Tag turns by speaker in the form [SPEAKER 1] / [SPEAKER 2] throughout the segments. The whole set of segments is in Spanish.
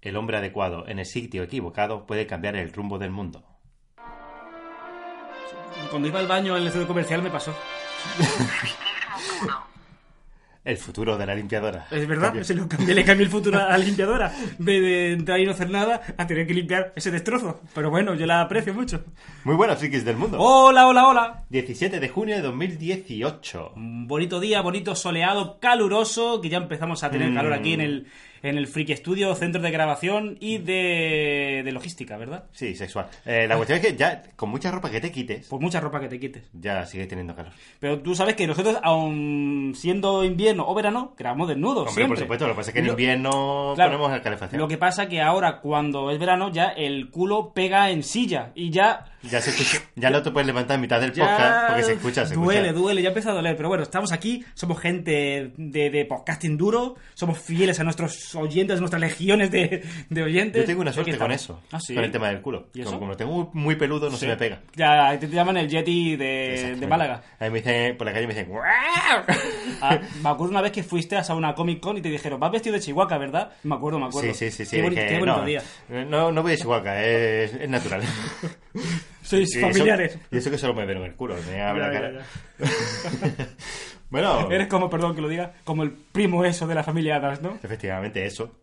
[SPEAKER 1] El hombre adecuado en el sitio equivocado puede cambiar el rumbo del mundo.
[SPEAKER 2] Cuando iba al baño en el centro comercial me pasó.
[SPEAKER 1] El futuro de la limpiadora.
[SPEAKER 2] Es verdad,
[SPEAKER 1] Cambio.
[SPEAKER 2] se lo cambié, le cambié el futuro a la limpiadora. De, de entrar y no hacer nada a tener que limpiar ese destrozo. Pero bueno, yo la aprecio mucho.
[SPEAKER 1] Muy buenos frikis del mundo.
[SPEAKER 2] Hola, hola, hola.
[SPEAKER 1] 17 de junio de 2018.
[SPEAKER 2] Un bonito día, bonito, soleado, caluroso, que ya empezamos a tener calor aquí en el, en el Freak Studio, centro de grabación y de, de logística, ¿verdad?
[SPEAKER 1] Sí, sexual. Eh, la cuestión es que ya con mucha ropa que te quites,
[SPEAKER 2] Por Pues mucha ropa que te quites.
[SPEAKER 1] ya sigues teniendo calor.
[SPEAKER 2] Pero tú sabes que nosotros, aun siendo invierno o verano, grabamos desnudos.
[SPEAKER 1] Hombre, por
[SPEAKER 2] siempre.
[SPEAKER 1] supuesto, lo que pasa es que en
[SPEAKER 2] Lo-
[SPEAKER 1] invierno
[SPEAKER 2] claro,
[SPEAKER 1] ponemos el calefacción.
[SPEAKER 2] Lo que pasa que ahora, cuando es verano, ya el culo pega en silla y ya
[SPEAKER 1] Ya, se escucha- ya no te puedes levantar en mitad del
[SPEAKER 2] Ya
[SPEAKER 1] podcast porque se escucha, se
[SPEAKER 2] duele,
[SPEAKER 1] escucha.
[SPEAKER 2] duele, ya empieza a doler. Pero bueno, estamos aquí, somos gente de, de podcasting duro, somos fieles a nuestros oyentes, a nuestras legiones de, de oyentes.
[SPEAKER 1] Yo tengo una suerte
[SPEAKER 2] Aquí
[SPEAKER 1] con
[SPEAKER 2] estamos.
[SPEAKER 1] eso,
[SPEAKER 2] Ah, sí.
[SPEAKER 1] con el tema del culo.
[SPEAKER 2] ¿Y
[SPEAKER 1] Como-
[SPEAKER 2] eso?
[SPEAKER 1] Como lo tengo muy peludo, no se me pega.
[SPEAKER 2] Ya, te llaman el Yeti Eh, de,
[SPEAKER 1] Exactamente.
[SPEAKER 2] de Málaga.
[SPEAKER 1] A mí me dicen, por la calle me dicen, "Guau".
[SPEAKER 2] Ah, me acuerdo una vez que fuiste a una Comic Con y te dijeron, vas vestido de Chihuahua, ¿verdad? Me acuerdo, me acuerdo.
[SPEAKER 1] Sí, sí, sí, sí.
[SPEAKER 2] Qué, boni-
[SPEAKER 1] dije,
[SPEAKER 2] qué bonito
[SPEAKER 1] no, eh,
[SPEAKER 2] día.
[SPEAKER 1] No, no voy de Chihuahua, es, es natural.
[SPEAKER 2] Sois
[SPEAKER 1] Y eso-
[SPEAKER 2] familiares.
[SPEAKER 1] Y eso que solo me vieron el culo, me abre la
[SPEAKER 2] Ya,
[SPEAKER 1] cara.
[SPEAKER 2] ya, ya.
[SPEAKER 1] bueno,
[SPEAKER 2] Eres como, perdón que lo diga, como el primo eso de la familia Adams, ¿no?
[SPEAKER 1] efectivamente, eso.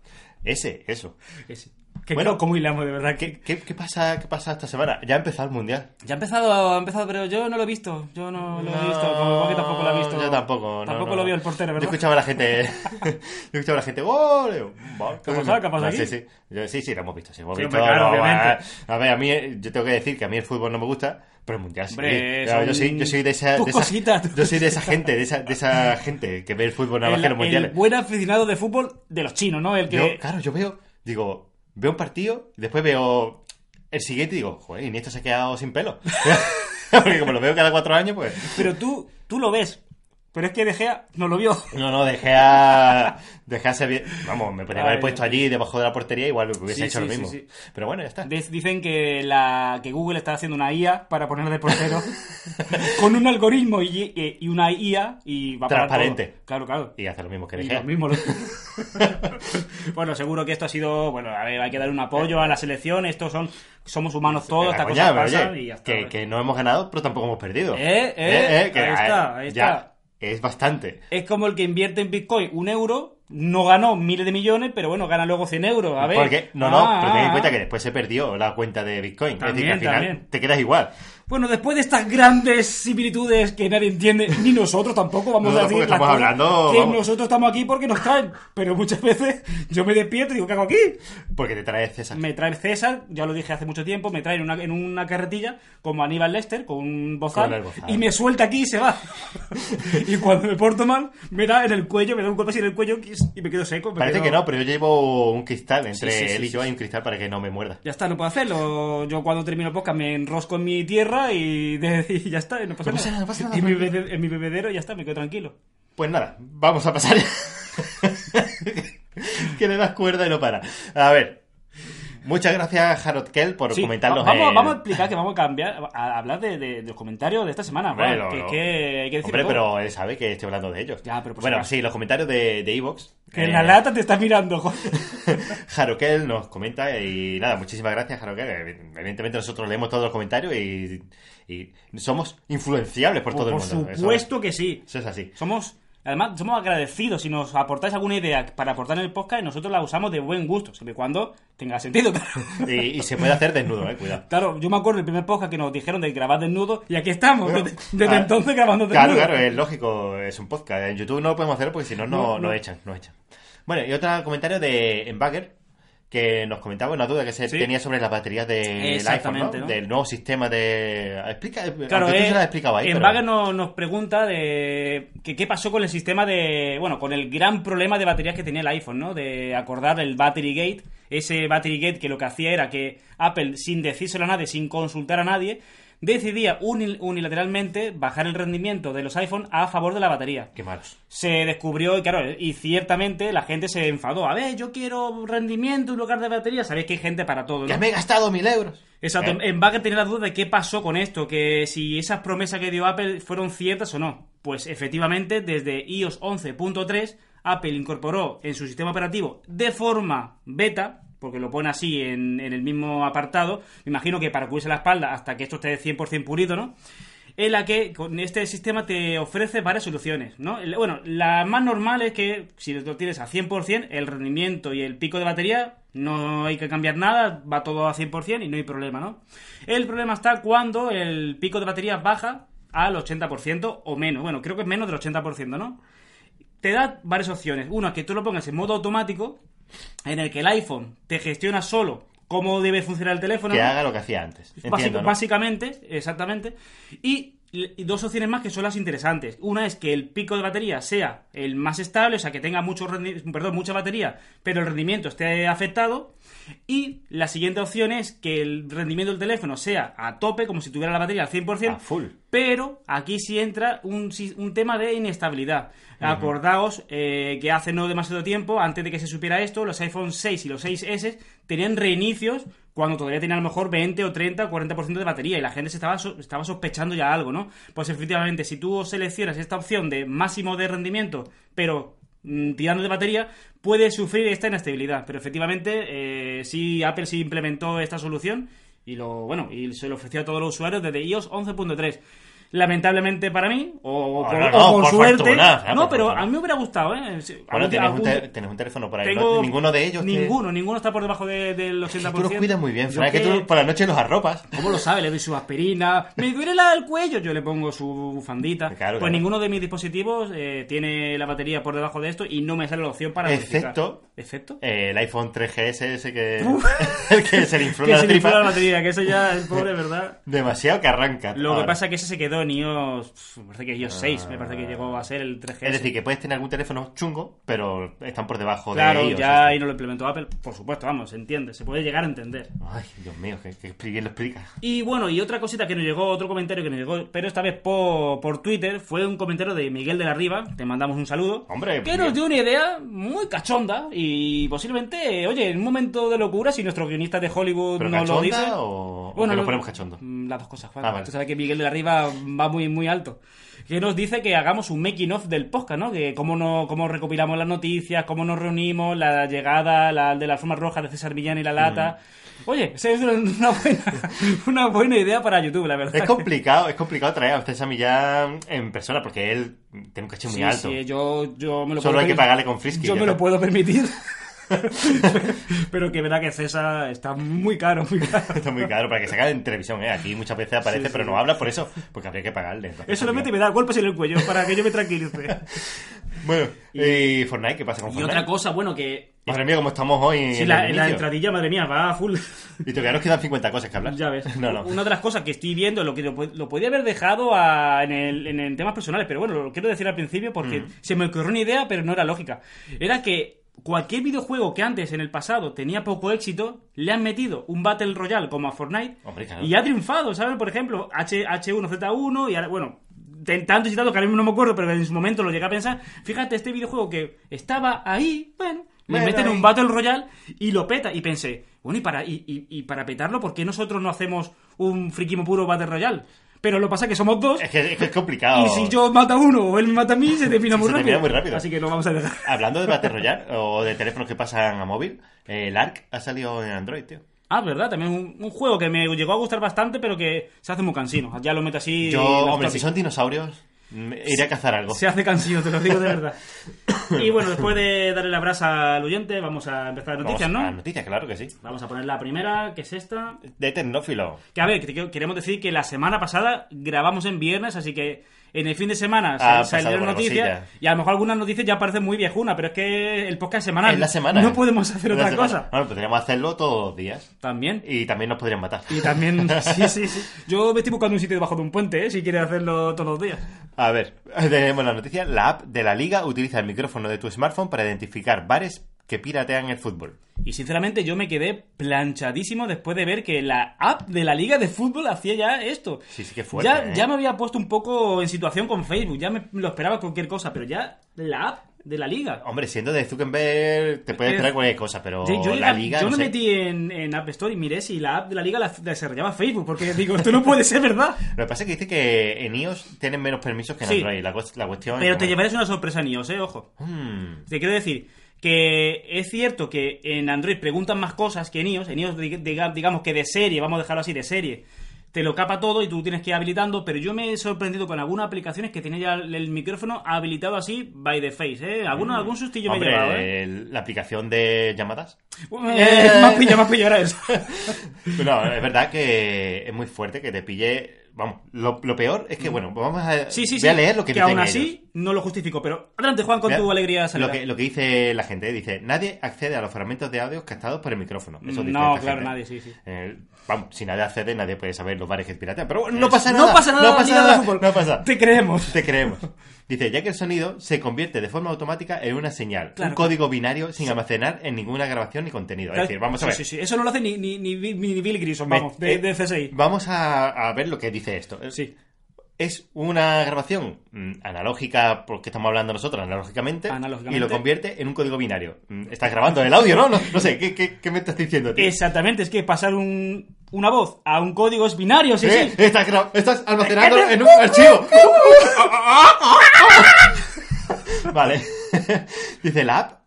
[SPEAKER 1] Ese, eso.
[SPEAKER 2] Ese. Que
[SPEAKER 1] Bueno.
[SPEAKER 2] bueno, como hilamos, de verdad. que
[SPEAKER 1] ¿Qué, qué, qué pasa, ¿Qué pasa esta semana? Ya ha empezado el mundial.
[SPEAKER 2] Ya ha empezado, ha empezado, pero yo no lo he visto. Yo no lo he visto, como igual que tampoco lo ha visto.
[SPEAKER 1] Yo tampoco. no,
[SPEAKER 2] Tampoco
[SPEAKER 1] no.
[SPEAKER 2] lo vio el
[SPEAKER 1] Yo
[SPEAKER 2] portero, ¿verdad?
[SPEAKER 1] escuchaba a la gente. yo escuchaba a la gente. ¡Gol! Yo, "Va,
[SPEAKER 2] ¿Qué ha pasado? ¿Qué ha pasado
[SPEAKER 1] Ah, Sí,
[SPEAKER 2] aquí?"
[SPEAKER 1] sí. Yo- sí, sí, lo hemos visto. Sí, hemos
[SPEAKER 2] Sí,
[SPEAKER 1] visto,
[SPEAKER 2] hombre, claro,
[SPEAKER 1] no, va.
[SPEAKER 2] obviamente.
[SPEAKER 1] A ver, a mí, eh, yo tengo que decir que a mí el fútbol no me gusta, pero el mundial sí. Eh,
[SPEAKER 2] Hombre,
[SPEAKER 1] Claro, yo,
[SPEAKER 2] son
[SPEAKER 1] soy, yo soy de esa.
[SPEAKER 2] tus
[SPEAKER 1] de esa-
[SPEAKER 2] cositas, tus
[SPEAKER 1] yo soy de esa gente, de esa, de esa gente que ve el fútbol nada más
[SPEAKER 2] el,
[SPEAKER 1] que los
[SPEAKER 2] el
[SPEAKER 1] mundiales.
[SPEAKER 2] buen aficionado de fútbol de los chinos, ¿no? El que...
[SPEAKER 1] Yo, claro, yo veo, digo, veo un partido, y después veo el siguiente y digo, joder, Iniesta se ha quedado sin pelo. Porque como lo veo cada cuatro años, pues.
[SPEAKER 2] Pero tú, tú lo ves. Pero es que De Gea no lo vio.
[SPEAKER 1] No, no, dejé a. Dejé a Sevilla- Vamos, me podría haber
[SPEAKER 2] Ay,
[SPEAKER 1] puesto allí debajo de la portería, igual hubiese
[SPEAKER 2] Sí,
[SPEAKER 1] hecho
[SPEAKER 2] sí,
[SPEAKER 1] lo
[SPEAKER 2] sí,
[SPEAKER 1] mismo.
[SPEAKER 2] sí.
[SPEAKER 1] Pero bueno, ya está.
[SPEAKER 2] De- Dicen que, la, que Google está haciendo una IA para poner de portero con un algoritmo y, y una IA y va a parar
[SPEAKER 1] Transparente.
[SPEAKER 2] todo. Claro, claro.
[SPEAKER 1] Y hace lo mismo que
[SPEAKER 2] Y
[SPEAKER 1] dejé.
[SPEAKER 2] los mismos los- bueno, seguro que esto ha sido. Bueno, a ver, hay que dar un apoyo a la selección. Estos son. Somos humanos todos,
[SPEAKER 1] Venga,
[SPEAKER 2] estas
[SPEAKER 1] coña,
[SPEAKER 2] cosas
[SPEAKER 1] pero
[SPEAKER 2] pasan
[SPEAKER 1] oye,
[SPEAKER 2] y ya está.
[SPEAKER 1] que, que no hemos ganado, pero tampoco hemos perdido.
[SPEAKER 2] Eh, eh, ahí está, ahí
[SPEAKER 1] ya,
[SPEAKER 2] está.
[SPEAKER 1] Es bastante.
[SPEAKER 2] Es como el que invierte en Bitcoin un euro, no ganó miles de millones, pero bueno, gana luego 100 euros. A ver.
[SPEAKER 1] Porque, no, no,
[SPEAKER 2] Ah,
[SPEAKER 1] pero ten en
[SPEAKER 2] ah,
[SPEAKER 1] cuenta
[SPEAKER 2] ah.
[SPEAKER 1] que después se perdió la cuenta de Bitcoin.
[SPEAKER 2] También,
[SPEAKER 1] es decir, que al final
[SPEAKER 2] también.
[SPEAKER 1] te quedas igual.
[SPEAKER 2] Bueno, después de estas grandes similitudes que nadie entiende, ni nosotros tampoco vamos
[SPEAKER 1] Nosotros
[SPEAKER 2] a decir.
[SPEAKER 1] porque estamos
[SPEAKER 2] las cosas
[SPEAKER 1] hablando,
[SPEAKER 2] Que
[SPEAKER 1] vamos.
[SPEAKER 2] nosotros estamos aquí porque nos traen. Pero muchas veces yo me despierto y digo, ¿qué hago aquí?
[SPEAKER 1] Porque te traes esa
[SPEAKER 2] Me trae César, ya lo dije hace mucho tiempo, me trae en una, en una carretilla como Aníbal Lester, con un bozal,
[SPEAKER 1] Con el bozal.
[SPEAKER 2] y me suelta aquí y se va. y cuando me porto mal, me da en el cuello, me da un golpe así en el cuello y me quedo seco. me
[SPEAKER 1] Parece
[SPEAKER 2] quedo-
[SPEAKER 1] que no, pero yo llevo un cristal entre
[SPEAKER 2] Sí, sí, sí,
[SPEAKER 1] él y
[SPEAKER 2] sí,
[SPEAKER 1] yo. Hay un cristal para que no me muerda.
[SPEAKER 2] Ya está, no puedo hacerlo. Yo cuando termino podcast me enrosco en mi tierra y, de- y ya está, no pasa,
[SPEAKER 1] No pasa nada, no pasa nada.
[SPEAKER 2] En mi, bebede- en mi bebedero y ya está, me quedo tranquilo.
[SPEAKER 1] Pues nada, vamos a pasar. que le das cuerda y no para. A ver. Muchas gracias, Harold Kell, por
[SPEAKER 2] Sí,
[SPEAKER 1] comentarnos.
[SPEAKER 2] va- vamos,
[SPEAKER 1] el-
[SPEAKER 2] vamos a explicar que vamos a cambiar, a hablar de, de- de los comentarios de esta semana.
[SPEAKER 1] Hombre,
[SPEAKER 2] Juan,
[SPEAKER 1] lo-
[SPEAKER 2] que,
[SPEAKER 1] lo-
[SPEAKER 2] es que hay que decirlo
[SPEAKER 1] Hombre,
[SPEAKER 2] todo.
[SPEAKER 1] pero él sabe que estoy hablando de ellos.
[SPEAKER 2] Ya, pero por si
[SPEAKER 1] bueno,
[SPEAKER 2] acaso.
[SPEAKER 1] sí, los comentarios de, de Evox.
[SPEAKER 2] Que en la lata te estás mirando, joder.
[SPEAKER 1] Harokel nos comenta y nada, muchísimas gracias Harokel. Evidentemente nosotros leemos todos los comentarios y, y somos influenciables por, todo el mundo. Eso-
[SPEAKER 2] supuesto que sí.
[SPEAKER 1] eso es así.
[SPEAKER 2] Somos, además, somos agradecidos. Si nos aportáis alguna idea para aportar en el podcast, nosotros la usamos de buen gusto, siempre y cuando tenga sentido. claro.
[SPEAKER 1] Y, y se puede hacer desnudo, eh, cuidado.
[SPEAKER 2] Claro, yo me acuerdo del primer podcast que nos dijeron de grabar desnudo y aquí estamos,
[SPEAKER 1] Bueno,
[SPEAKER 2] desde, desde
[SPEAKER 1] ah,
[SPEAKER 2] entonces grabando
[SPEAKER 1] Claro,
[SPEAKER 2] desnudo.
[SPEAKER 1] claro, es lógico, es un podcast. En YouTube no lo podemos hacer porque si no, no,
[SPEAKER 2] No,
[SPEAKER 1] no
[SPEAKER 2] no.
[SPEAKER 1] echan, no echan. Bueno, y otro comentario de Embagger que nos comentaba una duda que se
[SPEAKER 2] Sí.
[SPEAKER 1] tenía sobre las baterías del iPhone,
[SPEAKER 2] Exactamente,
[SPEAKER 1] ¿no?
[SPEAKER 2] ¿no?
[SPEAKER 1] del nuevo sistema de... Explica,
[SPEAKER 2] Claro,
[SPEAKER 1] aunque tú
[SPEAKER 2] eh,
[SPEAKER 1] se lo has explicado ahí,
[SPEAKER 2] en
[SPEAKER 1] pero-
[SPEAKER 2] Vaga no- nos, pregunta de que qué pasó con el sistema de. Bueno, con el gran problema de baterías que tenía el iPhone, ¿no? De acordar el Battery Gate. Ese Battery Gate que lo que hacía era que Apple, sin decírselo a nadie, sin consultar a nadie, decidía uni- unilateralmente bajar el rendimiento de los iPhone a favor de la batería
[SPEAKER 1] Qué malos.
[SPEAKER 2] se descubrió y claro, y ciertamente la gente se enfadó. A ver, yo quiero rendimiento en lugar de batería. Sabéis que hay gente para todo,
[SPEAKER 1] Ya
[SPEAKER 2] ¿no?
[SPEAKER 1] me he gastado mil euros.
[SPEAKER 2] Exacto.
[SPEAKER 1] Eh,
[SPEAKER 2] En Bagger tenía la duda de qué pasó con esto, que si esas promesas que dio Apple fueron ciertas o no. Pues efectivamente, desde iOS 11.3, Apple incorporó en su sistema operativo de forma beta porque lo pone así en, en el mismo apartado, me imagino que para cubrirse la espalda hasta que esto esté 100% pulido, ¿no? En la que con este sistema te ofrece varias soluciones, ¿no? El- Bueno, la más normal es que si lo tienes a 100%, el rendimiento y el pico de batería no hay que cambiar nada, va todo a 100% y no hay problema, ¿no? El problema está cuando el pico de batería baja al 80% o menos, bueno, creo que es menos del 80%, ¿no? te da varias opciones. Una, que tú lo pongas en modo automático, en el que el iPhone te gestiona solo cómo debe funcionar el teléfono.
[SPEAKER 1] Que
[SPEAKER 2] ¿no?
[SPEAKER 1] haga lo que hacía antes.
[SPEAKER 2] Básico-
[SPEAKER 1] Entiendo, ¿no?
[SPEAKER 2] Básicamente, exactamente. Y, y dos opciones más que son las interesantes. Una es que el pico de batería sea el más estable, o sea, que tenga mucho rendi- perdón, mucha batería, pero el rendimiento esté afectado. Y la siguiente opción es que el rendimiento del teléfono sea a tope, como si tuviera la batería al 100%,
[SPEAKER 1] A Ah, full.
[SPEAKER 2] pero aquí sí entra un, si- un tema de inestabilidad. Acordaos eh, que hace no demasiado tiempo, antes de que se supiera esto, los iPhone 6 y los 6S tenían reinicios cuando todavía tenían a lo mejor 20 o 30 o 40% de batería y la gente se estaba, so- estaba sospechando ya algo, ¿no? Pues efectivamente, si tú seleccionas esta opción de máximo de rendimiento, pero mm, tirando de batería, puede sufrir esta inestabilidad. Pero efectivamente, eh, sí, Apple sí implementó esta solución y lo bueno y se lo ofreció a todos los usuarios desde iOS 11.3. Lamentablemente para mí, o, o
[SPEAKER 1] Ah,
[SPEAKER 2] por,
[SPEAKER 1] no,
[SPEAKER 2] o
[SPEAKER 1] no,
[SPEAKER 2] por
[SPEAKER 1] por
[SPEAKER 2] suerte.
[SPEAKER 1] fortuna, ah,
[SPEAKER 2] no,
[SPEAKER 1] por
[SPEAKER 2] pero
[SPEAKER 1] fortuna.
[SPEAKER 2] a mí me hubiera gustado, ¿eh? Sí,
[SPEAKER 1] Bueno,
[SPEAKER 2] algún-
[SPEAKER 1] tienes un,
[SPEAKER 2] algún-
[SPEAKER 1] te- tienes un teléfono por ahí. ¿no?
[SPEAKER 2] tengo-
[SPEAKER 1] Ninguno de ellos. te-
[SPEAKER 2] Ninguno, ninguno está por debajo de- del 80%.
[SPEAKER 1] Tú los cuidas muy bien,
[SPEAKER 2] Yo
[SPEAKER 1] Frank. Que...
[SPEAKER 2] que-
[SPEAKER 1] tú por la noche los arropas.
[SPEAKER 2] ¿Cómo lo sabe? Le doy su aspirina. Me duele la del cuello. Yo le pongo su bufandita.
[SPEAKER 1] Claro, claro.
[SPEAKER 2] pues ninguno de mis dispositivos eh, tiene la batería por debajo de esto y no me sale la opción para
[SPEAKER 1] Excepto-
[SPEAKER 2] notificar. Excepto.
[SPEAKER 1] Eh, el iPhone 3GS ese que.
[SPEAKER 2] Uf.
[SPEAKER 1] el que se le infló
[SPEAKER 2] Que
[SPEAKER 1] la
[SPEAKER 2] se le infla la
[SPEAKER 1] tripa.
[SPEAKER 2] batería, que eso ya es pobre, ¿verdad?
[SPEAKER 1] Demasiado que arranca.
[SPEAKER 2] Lo que
[SPEAKER 1] Ahora.
[SPEAKER 2] pasa es que ese se quedó en iOS. pf, Me parece que iOS 6, me parece que llegó a ser el 3G.
[SPEAKER 1] Es decir, que puedes tener algún teléfono chungo, pero están por debajo
[SPEAKER 2] claro,
[SPEAKER 1] de ellos.
[SPEAKER 2] ya ahí no lo implementó Apple. Por supuesto, vamos, se entiende, se puede llegar a entender.
[SPEAKER 1] Ay, Dios mío, que, que bien lo explica.
[SPEAKER 2] Y bueno, y otra cosita que nos llegó, otro comentario que nos llegó, pero esta vez po- por, Twitter, fue un comentario de Miguel de la Riva, te mandamos un saludo.
[SPEAKER 1] Hombre,
[SPEAKER 2] que nos dio una idea muy cachonda y posiblemente, oye, en un momento de locura, si nuestros guionistas de Hollywood
[SPEAKER 1] ¿Pero
[SPEAKER 2] no lo
[SPEAKER 1] cachonda
[SPEAKER 2] dicen.
[SPEAKER 1] o- o que nos
[SPEAKER 2] lo-
[SPEAKER 1] ponemos cachondo?
[SPEAKER 2] Mm, Las dos cosas, Juan.
[SPEAKER 1] Ah, vale.
[SPEAKER 2] Tú sabes que Miguel de la Riva va muy, muy alto. Que nos dice que hagamos un making of del podcast, ¿no? Que cómo, no, cómo recopilamos las noticias, cómo nos reunimos, la llegada la, de la forma roja de César Millán y la lata.
[SPEAKER 1] Mm.
[SPEAKER 2] Oye, esa es una una buena, una buena idea para YouTube, la verdad.
[SPEAKER 1] Es complicado, es complicado traer a usted Sammy ya en persona porque él tiene un caché muy
[SPEAKER 2] Sí,
[SPEAKER 1] alto.
[SPEAKER 2] sí, yo, yo me lo
[SPEAKER 1] Solo hay
[SPEAKER 2] puedo
[SPEAKER 1] que
[SPEAKER 2] permitir.
[SPEAKER 1] pagarle con frisky.
[SPEAKER 2] Yo
[SPEAKER 1] ya
[SPEAKER 2] me lo
[SPEAKER 1] está.
[SPEAKER 2] puedo permitir. Pero que verdad que César está muy caro, muy caro.
[SPEAKER 1] Está muy caro para que se haga en televisión, ¿eh? Aquí muchas veces aparece,
[SPEAKER 2] Sí, sí.
[SPEAKER 1] pero no habla por eso, porque habría que pagarle. Entonces,
[SPEAKER 2] Él solamente me da golpes en el cuello para que yo me tranquilice.
[SPEAKER 1] Bueno, ¿y Fortnite? ¿Qué pasa con
[SPEAKER 2] Y
[SPEAKER 1] Fortnite?
[SPEAKER 2] otra cosa, bueno, que
[SPEAKER 1] Madre mía, cómo estamos hoy en
[SPEAKER 2] si
[SPEAKER 1] el
[SPEAKER 2] la, la
[SPEAKER 1] inicio.
[SPEAKER 2] entradilla, madre mía, va a full.
[SPEAKER 1] Y todavía nos quedan 50 cosas que hablar.
[SPEAKER 2] Ya ves.
[SPEAKER 1] No, no.
[SPEAKER 2] Una de las cosas que estoy viendo, lo que lo, pod- lo podía haber dejado a- en, el- en- en temas personales, pero bueno, lo quiero decir al principio
[SPEAKER 1] Mm.
[SPEAKER 2] porque se me ocurrió una idea, pero no era lógica. Era que cualquier videojuego que antes, en el pasado, tenía poco éxito, le han metido un Battle Royale como a Fortnite
[SPEAKER 1] Hombre, claro.
[SPEAKER 2] y ha triunfado, ¿sabes? Por ejemplo, H, H1Z1 y ahora, bueno, ten- tantos y tantos que ahora mismo no me acuerdo, pero en su momento lo llegué a pensar. Fíjate, este videojuego que estaba ahí, bueno, le
[SPEAKER 1] Bueno,
[SPEAKER 2] meten
[SPEAKER 1] ahí.
[SPEAKER 2] un Battle Royale y lo peta. Y pensé, bueno, y para, y, y- y para petarlo, ¿por qué nosotros no hacemos un friquimo puro Battle Royale? Pero lo pasa que somos dos.
[SPEAKER 1] Es que es, que es complicado.
[SPEAKER 2] Y si yo mata a uno o él me mata a mí, se termina,
[SPEAKER 1] Se
[SPEAKER 2] muy,
[SPEAKER 1] termina
[SPEAKER 2] rápido.
[SPEAKER 1] muy rápido.
[SPEAKER 2] Así que lo vamos a dejar.
[SPEAKER 1] Hablando de Battle Royale o de teléfonos que pasan a móvil, eh, el ARC ha salido en Android, tío.
[SPEAKER 2] Ah, verdad, también un, un juego que me llegó a gustar bastante, pero que se hace muy cansino. Ya lo meto así.
[SPEAKER 1] Yo,
[SPEAKER 2] off
[SPEAKER 1] hombre,
[SPEAKER 2] topic.
[SPEAKER 1] si son dinosaurios, mm, iré a cazar algo.
[SPEAKER 2] Se hace cansino, te lo digo de verdad. y bueno, después de darle la brasa al oyente, vamos a empezar las noticias,
[SPEAKER 1] Vamos a-
[SPEAKER 2] ¿no?
[SPEAKER 1] a Noticias, claro que sí.
[SPEAKER 2] Vamos a poner la primera, que es esta.
[SPEAKER 1] De Tecnófilo.
[SPEAKER 2] Que a ver, que te- queremos decir que la semana pasada grabamos en viernes, así que en el fin de semana sal-
[SPEAKER 1] Ah,
[SPEAKER 2] salieron
[SPEAKER 1] pasado, bueno,
[SPEAKER 2] noticias.
[SPEAKER 1] cosilla.
[SPEAKER 2] Y a lo mejor algunas noticias ya parecen muy viejunas, pero es que el podcast es semanal.
[SPEAKER 1] En la semana.
[SPEAKER 2] No podemos hacer
[SPEAKER 1] En la
[SPEAKER 2] otra
[SPEAKER 1] semana.
[SPEAKER 2] cosa.
[SPEAKER 1] Bueno, podríamos hacerlo todos los días.
[SPEAKER 2] También.
[SPEAKER 1] Y también nos podrían matar.
[SPEAKER 2] Y también, sí, sí, sí. Yo me estoy buscando un sitio debajo de un puente, ¿eh? si quieres hacerlo todos los días.
[SPEAKER 1] A ver, tenemos la noticia. La app de la liga utiliza el micrófono de tu smartphone para identificar bares que piratean el fútbol.
[SPEAKER 2] Y sinceramente yo me quedé planchadísimo después de ver que la app de la Liga de Fútbol hacía ya esto.
[SPEAKER 1] Sí, sí que fuerte,
[SPEAKER 2] Ya,
[SPEAKER 1] ¿eh?
[SPEAKER 2] ya me había puesto un poco en situación con Facebook, ya me lo esperaba cualquier cosa, pero ya la app de la Liga.
[SPEAKER 1] Hombre, siendo de Zuckerberg, te puede
[SPEAKER 2] Eh,
[SPEAKER 1] esperar cualquier cosa, pero
[SPEAKER 2] Yo, yo
[SPEAKER 1] la
[SPEAKER 2] llegué-
[SPEAKER 1] liga.
[SPEAKER 2] yo
[SPEAKER 1] no
[SPEAKER 2] me
[SPEAKER 1] sé.
[SPEAKER 2] metí en, en App Store y miré si la app de la Liga la desarrollaba Facebook, porque digo, esto no puede ser verdad.
[SPEAKER 1] Lo que pasa es que dice que en iOS tienen menos permisos que en
[SPEAKER 2] Sí.
[SPEAKER 1] Android. La, cuest- la cuestión es
[SPEAKER 2] Pero te
[SPEAKER 1] como-
[SPEAKER 2] llevarás una sorpresa en iOS, eh, ojo.
[SPEAKER 1] Mm.
[SPEAKER 2] Te quiero decir que es cierto que en Android preguntan más cosas que en iOS, en iOS diga- digamos que de serie, vamos a dejarlo así, de serie, te lo capa todo y tú tienes que ir habilitando, pero yo me he sorprendido con algunas aplicaciones que tiene ya el el micrófono habilitado así by the face, ¿eh? Alguno, algún sustillo
[SPEAKER 1] Mm. Hombre,
[SPEAKER 2] me he llevado, ¿eh?
[SPEAKER 1] el- la aplicación de llamadas.
[SPEAKER 2] Eh, Más pillo, más pillo ahora eso.
[SPEAKER 1] No, es verdad que es muy fuerte que te pille. Vamos, lo, lo peor es que, bueno, vamos a,
[SPEAKER 2] Mm. Sí, sí, sí.
[SPEAKER 1] voy a leer lo que, dicen
[SPEAKER 2] aún
[SPEAKER 1] ellos.
[SPEAKER 2] así no lo justifico, pero adelante, Juan, con
[SPEAKER 1] Mira,
[SPEAKER 2] tu alegría
[SPEAKER 1] Lo
[SPEAKER 2] salida.
[SPEAKER 1] que, lo que dice la gente, dice, nadie accede a los fragmentos de audio captados por el micrófono. Eso dice
[SPEAKER 2] no,
[SPEAKER 1] esta
[SPEAKER 2] claro,
[SPEAKER 1] gente.
[SPEAKER 2] nadie, sí, sí.
[SPEAKER 1] Eh, vamos, si nadie accede, nadie puede saber los bares que piratean. Pero bueno, no pasa
[SPEAKER 2] No
[SPEAKER 1] nada.
[SPEAKER 2] pasa nada,
[SPEAKER 1] no pasa
[SPEAKER 2] ni nada de
[SPEAKER 1] nada,
[SPEAKER 2] fútbol.
[SPEAKER 1] no pasa.
[SPEAKER 2] Te creemos.
[SPEAKER 1] Te creemos. Dice, ya que el sonido se convierte de forma automática en una señal,
[SPEAKER 2] Claro.
[SPEAKER 1] un código binario sin almacenar en ninguna grabación ni contenido. Es decir, vamos a
[SPEAKER 2] Sí,
[SPEAKER 1] ver.
[SPEAKER 2] sí, sí. Eso no lo hace ni, ni, ni, Bill- ni Bill Grissom,
[SPEAKER 1] Me-
[SPEAKER 2] vamos, de,
[SPEAKER 1] eh,
[SPEAKER 2] de CSI.
[SPEAKER 1] Vamos a, a ver lo que dice esto. Eh,
[SPEAKER 2] Sí.
[SPEAKER 1] Es una grabación mm, analógica, porque estamos hablando nosotros analógicamente,
[SPEAKER 2] Analógicamente.
[SPEAKER 1] y lo convierte en un código binario. Mm, Estás grabando el audio, ¿no? No, no sé, ¿qué, qué, qué me estás diciendo, tío?
[SPEAKER 2] Exactamente, es que pasar un, una voz a un código es binario, sí,
[SPEAKER 1] ¿Eh?
[SPEAKER 2] sí.
[SPEAKER 1] Estás, gra- estás almacenando en un archivo. vale. Dice la app.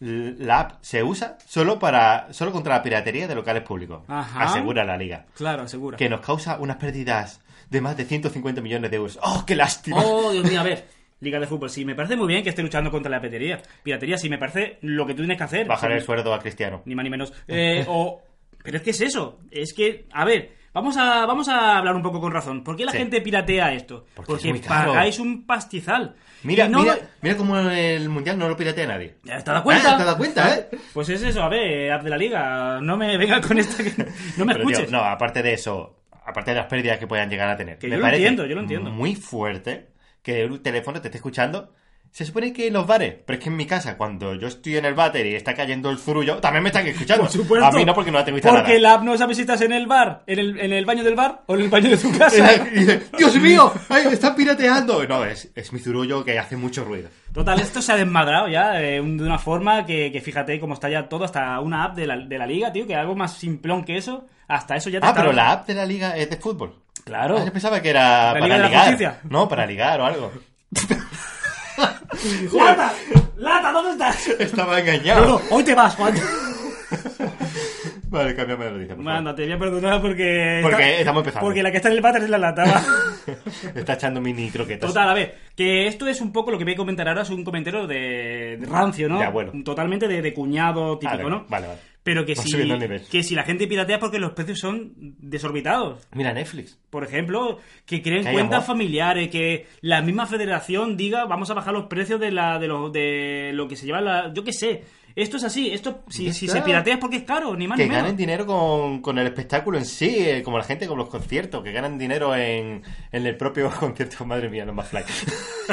[SPEAKER 1] La app se usa solo para solo contra la piratería de locales públicos.
[SPEAKER 2] Ajá.
[SPEAKER 1] Asegura la liga.
[SPEAKER 2] Claro, seguro.
[SPEAKER 1] Que nos causa unas pérdidas de más de 150 millones de euros. ¡Oh, qué lástima!
[SPEAKER 2] Oh, Dios mío, a ver. Liga de fútbol, sí, me parece muy bien que esté luchando contra la piratería. Piratería, sí, me parece lo que tú tienes que hacer.
[SPEAKER 1] Bajar
[SPEAKER 2] Sí,
[SPEAKER 1] el sueldo a Cristiano.
[SPEAKER 2] Ni más ni menos. Eh, o... Pero es que es eso. Es que, a ver, vamos a, vamos a hablar un poco con razón. ¿Por qué la
[SPEAKER 1] Sí.
[SPEAKER 2] gente piratea esto?
[SPEAKER 1] Porque es
[SPEAKER 2] Porque
[SPEAKER 1] muy caro.
[SPEAKER 2] pagáis un pastizal.
[SPEAKER 1] Mira,
[SPEAKER 2] Y no-
[SPEAKER 1] mira, mira cómo el mundial no lo piratea nadie.
[SPEAKER 2] ¿Te has dado cuenta?
[SPEAKER 1] Ah, ¿Te has dado cuenta, eh?
[SPEAKER 2] Pues es eso, a ver, app de la liga, no me vengas con esta que no me
[SPEAKER 1] Pero, tío,
[SPEAKER 2] escuches.
[SPEAKER 1] no, aparte de eso, aparte de las pérdidas que puedan llegar a tener.
[SPEAKER 2] Que yo lo entiendo, yo lo entiendo.
[SPEAKER 1] Muy fuerte que el teléfono te esté escuchando. Se supone que en los bares, pero es que en mi casa, cuando yo estoy en el váter y está cayendo el zurullo, también me están escuchando.
[SPEAKER 2] Por supuesto.
[SPEAKER 1] A mí no, porque no la tengo instalada.
[SPEAKER 2] Porque la app no sabe si estás en el bar, en el, en el baño del bar o en el baño de tu casa.
[SPEAKER 1] Y dice, ¡Dios mío! ¡Ay, me están pirateando! No, es, es mi zurullo que hace mucho ruido.
[SPEAKER 2] Total, esto se ha desmadrado ya eh, un- de una forma que, que fíjate cómo está ya todo, hasta una app de la, de la liga, tío, que algo más simplón que eso, hasta eso ya te
[SPEAKER 1] Ah,
[SPEAKER 2] está-
[SPEAKER 1] pero la app de la liga es de fútbol.
[SPEAKER 2] Claro.
[SPEAKER 1] Ah, yo pensaba que era
[SPEAKER 2] La
[SPEAKER 1] para
[SPEAKER 2] Liga de la
[SPEAKER 1] ligar.
[SPEAKER 2] Justicia.
[SPEAKER 1] No, para ligar o algo.
[SPEAKER 2] ¡Lata! ¡Lata, ¿dónde estás?
[SPEAKER 1] Estaba
[SPEAKER 2] No,
[SPEAKER 1] engañado.
[SPEAKER 2] no, hoy te vas, Juan.
[SPEAKER 1] Vale, cámbiame la noticia, por favor.
[SPEAKER 2] Bueno, te voy a perdonar porque...
[SPEAKER 1] Porque estamos empezando.
[SPEAKER 2] Porque la que está en el váter es la lata, va.
[SPEAKER 1] Está echando mini croquetas.
[SPEAKER 2] Total, a ver, que esto es un poco lo que voy a comentar ahora, es un comentario de de rancio, ¿no?
[SPEAKER 1] De abuelo.
[SPEAKER 2] Totalmente de, de cuñado
[SPEAKER 1] Ah,
[SPEAKER 2] típico,
[SPEAKER 1] vale,
[SPEAKER 2] ¿no?
[SPEAKER 1] Vale, vale.
[SPEAKER 2] Pero que
[SPEAKER 1] Va
[SPEAKER 2] si,
[SPEAKER 1] subiendo el nivel.
[SPEAKER 2] que si la gente piratea es porque los precios son desorbitados.
[SPEAKER 1] Mira Netflix.
[SPEAKER 2] Por ejemplo, que
[SPEAKER 1] Que
[SPEAKER 2] creen
[SPEAKER 1] hay
[SPEAKER 2] cuentas
[SPEAKER 1] amor.
[SPEAKER 2] familiares, que la misma federación diga vamos a bajar los precios de la de, los, de lo que se lleva la... Yo qué sé. Esto es así. Esto, si,
[SPEAKER 1] Ya
[SPEAKER 2] si
[SPEAKER 1] está.
[SPEAKER 2] se piratea es porque es caro, ni más
[SPEAKER 1] Que
[SPEAKER 2] ni menos.
[SPEAKER 1] ganen dinero con, con el espectáculo en sí, eh, como la gente con los conciertos, que ganan dinero en, en el propio concierto. Madre mía, no más fly.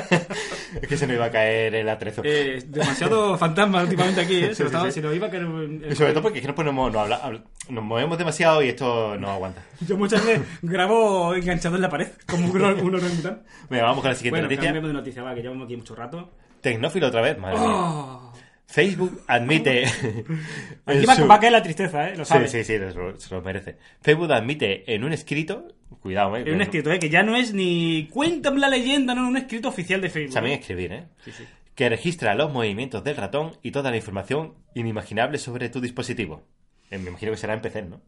[SPEAKER 1] es que se me iba a caer el atrezo.
[SPEAKER 2] Eh, demasiado fantasma últimamente aquí, ¿eh?
[SPEAKER 1] Sí,
[SPEAKER 2] Se
[SPEAKER 1] sí,
[SPEAKER 2] lo, estaba-
[SPEAKER 1] sí.
[SPEAKER 2] se lo iba a caer en- en-
[SPEAKER 1] y sobre todo porque es que nos, ponemos, no habla- habla- nos movemos demasiado y esto no aguanta.
[SPEAKER 2] Yo muchas veces grabo enganchado en la pared, como un, or- un orangután.
[SPEAKER 1] Venga, vamos con la siguiente
[SPEAKER 2] Bueno,
[SPEAKER 1] noticia.
[SPEAKER 2] cambiamos de noticia, va, que llevamos aquí mucho rato.
[SPEAKER 1] Tecnófilo otra vez, madre mía.
[SPEAKER 2] Oh,
[SPEAKER 1] Facebook admite.
[SPEAKER 2] aquí
[SPEAKER 1] en
[SPEAKER 2] va,
[SPEAKER 1] su-
[SPEAKER 2] va a caer la tristeza, ¿eh? Lo
[SPEAKER 1] Sí,
[SPEAKER 2] sabes.
[SPEAKER 1] sí, sí, se lo, se lo merece. Facebook admite en un escrito. Cuidado, eh.
[SPEAKER 2] Es un escrito, ¿eh? Que ya no es ni cuéntame la leyenda, no, un escrito oficial de Facebook.
[SPEAKER 1] También escribir, eh.
[SPEAKER 2] Sí, sí.
[SPEAKER 1] que registra los movimientos del ratón y toda la información inimaginable sobre tu dispositivo. Eh, Me imagino que será en PC, ¿no?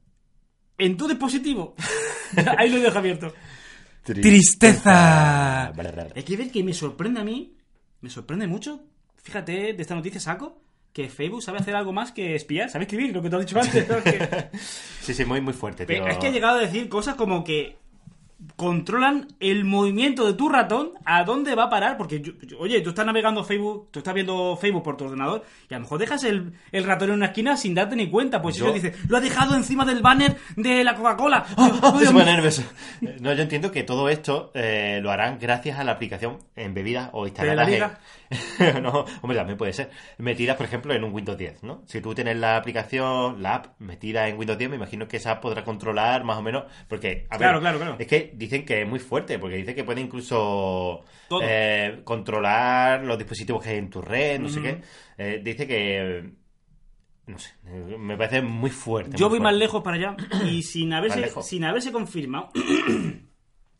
[SPEAKER 2] En tu dispositivo. Ahí lo dejo abierto.
[SPEAKER 1] Ah,
[SPEAKER 2] Tristeza. Hay que ver que me sorprende a mí, me sorprende mucho. Fíjate, de esta noticia saco que Facebook sabe hacer algo más que espiar, sabe escribir, lo que te has dicho antes. ¿no? Que-
[SPEAKER 1] Sí, sí, muy, muy fuerte, tío.
[SPEAKER 2] Pero es que ha llegado a decir cosas como que controlan el movimiento de tu ratón a dónde va a parar porque yo- yo- oye tú estás navegando Facebook tú estás viendo Facebook por tu ordenador y a lo mejor dejas el, el ratón en una esquina sin darte ni cuenta pues
[SPEAKER 1] Yo-
[SPEAKER 2] ellos dicen lo ha dejado encima del banner de la Coca-Cola ¡Ay,
[SPEAKER 1] Ah,
[SPEAKER 2] Dios
[SPEAKER 1] se pone
[SPEAKER 2] mío!
[SPEAKER 1] nervioso. Eh, No, yo entiendo que todo esto eh, lo harán gracias a la aplicación en bebidas o
[SPEAKER 2] ¿Pero la
[SPEAKER 1] instaladas. en- no, hombre, también puede ser. Metidas, por ejemplo, en un Windows 10, ¿no? Si tú tienes la aplicación, la app metida en Windows 10, me imagino que esa podrá controlar más o menos. Porque, a ver,
[SPEAKER 2] Claro, claro, claro.
[SPEAKER 1] es que dicen que es muy fuerte, porque dicen que puede incluso
[SPEAKER 2] Todo.
[SPEAKER 1] eh, controlar los dispositivos que hay en tu red, no sé
[SPEAKER 2] Ujú.
[SPEAKER 1] qué. Eh, dice que. No sé, eh, me parece muy fuerte.
[SPEAKER 2] yo
[SPEAKER 1] muy
[SPEAKER 2] voy más
[SPEAKER 1] fuerte.
[SPEAKER 2] lejos para allá y sin
[SPEAKER 1] Más
[SPEAKER 2] haberse
[SPEAKER 1] lejos.
[SPEAKER 2] sin haberse confirmado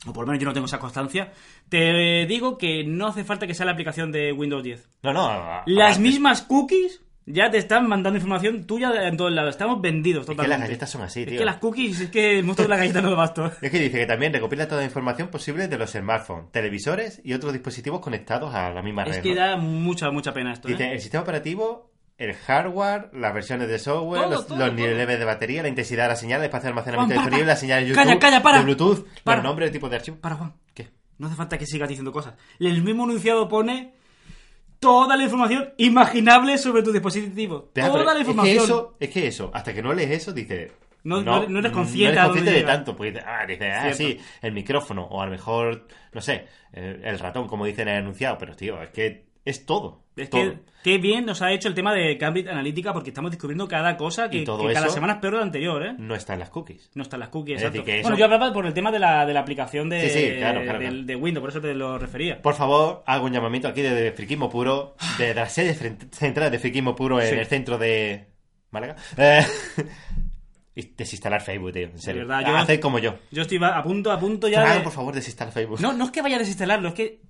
[SPEAKER 2] o por lo menos yo no tengo esa constancia te digo que no hace falta que sea la aplicación de Windows 10
[SPEAKER 1] No, no. a-
[SPEAKER 2] las
[SPEAKER 1] aparte.
[SPEAKER 2] mismas cookies Ya te están mandando información tuya de- en todos lados. Estamos vendidos
[SPEAKER 1] Es que las
[SPEAKER 2] totalmente.
[SPEAKER 1] galletas son así, tío.
[SPEAKER 2] Es que las cookies, es que el monstruo de la galleta no lo basto.
[SPEAKER 1] Es que dice que también recopila toda la información posible de los smartphones, televisores y otros dispositivos conectados a la misma
[SPEAKER 2] Es
[SPEAKER 1] red.
[SPEAKER 2] que
[SPEAKER 1] ¿no?
[SPEAKER 2] da mucha, mucha pena esto. ¿eh?
[SPEAKER 1] Dice el sistema operativo, el hardware, las versiones de software,
[SPEAKER 2] Todo,
[SPEAKER 1] los,
[SPEAKER 2] todo,
[SPEAKER 1] los
[SPEAKER 2] todo.
[SPEAKER 1] niveles de batería, la intensidad de la señal, el espacio de almacenamiento
[SPEAKER 2] Juan, para,
[SPEAKER 1] disponible, la señal de YouTube,
[SPEAKER 2] Calla, calla, para.
[SPEAKER 1] de Bluetooth,
[SPEAKER 2] Para.
[SPEAKER 1] los nombres, el tipo de archivo.
[SPEAKER 2] Para Juan,
[SPEAKER 1] ¿Qué?
[SPEAKER 2] no hace falta que sigas diciendo cosas. El mismo enunciado pone toda la información imaginable sobre tu dispositivo.
[SPEAKER 1] Deja,
[SPEAKER 2] toda
[SPEAKER 1] pero
[SPEAKER 2] la
[SPEAKER 1] Oh, Es que,
[SPEAKER 2] información.
[SPEAKER 1] eso, es que eso, hasta que no lees eso, dice.
[SPEAKER 2] No- no- no eres consciente
[SPEAKER 1] no
[SPEAKER 2] a
[SPEAKER 1] eres
[SPEAKER 2] dónde
[SPEAKER 1] consciente de
[SPEAKER 2] llega.
[SPEAKER 1] tanto. Pues dice, ah, dice, ah,
[SPEAKER 2] Cierto.
[SPEAKER 1] sí, el micrófono, o a lo mejor, no sé, el, el ratón, como dicen en el enunciado. Pero, tío, es que es todo.
[SPEAKER 2] Es
[SPEAKER 1] todo.
[SPEAKER 2] que qué bien nos ha hecho el tema de Cambridge Analytica porque estamos descubriendo cada cosa que,
[SPEAKER 1] Y todo
[SPEAKER 2] que cada
[SPEAKER 1] eso-
[SPEAKER 2] semana es peor de la anterior, ¿eh?
[SPEAKER 1] No están las cookies.
[SPEAKER 2] No están las cookies,
[SPEAKER 1] Es
[SPEAKER 2] exacto.
[SPEAKER 1] decir, que eso-
[SPEAKER 2] Bueno, yo hablaba por el tema de la, de la aplicación de,
[SPEAKER 1] Sí, sí, claro, claro,
[SPEAKER 2] del-
[SPEAKER 1] claro.
[SPEAKER 2] de Windows, por eso te lo refería.
[SPEAKER 1] Por favor, hago un llamamiento aquí desde Friquismo Puro, desde la sede frente- central de Friquismo Puro en
[SPEAKER 2] Sí.
[SPEAKER 1] el centro de Málaga. Eh, y desinstalar Facebook, tío, en serio.
[SPEAKER 2] verdad, yo-
[SPEAKER 1] Haced como yo.
[SPEAKER 2] Yo estoy a punto, a punto ya
[SPEAKER 1] Fran,
[SPEAKER 2] de...
[SPEAKER 1] por favor, desinstalar Facebook.
[SPEAKER 2] No, no es que vaya a desinstalarlo, es que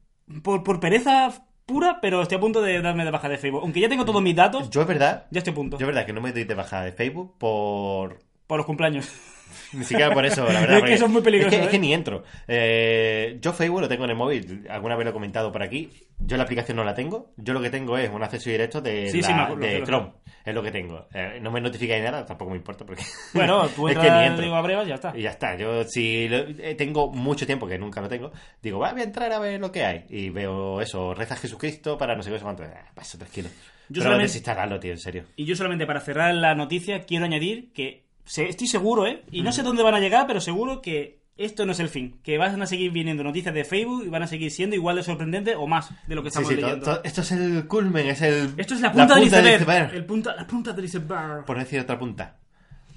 [SPEAKER 2] por, por pereza pura, pero estoy a punto de darme de baja de Facebook. Aunque ya tengo todos mis datos,
[SPEAKER 1] Yo es verdad,
[SPEAKER 2] ya estoy a punto.
[SPEAKER 1] yo es verdad que no me doy de bajada de Facebook por...
[SPEAKER 2] Por los cumpleaños.
[SPEAKER 1] Ni siquiera por eso, la verdad.
[SPEAKER 2] Es que
[SPEAKER 1] porque
[SPEAKER 2] eso es muy peligroso,
[SPEAKER 1] Es que, es
[SPEAKER 2] ¿eh?
[SPEAKER 1] que ni entro. Eh, yo Facebook lo tengo en el móvil, alguna vez lo he comentado por aquí. Yo la aplicación no la tengo. Yo lo que tengo es un acceso directo de,
[SPEAKER 2] Sí,
[SPEAKER 1] la-
[SPEAKER 2] sí, me acuerdo,
[SPEAKER 1] de
[SPEAKER 2] lo sé, lo
[SPEAKER 1] Chrome. Es lo que tengo. Eh, no me notifica ni nada, tampoco me importa porque...
[SPEAKER 2] Bueno, tú
[SPEAKER 1] Es que
[SPEAKER 2] entras,
[SPEAKER 1] ni entro.
[SPEAKER 2] digo, "Ah". a brevas, ya está.
[SPEAKER 1] Y ya está. Yo si lo- eh, tengo mucho tiempo, que nunca lo tengo, digo, "Va, voy a entrar a ver lo que hay. Y veo eso, reza Jesucristo para no sé qué, no sé cuánto. Ah, paso, tranquilo. Pero
[SPEAKER 2] solamente-
[SPEAKER 1] desinstalarlo, tío, en serio.
[SPEAKER 2] Y yo solamente para cerrar la noticia quiero añadir que se- estoy seguro, ¿eh? Y no sé dónde van a llegar, pero seguro que esto no es el fin. Que van a seguir viniendo noticias de Facebook y van a seguir siendo igual de sorprendentes o más de lo que
[SPEAKER 1] Sí,
[SPEAKER 2] estamos
[SPEAKER 1] sí, to-
[SPEAKER 2] leyendo.
[SPEAKER 1] to- esto es el culmen, es el...
[SPEAKER 2] Esto es la punta, del iceberg. El
[SPEAKER 1] iceberg.
[SPEAKER 2] punta, la punta del iceberg.
[SPEAKER 1] Por no decir otra punta.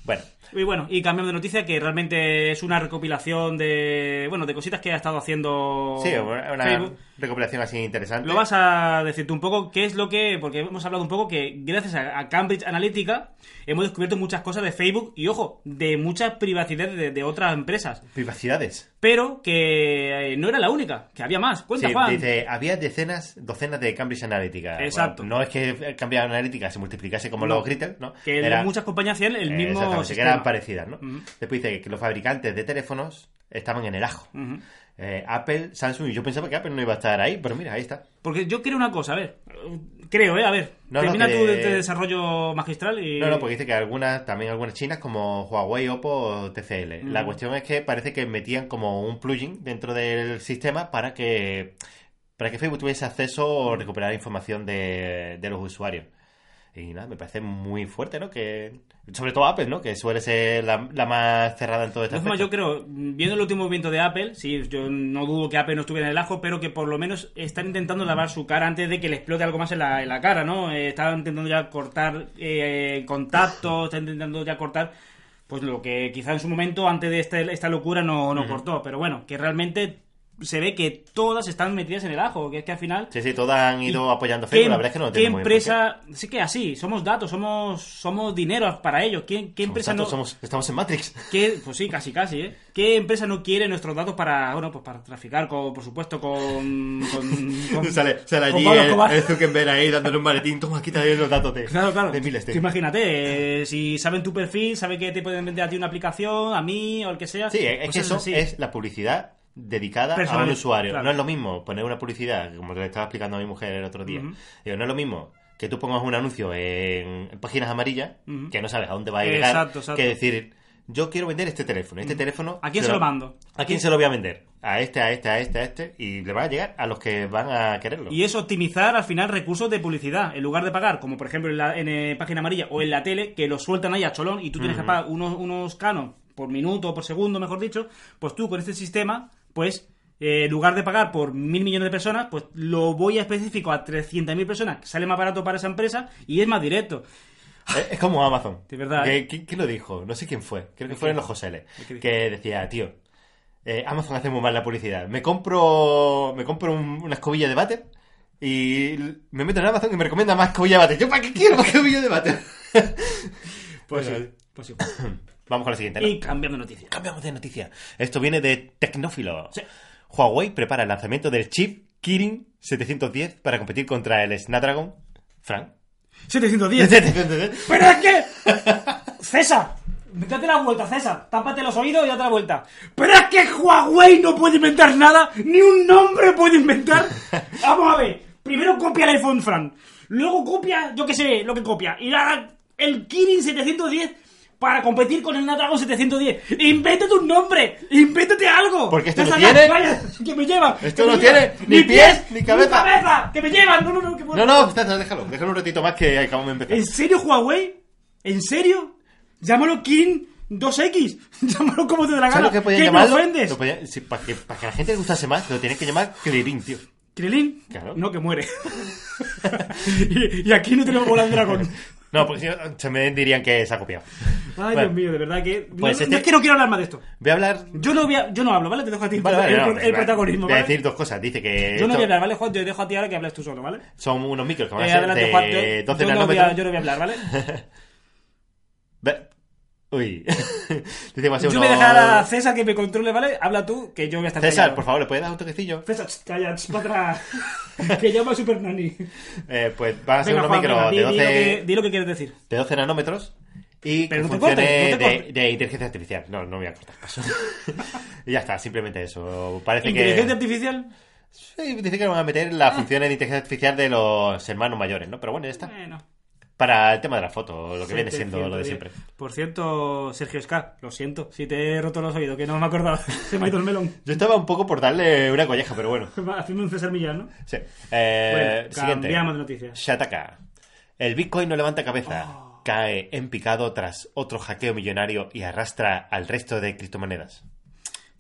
[SPEAKER 1] Bueno,
[SPEAKER 2] Y bueno, y cambiamos de noticia que realmente es una recopilación de, bueno, de cositas que ha estado haciendo
[SPEAKER 1] sí, una una
[SPEAKER 2] Facebook.
[SPEAKER 1] recopilación así interesante.
[SPEAKER 2] Lo vas a decirte un poco qué es lo que. Porque hemos hablado un poco que gracias a, a Cambridge Analytica hemos descubierto muchas cosas de Facebook y, ojo, de mucha privacidad de, de otras empresas.
[SPEAKER 1] Privacidades.
[SPEAKER 2] Pero que eh, no era la única, que había más. Cuenta,
[SPEAKER 1] Sí,
[SPEAKER 2] Juan.
[SPEAKER 1] dice, había decenas, docenas de Cambridge Analytica.
[SPEAKER 2] Exacto.
[SPEAKER 1] Bueno, no es que Cambridge Analytica se multiplicase como
[SPEAKER 2] No.
[SPEAKER 1] los Gritel, ¿no?
[SPEAKER 2] que
[SPEAKER 1] Era- eh,
[SPEAKER 2] muchas compañías hacían el mismo.
[SPEAKER 1] Exactamente, que
[SPEAKER 2] sistema.
[SPEAKER 1] eran parecidas, ¿no?
[SPEAKER 2] Ujú.
[SPEAKER 1] Después dice que los fabricantes de teléfonos estaban en el ajo.
[SPEAKER 2] Ujú.
[SPEAKER 1] Eh, Apple, Samsung, y yo pensaba que Apple no iba a estar ahí, pero mira, ahí está.
[SPEAKER 2] Porque yo creo una cosa, a ver. Creo, ¿eh? A ver.
[SPEAKER 1] No, no,
[SPEAKER 2] termina
[SPEAKER 1] que-
[SPEAKER 2] tu de- de desarrollo magistral y.
[SPEAKER 1] No, pues no, porque dice que algunas, también algunas chinas como Huawei, Oppo o TCL.
[SPEAKER 2] Mm.
[SPEAKER 1] La cuestión es que parece que metían como un plugin dentro del sistema para que para que Facebook tuviese acceso
[SPEAKER 2] Mm.
[SPEAKER 1] o recuperar información de, de los usuarios. Y nada, me parece muy fuerte, ¿no? Que sobre todo Apple, ¿no? Que suele ser la, la más cerrada en todo este
[SPEAKER 2] Es más,
[SPEAKER 1] aspecto.
[SPEAKER 2] yo creo, viendo el último movimiento de Apple, sí, yo no dudo que Apple no estuviera en el ajo, pero que por lo menos están intentando lavar su cara antes de que le explote algo más en la, en la cara, ¿no? Eh, están intentando ya cortar eh, contactos, están intentando ya cortar, pues lo que quizá en su momento, antes de este- esta locura, no, no cortó. Pero bueno, que realmente se ve que todas están metidas en el ajo, que es que al final...
[SPEAKER 1] Sí, sí, todas han ido apoyando a
[SPEAKER 2] ¿Qué,
[SPEAKER 1] Facebook. La verdad es que no lo
[SPEAKER 2] qué
[SPEAKER 1] tengo muy en cuenta.
[SPEAKER 2] empresa? Sí que así, somos datos, somos somos dinero para ellos. ¿Qué, qué
[SPEAKER 1] Somos
[SPEAKER 2] empresa
[SPEAKER 1] tantos,
[SPEAKER 2] no,
[SPEAKER 1] somos- estamos en Matrix.
[SPEAKER 2] ¿Qué, pues sí, casi casi, ¿eh? ¿Qué empresa no quiere nuestros datos para, bueno, pues para traficar, con, por supuesto, con... con, con-
[SPEAKER 1] sale, sale
[SPEAKER 2] con
[SPEAKER 1] allí
[SPEAKER 2] Pablo
[SPEAKER 1] el,
[SPEAKER 2] Escobar?
[SPEAKER 1] el Zuckerberg ahí dándole un maletín. Toma, quítale los datos de,
[SPEAKER 2] Claro, claro.
[SPEAKER 1] de miles de-
[SPEAKER 2] Tú imagínate, eh, si saben tu perfil, saben que te pueden vender a ti una aplicación, a mí o al que sea.
[SPEAKER 1] Sí, es
[SPEAKER 2] pues
[SPEAKER 1] que eso
[SPEAKER 2] así.
[SPEAKER 1] es la publicidad dedicada a
[SPEAKER 2] Personal-
[SPEAKER 1] un usuario.
[SPEAKER 2] claro.
[SPEAKER 1] No es lo mismo poner una publicidad, como le estaba explicando a mi mujer el otro día.
[SPEAKER 2] Ujú.
[SPEAKER 1] Digo, no es lo mismo que tú pongas un anuncio en, en páginas amarillas,
[SPEAKER 2] Ujú.
[SPEAKER 1] que no sabes a dónde va a llegar,
[SPEAKER 2] Exacto, exacto.
[SPEAKER 1] que decir, yo quiero vender este teléfono. Este teléfono...
[SPEAKER 2] ¿A quién se lo mando?
[SPEAKER 1] ¿A quién se lo voy a vender? A este, a este, a este, a este. Y le van a llegar a los que van a quererlo.
[SPEAKER 2] Y es optimizar al final recursos de publicidad. En lugar de pagar, como por ejemplo en, la, en, eh, página amarilla o en la tele, que lo sueltan ahí a cholón y tú tienes que pagar unos, unos canos por minuto o por segundo, mejor dicho, pues tú con este sistema, pues eh, en lugar de pagar por mil millones de personas, pues lo voy a específico a 300.000 personas, que sale más barato para esa empresa y es más directo.
[SPEAKER 1] Es- Es como Amazon.
[SPEAKER 2] De verdad,
[SPEAKER 1] Que-
[SPEAKER 2] ¿eh?
[SPEAKER 1] ¿Quién, quién lo dijo? No sé quién fue. Creo que fueron los Joseles.
[SPEAKER 2] ¿El qué dijo?
[SPEAKER 1] Que decía, tío, eh, Amazon hace muy mal la publicidad. Me compro, me compro un- una escobilla de váter y l- me meto en Amazon y me recomienda más escobilla de váter. ¿Yo para qué quiero más escobilla de váter? Pues sí,
[SPEAKER 2] pues sí.
[SPEAKER 1] Vamos con la siguiente. ¿no?
[SPEAKER 2] Y cambiando noticias.
[SPEAKER 1] Cambiamos de noticia. Esto viene de Tecnófilo. Huawei prepara el lanzamiento del chip Kirin 710 para competir contra el Snapdragon. Frank.
[SPEAKER 2] 710. Pero es que. César, date la vuelta, César. Tápate los oídos y date la vuelta. Pero es que Huawei no puede inventar nada, ni un nombre puede inventar. Vamos a ver. Primero copia el iPhone, Fran. Luego copia, yo qué sé, lo que copia. Y ahora el Kirin 710 para competir con el Snapdragon 710. Invéntate un nombre, invéntate algo.
[SPEAKER 1] Porque esto
[SPEAKER 2] No
[SPEAKER 1] no
[SPEAKER 2] salgas,
[SPEAKER 1] tiene-
[SPEAKER 2] vaya, que me lleva.
[SPEAKER 1] Esto
[SPEAKER 2] que me
[SPEAKER 1] no
[SPEAKER 2] lleva.
[SPEAKER 1] tiene ni pies, ni cabeza.
[SPEAKER 2] Que me lleva. No, no, no, que
[SPEAKER 1] No, no, está- está, déjalo, déjalo un ratito más que acabamos de empezar.
[SPEAKER 2] ¿En serio, Huawei? ¿En serio? Llámalo Kirin 2X. Llámalo como te dé la
[SPEAKER 1] ¿Sabes
[SPEAKER 2] gana.
[SPEAKER 1] lo que podían
[SPEAKER 2] me
[SPEAKER 1] llamarlo?
[SPEAKER 2] ofendes?
[SPEAKER 1] Lo podían- sí, para, que, para que a la gente le gustase más, lo tienen que llamar Clearing, tío.
[SPEAKER 2] ¿Krilin?
[SPEAKER 1] Claro.
[SPEAKER 2] No, que muere. y, y aquí no tenemos bola de dragón.
[SPEAKER 1] No, pues si no, se me dirían que se ha copiado.
[SPEAKER 2] Ay,
[SPEAKER 1] Bueno,
[SPEAKER 2] Dios mío, de verdad que. no-
[SPEAKER 1] Pues
[SPEAKER 2] no,
[SPEAKER 1] este-
[SPEAKER 2] es que no quiero hablar más de esto.
[SPEAKER 1] Voy a hablar.
[SPEAKER 2] Yo no, voy a- yo no hablo, ¿vale? Te dejo a ti
[SPEAKER 1] Vale, vale,
[SPEAKER 2] el,
[SPEAKER 1] no, pues
[SPEAKER 2] el
[SPEAKER 1] vale,
[SPEAKER 2] protagonismo.
[SPEAKER 1] Voy a
[SPEAKER 2] ¿vale?
[SPEAKER 1] decir dos cosas. Dice que.
[SPEAKER 2] Yo no
[SPEAKER 1] esto-
[SPEAKER 2] voy a hablar, ¿vale, Juan? Te dejo a ti ahora que hables tú solo, ¿vale?
[SPEAKER 1] Son unos micros que van
[SPEAKER 2] Eh,
[SPEAKER 1] a ser
[SPEAKER 2] adelante,
[SPEAKER 1] de
[SPEAKER 2] Juan. Yo,
[SPEAKER 1] 12
[SPEAKER 2] yo no voy a,
[SPEAKER 1] nanómetros.
[SPEAKER 2] yo no voy a hablar, ¿vale?
[SPEAKER 1] Ve- Uy. Dice que va a ser
[SPEAKER 2] Yo
[SPEAKER 1] unos-
[SPEAKER 2] voy a dejar a César que me controle, ¿vale? Habla tú, que yo voy a estar
[SPEAKER 1] César,
[SPEAKER 2] callado.
[SPEAKER 1] por favor, ¿le puedes dar un toquecillo?
[SPEAKER 2] César, ch, calla, ch, para atrás. que llama a Super Nani.
[SPEAKER 1] Eh, pues van a ser
[SPEAKER 2] Venga,
[SPEAKER 1] unos
[SPEAKER 2] Juan,
[SPEAKER 1] micros
[SPEAKER 2] venga, di,
[SPEAKER 1] de
[SPEAKER 2] di lo que,
[SPEAKER 1] 12,
[SPEAKER 2] di lo que quieres decir.
[SPEAKER 1] de 12 nanómetros y
[SPEAKER 2] Pero
[SPEAKER 1] con
[SPEAKER 2] no te
[SPEAKER 1] funciones
[SPEAKER 2] cortes, no te
[SPEAKER 1] de,
[SPEAKER 2] cortes.
[SPEAKER 1] de inteligencia artificial. No, no voy a cortar paso. y ya está, simplemente eso. Parece
[SPEAKER 2] ¿Inteligencia
[SPEAKER 1] que.
[SPEAKER 2] artificial?
[SPEAKER 1] Sí, dice que van a meter las funciones de inteligencia artificial de los hermanos mayores, ¿no? Pero bueno, ya está.
[SPEAKER 2] Bueno.
[SPEAKER 1] Para el tema de la foto, lo que viene siendo lo de
[SPEAKER 2] 710.
[SPEAKER 1] siempre.
[SPEAKER 2] Por cierto, Sergio Ska, lo siento, si te he roto los oídos, que no me acordaba. Se me ha ido el melón.
[SPEAKER 1] Yo estaba un poco por darle una colleja, pero bueno.
[SPEAKER 2] Haciendo un César Millán, ¿no?
[SPEAKER 1] Sí. Eh,
[SPEAKER 2] Bueno,
[SPEAKER 1] siguiente.
[SPEAKER 2] cambiamos de noticias.
[SPEAKER 1] Shataka. El Bitcoin no levanta cabeza.
[SPEAKER 2] Oh.
[SPEAKER 1] Cae en picado tras otro hackeo millonario y arrastra al resto de criptomonedas.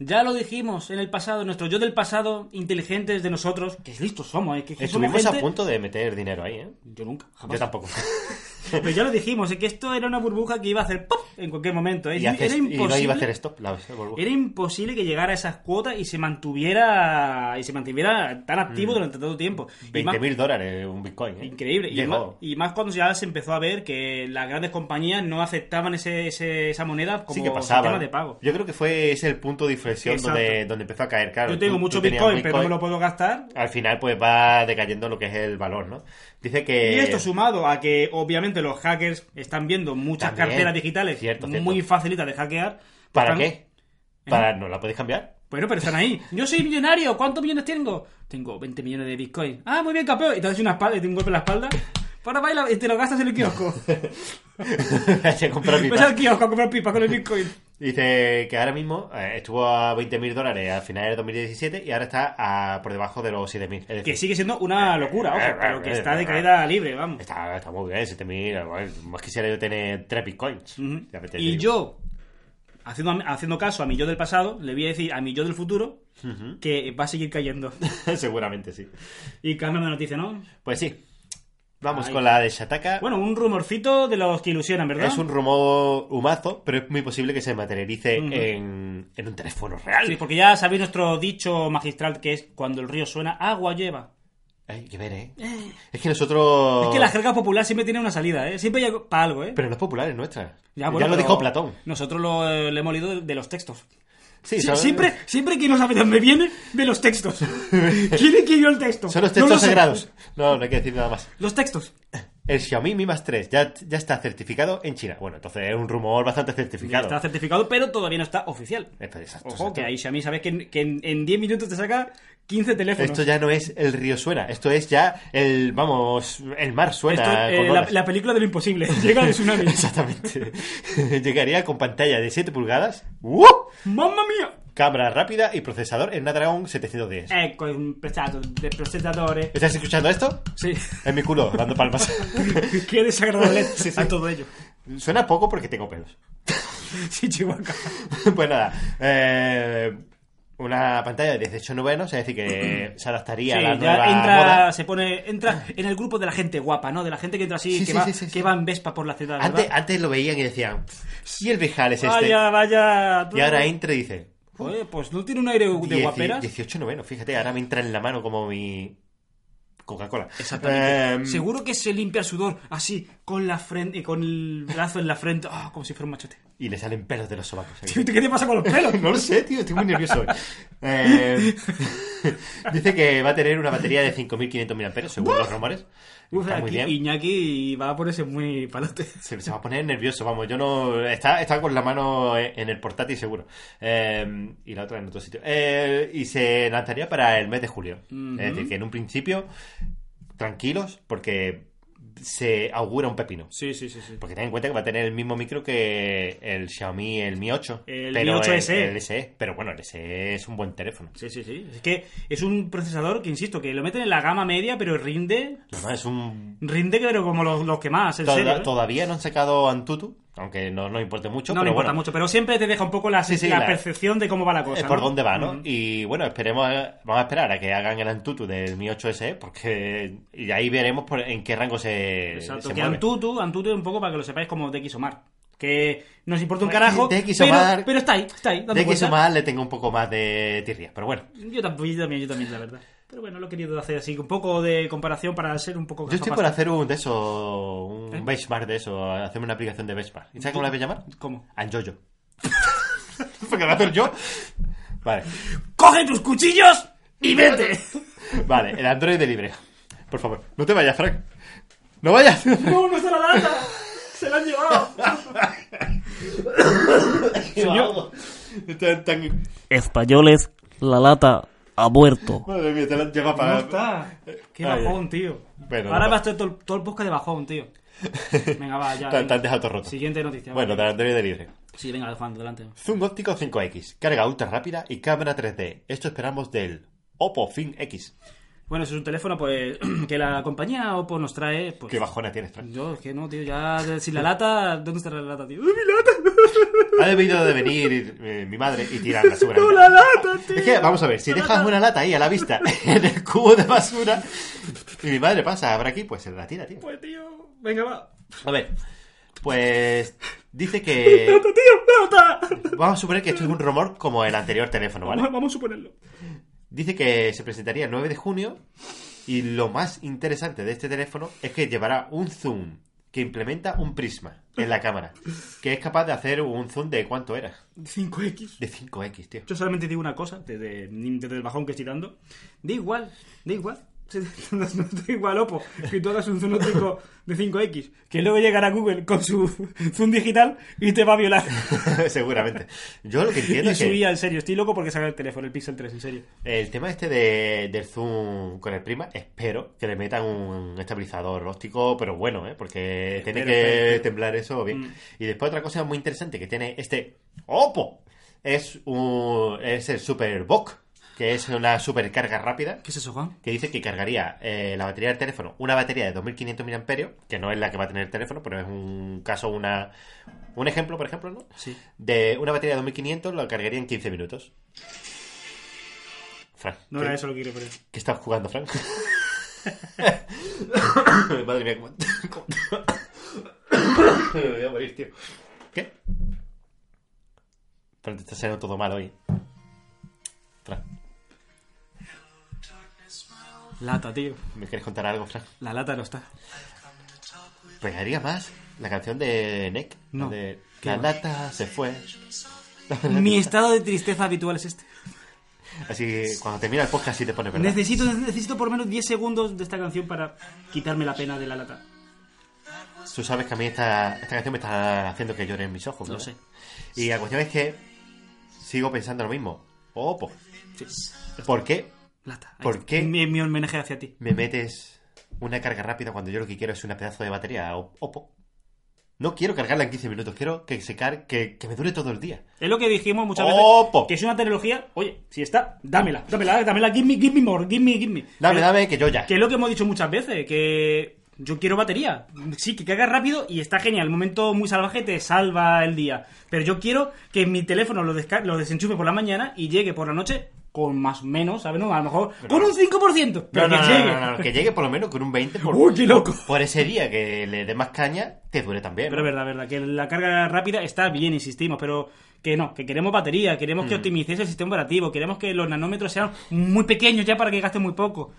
[SPEAKER 2] Ya lo dijimos en el pasado, nuestro yo del pasado, inteligentes de nosotros, que listos somos, ¿eh? que somos
[SPEAKER 1] Estuvimos
[SPEAKER 2] gente-
[SPEAKER 1] a punto de meter dinero ahí, ¿eh?
[SPEAKER 2] Yo nunca, jamás.
[SPEAKER 1] Yo tampoco.
[SPEAKER 2] Pero ya lo dijimos, es que esto era una burbuja que iba a hacer ¡pop! en cualquier momento. Es-
[SPEAKER 1] y, haces-
[SPEAKER 2] era
[SPEAKER 1] y
[SPEAKER 2] imposible.
[SPEAKER 1] no iba a hacer stop la la burbuja.
[SPEAKER 2] Era imposible que llegara a esas cuotas y se mantuviera y se mantuviera tan activo durante tanto tiempo. Y más-
[SPEAKER 1] 20 Mm. mil dólares un Bitcoin. ¿eh?
[SPEAKER 2] Increíble. Y más,
[SPEAKER 1] Llegó.
[SPEAKER 2] y más cuando ya se empezó a ver que las grandes compañías no aceptaban ese, ese- esa moneda como
[SPEAKER 1] sí que pasaba.
[SPEAKER 2] sistema de pago.
[SPEAKER 1] Yo creo que fue ese el punto de inflexión
[SPEAKER 2] Exacto.
[SPEAKER 1] donde, donde empezó a caer, claro.
[SPEAKER 2] Yo tengo
[SPEAKER 1] Tú-
[SPEAKER 2] mucho
[SPEAKER 1] tú tenías
[SPEAKER 2] Bitcoin, pero no me lo puedo gastar.
[SPEAKER 1] Al final, pues va decayendo lo que es el valor, ¿no? Dice que.
[SPEAKER 2] Y esto sumado a que obviamente los hackers están viendo muchas
[SPEAKER 1] También.
[SPEAKER 2] carteras digitales
[SPEAKER 1] Cierto, cierto.
[SPEAKER 2] muy facilitas de hackear. pues
[SPEAKER 1] ¿Para
[SPEAKER 2] están-
[SPEAKER 1] qué? ¿Para, ¿No la podéis cambiar?
[SPEAKER 2] Bueno, pero están ahí. Yo soy millonario. ¿Cuántos millones tengo? Tengo 20 millones de Bitcoin. Ah, muy bien, campeón. Y te das una espalda, y te un golpe en la espalda. Para bailar y te lo gastas en el kiosco.
[SPEAKER 1] Hay que comprar pipas.
[SPEAKER 2] Vas Pues al kiosco a comprar pipa con el Bitcoin.
[SPEAKER 1] Dice que ahora mismo eh, estuvo a 20.000 dólares al final del 2017 y ahora está a- por debajo de los 7.000. Es decir,
[SPEAKER 2] Que sigue siendo una locura,
[SPEAKER 1] Eh,
[SPEAKER 2] ojo, pero que está de caída libre, vamos.
[SPEAKER 1] está, está muy bien, 7.000. bueno, Más quisiera yo tener 3 bitcoins.
[SPEAKER 2] Ujú.
[SPEAKER 1] Ya me te
[SPEAKER 2] Y
[SPEAKER 1] digo.
[SPEAKER 2] yo, haciendo, haciendo caso a mi yo del pasado, le voy a decir a mi yo del futuro
[SPEAKER 1] Ujú.
[SPEAKER 2] que va a seguir cayendo.
[SPEAKER 1] Seguramente sí.
[SPEAKER 2] Y cambiando de noticia, ¿no?
[SPEAKER 1] Pues sí. Vamos
[SPEAKER 2] Ay.
[SPEAKER 1] con la de Shataka.
[SPEAKER 2] Bueno, un rumorcito de los que ilusionan, ¿verdad?
[SPEAKER 1] es un rumor humazo, pero es muy posible que se materialice
[SPEAKER 2] Ujú.
[SPEAKER 1] en, en un teléfono real.
[SPEAKER 2] Sí, porque ya sabéis nuestro dicho magistral que es cuando el río suena, agua lleva.
[SPEAKER 1] Hay que ver, ¿eh? Es que nosotros.
[SPEAKER 2] Es que la jerga popular siempre tiene una salida, ¿eh? Siempre hay para algo, ¿eh?
[SPEAKER 1] Oh. Pero no es popular, es nuestra. Ya,
[SPEAKER 2] bueno,
[SPEAKER 1] lo
[SPEAKER 2] pero
[SPEAKER 1] dijo Platón.
[SPEAKER 2] Nosotros lo, eh, le hemos leído de- de los textos.
[SPEAKER 1] Sí,
[SPEAKER 2] Sí,
[SPEAKER 1] son-
[SPEAKER 2] siempre, siempre que no sabe de dónde viene, ve los textos. ¿Quién que vio el texto?
[SPEAKER 1] Son los
[SPEAKER 2] No
[SPEAKER 1] textos
[SPEAKER 2] sé.
[SPEAKER 1] sagrados. No, no hay que decir nada más.
[SPEAKER 2] Los textos.
[SPEAKER 1] El Xiaomi Mi Más 3 ya, ya está certificado en China. Bueno, entonces es un rumor bastante
[SPEAKER 2] Ya
[SPEAKER 1] certificado.
[SPEAKER 2] Está certificado, pero todavía no está oficial.
[SPEAKER 1] Esto, exacto,
[SPEAKER 2] Ojo,
[SPEAKER 1] exacto.
[SPEAKER 2] que ahí Xiaomi sabes que en, que en- en 10 minutos te saca 15 teléfonos.
[SPEAKER 1] Esto ya no es el río suena, esto es ya el, vamos, el mar
[SPEAKER 2] Esto,
[SPEAKER 1] suena.
[SPEAKER 2] eh,
[SPEAKER 1] con
[SPEAKER 2] la,
[SPEAKER 1] olas.
[SPEAKER 2] la película de lo imposible. Llega de tsunami.
[SPEAKER 1] Exactamente. Llegaría con pantalla de 7 pulgadas, ¡uh!
[SPEAKER 2] ¡Mamma mía!
[SPEAKER 1] cámara rápida y procesador en Snapdragon 710.
[SPEAKER 2] Ecco, un pezzato de procesadores.
[SPEAKER 1] ¿Estás escuchando esto?
[SPEAKER 2] Sí.
[SPEAKER 1] En mi culo, dando palmas.
[SPEAKER 2] Qué desagradable
[SPEAKER 1] Sí, sí.
[SPEAKER 2] a todo ello.
[SPEAKER 1] suena poco porque tengo pelos.
[SPEAKER 2] Sí, Chihuahua.
[SPEAKER 1] pues nada, eh, una pantalla de 18 novenos, es decir, que se adaptaría
[SPEAKER 2] Sí,
[SPEAKER 1] a la
[SPEAKER 2] ya
[SPEAKER 1] nueva
[SPEAKER 2] entra,
[SPEAKER 1] moda.
[SPEAKER 2] se pone, entra en el grupo de la gente guapa, ¿no? De la gente que entra así,
[SPEAKER 1] Sí, sí,
[SPEAKER 2] que, va,
[SPEAKER 1] sí, sí,
[SPEAKER 2] que
[SPEAKER 1] sí.
[SPEAKER 2] va en Vespa por la ciudad. ¿verdad?
[SPEAKER 1] Antes, antes lo veían y decían, ¿y el Bejal es este?
[SPEAKER 2] Vaya, vaya.
[SPEAKER 1] y ahora entra y dice,
[SPEAKER 2] Joder, pues no tiene un aire de
[SPEAKER 1] "Dieci-
[SPEAKER 2] guaperas.
[SPEAKER 1] 18 novenos, fíjate, ahora me entra en la mano como mi Coca-Cola.
[SPEAKER 2] Exactamente.
[SPEAKER 1] Em,
[SPEAKER 2] Seguro que se limpia el sudor así, con la frente, eh, con el brazo en la frente, ah, como si fuera un machete.
[SPEAKER 1] Y le salen pelos de los sobacos. ahí.
[SPEAKER 2] Tío, ¿y tú ¿qué te pasa con los pelos?
[SPEAKER 1] No lo sé, tío, estoy muy nervioso hoy. Eh, dice que va a tener una batería de 5.500 mAh, según los rumores.
[SPEAKER 2] Uf,
[SPEAKER 1] Está muy
[SPEAKER 2] aquí
[SPEAKER 1] bien.
[SPEAKER 2] Iñaki va a ponerse muy palote.
[SPEAKER 1] Se, se va a poner nervioso, vamos. Yo no. Está, está con la mano en en el portátil, seguro. Eh, y la otra en otro sitio. Eh, y se lanzaría para el mes de julio.
[SPEAKER 2] Ujú.
[SPEAKER 1] Es decir, que en un principio, tranquilos, porque se augura un pepino.
[SPEAKER 2] Sí, sí, sí, sí.
[SPEAKER 1] Porque ten en cuenta que va a tener el mismo micro que el Xiaomi, el Mi 8.
[SPEAKER 2] El
[SPEAKER 1] pero
[SPEAKER 2] Mi 8 SE.
[SPEAKER 1] El, el SE. Pero bueno, el SE es un buen teléfono.
[SPEAKER 2] Sí, sí, sí. Es que es un procesador que, insisto, que lo meten en la gama media, pero rinde.
[SPEAKER 1] No, no, es un.
[SPEAKER 2] Rinde, pero como los, los que más, en
[SPEAKER 1] Toda-
[SPEAKER 2] serio. ¿eh?
[SPEAKER 1] Todavía no han sacado Antutu, aunque no nos importe mucho.
[SPEAKER 2] No
[SPEAKER 1] pero
[SPEAKER 2] me importa
[SPEAKER 1] bueno.
[SPEAKER 2] mucho, pero siempre te deja un poco la,
[SPEAKER 1] Sí, sí,
[SPEAKER 2] la
[SPEAKER 1] la-
[SPEAKER 2] percepción de cómo va la cosa.
[SPEAKER 1] es por
[SPEAKER 2] ¿no? Mm.
[SPEAKER 1] dónde va, ¿no?
[SPEAKER 2] Ujú.
[SPEAKER 1] Y bueno, esperemos, a- vamos a esperar a que hagan el Antutu del Mi 8S, porque y ahí veremos por- en qué rango se,
[SPEAKER 2] Exacto,
[SPEAKER 1] se
[SPEAKER 2] que
[SPEAKER 1] mueve.
[SPEAKER 2] Antutu, Antutu es un poco para que lo sepáis como DX Omar. Que nos importa un
[SPEAKER 1] Pues,
[SPEAKER 2] carajo,
[SPEAKER 1] DX
[SPEAKER 2] pero,
[SPEAKER 1] Omar-
[SPEAKER 2] pero está ahí, está ahí, dando
[SPEAKER 1] De que
[SPEAKER 2] vueltas.
[SPEAKER 1] eso más le tengo un poco más de tirria, pero bueno.
[SPEAKER 2] Yo también, yo también, yo también, la verdad. Pero bueno, lo he querido hacer así, un poco de comparación para ser un poco...
[SPEAKER 1] Yo estoy por
[SPEAKER 2] gafapasta.
[SPEAKER 1] hacer un de eso, un
[SPEAKER 2] ¿Eh?
[SPEAKER 1] benchmark de eso, hacemos una aplicación de benchmark. ¿Y sabes cómo la voy a llamar?
[SPEAKER 2] ¿Cómo?
[SPEAKER 1] Anjojo. porque la voy a hacer yo. Vale.
[SPEAKER 2] ¡Coge tus cuchillos y vete!
[SPEAKER 1] Vale, el Android de libre. Por favor, no te vayas, Frank. No vayas.
[SPEAKER 2] ¡No, no está la lata! ¡Se la han llevado!
[SPEAKER 1] Señor. Está tan-
[SPEAKER 3] Españoles, la lata ha muerto.
[SPEAKER 1] Madre mía, te la han llevado para...
[SPEAKER 2] No está. ¡Qué
[SPEAKER 1] Ay, ay.
[SPEAKER 2] bajón, tío!
[SPEAKER 1] Bueno,
[SPEAKER 2] Ahora
[SPEAKER 1] no
[SPEAKER 2] va a
[SPEAKER 1] pasa.
[SPEAKER 2] estar todo, todo el bosque de bajón, tío. Venga, va, ya.
[SPEAKER 1] Te-
[SPEAKER 2] venga.
[SPEAKER 1] te han dejado todo roto.
[SPEAKER 2] Siguiente noticia. va.
[SPEAKER 1] Bueno, de Android de libre.
[SPEAKER 2] Sí, venga, Juan, adelante.
[SPEAKER 1] Zoom óptico 5X, carga ultra rápida y cámara 3D. Esto esperamos del Oppo Fin X.
[SPEAKER 2] Bueno, ese es un teléfono pues que la compañía Oppo nos trae. Pues,
[SPEAKER 1] Qué eh. bajona tienes, Frank.
[SPEAKER 2] Yo, es que no, tío, ya sin la lata, ¿dónde está la lata, tío? ¡Uy, mi lata!
[SPEAKER 1] Ha debido de venir eh, mi madre y tirarla sobre
[SPEAKER 2] ¡No,
[SPEAKER 1] ella.
[SPEAKER 2] la lata, tío!
[SPEAKER 1] Es que, vamos a ver, si dejas una lata ahí a la vista en el cubo de basura y mi madre pasa, abre aquí, pues se la tira, tío.
[SPEAKER 2] Pues, tío, venga, va.
[SPEAKER 1] A ver, pues dice que...
[SPEAKER 2] ¡Lata, tío! ¡Lata!
[SPEAKER 1] Vamos a suponer que esto es un rumor como el anterior teléfono, ¿vale?
[SPEAKER 2] Vamos, vamos a suponerlo.
[SPEAKER 1] Dice que se presentaría el 9 de junio y lo más interesante de este teléfono es que llevará un zoom que implementa un prisma en la cámara, que es capaz de hacer un zoom de cuánto era,
[SPEAKER 2] 5X.
[SPEAKER 1] de 5x, tío.
[SPEAKER 2] Yo solamente digo una cosa, desde, desde el bajón que estoy dando. Da igual, da igual. No da igual, Oppo, que tú hagas un zoom óptico de 5X. Que luego llegará Google con su zoom digital y te va a violar.
[SPEAKER 1] Seguramente. Yo lo que entiendo
[SPEAKER 2] Y
[SPEAKER 1] es que
[SPEAKER 2] subía, en serio, estoy loco porque saca el teléfono, el Pixel 3, en serio.
[SPEAKER 1] el tema este de, del zoom con el prisma, espero que le metan un estabilizador óptico, pero bueno, ¿eh? porque tiene
[SPEAKER 2] Espero,
[SPEAKER 1] que
[SPEAKER 2] espero, espero.
[SPEAKER 1] temblar eso bien.
[SPEAKER 2] Mm.
[SPEAKER 1] Y después otra cosa muy interesante que tiene este Oppo es, un, es el Superbook, que es una supercarga rápida.
[SPEAKER 2] ¿Qué es eso, Juan?
[SPEAKER 1] que dice que cargaría eh, la batería del teléfono, una batería de 2500 mAh, que no es la que va a tener el teléfono, pero es un caso, una un ejemplo, por ejemplo, ¿no?
[SPEAKER 2] Sí.
[SPEAKER 1] De una batería de 2500 lo cargaría en 15 minutos. Frank,
[SPEAKER 2] No
[SPEAKER 1] ¿qué,
[SPEAKER 2] era eso lo que quería poner.
[SPEAKER 1] qué estás jugando, Frank? Madre mía, cómo... cómo- Me voy a morir, tío. ¿Qué? Frank, te está saliendo todo mal hoy. Frank,
[SPEAKER 2] Lata, tío.
[SPEAKER 1] ¿me quieres contar algo, Frank?
[SPEAKER 2] La lata no está.
[SPEAKER 1] ¿Pegaría más la canción de Nick?
[SPEAKER 2] No.
[SPEAKER 1] La de La lata se fue.
[SPEAKER 2] Mi estado de tristeza habitual es este.
[SPEAKER 1] Así que cuando termina el podcast sí te pone verdad.
[SPEAKER 2] Necesito, necesito por lo menos 10 segundos de esta canción para quitarme la pena de la lata.
[SPEAKER 1] Tú sabes que a mí esta, esta canción me está haciendo que llore en mis ojos.
[SPEAKER 2] Lo
[SPEAKER 1] ¿no?
[SPEAKER 2] sé.
[SPEAKER 1] Y la cuestión es que sigo pensando lo mismo. Opo,
[SPEAKER 2] Sí.
[SPEAKER 1] ¿por qué
[SPEAKER 2] Lata. Ahí
[SPEAKER 1] ¿Por
[SPEAKER 2] está.
[SPEAKER 1] qué?
[SPEAKER 2] Mi, mi homenaje hacia ti.
[SPEAKER 1] me metes una carga rápida cuando yo lo que quiero es una pedazo de batería? O- Opo. No quiero cargarla en 15 minutos, quiero que se car que, que me dure todo el día.
[SPEAKER 2] Es lo que dijimos muchas
[SPEAKER 1] Opo.
[SPEAKER 2] veces. Que es una tecnología. Oye, si está, dámela, dámela, dámela. Give me, give me more, give me, give me.
[SPEAKER 1] Dame,
[SPEAKER 2] Que-
[SPEAKER 1] dame, que yo ya.
[SPEAKER 2] Que es lo que hemos dicho muchas veces, que yo quiero batería. Sí, que carga rápido y está genial. El momento muy salvaje te salva el día. Pero yo quiero que mi teléfono lo, desca- lo desenchufe por la mañana y llegue por la noche con más o menos, ¿sabes? No, a lo mejor con un 5%. Pero
[SPEAKER 1] no,
[SPEAKER 2] que
[SPEAKER 1] no, no,
[SPEAKER 2] llegue.
[SPEAKER 1] no, no, no, que llegue por lo menos con un 20 por,
[SPEAKER 2] Uy, qué loco.
[SPEAKER 1] por ese día que le dé más caña, que dure también.
[SPEAKER 2] Pero es
[SPEAKER 1] ¿no?
[SPEAKER 2] verdad, verdad, que la carga rápida está bien, insistimos, pero que no, que queremos batería, queremos
[SPEAKER 1] Mm.
[SPEAKER 2] que optimicéis el sistema operativo, queremos que los nanómetros sean muy pequeños ya para que gasten muy poco.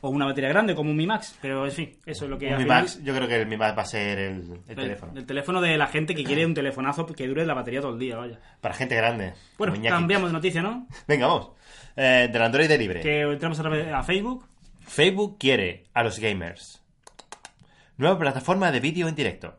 [SPEAKER 2] O una batería grande, como un Mi Max, pero en fin, eso es lo que
[SPEAKER 1] Un
[SPEAKER 2] al
[SPEAKER 1] Mi
[SPEAKER 2] final-
[SPEAKER 1] Max, yo creo que el Mi Max va a ser el, el
[SPEAKER 2] el,
[SPEAKER 1] teléfono.
[SPEAKER 2] el teléfono de la gente que quiere un telefonazo que dure la batería todo el día, vaya.
[SPEAKER 1] Para gente grande.
[SPEAKER 2] Bueno,
[SPEAKER 1] como Iñaki.
[SPEAKER 2] cambiamos de noticia, ¿no?
[SPEAKER 1] Venga, vamos. Eh, del Android de libre.
[SPEAKER 2] Que entramos otra vez a Facebook.
[SPEAKER 1] Facebook quiere a los gamers. Nueva plataforma de vídeo en directo.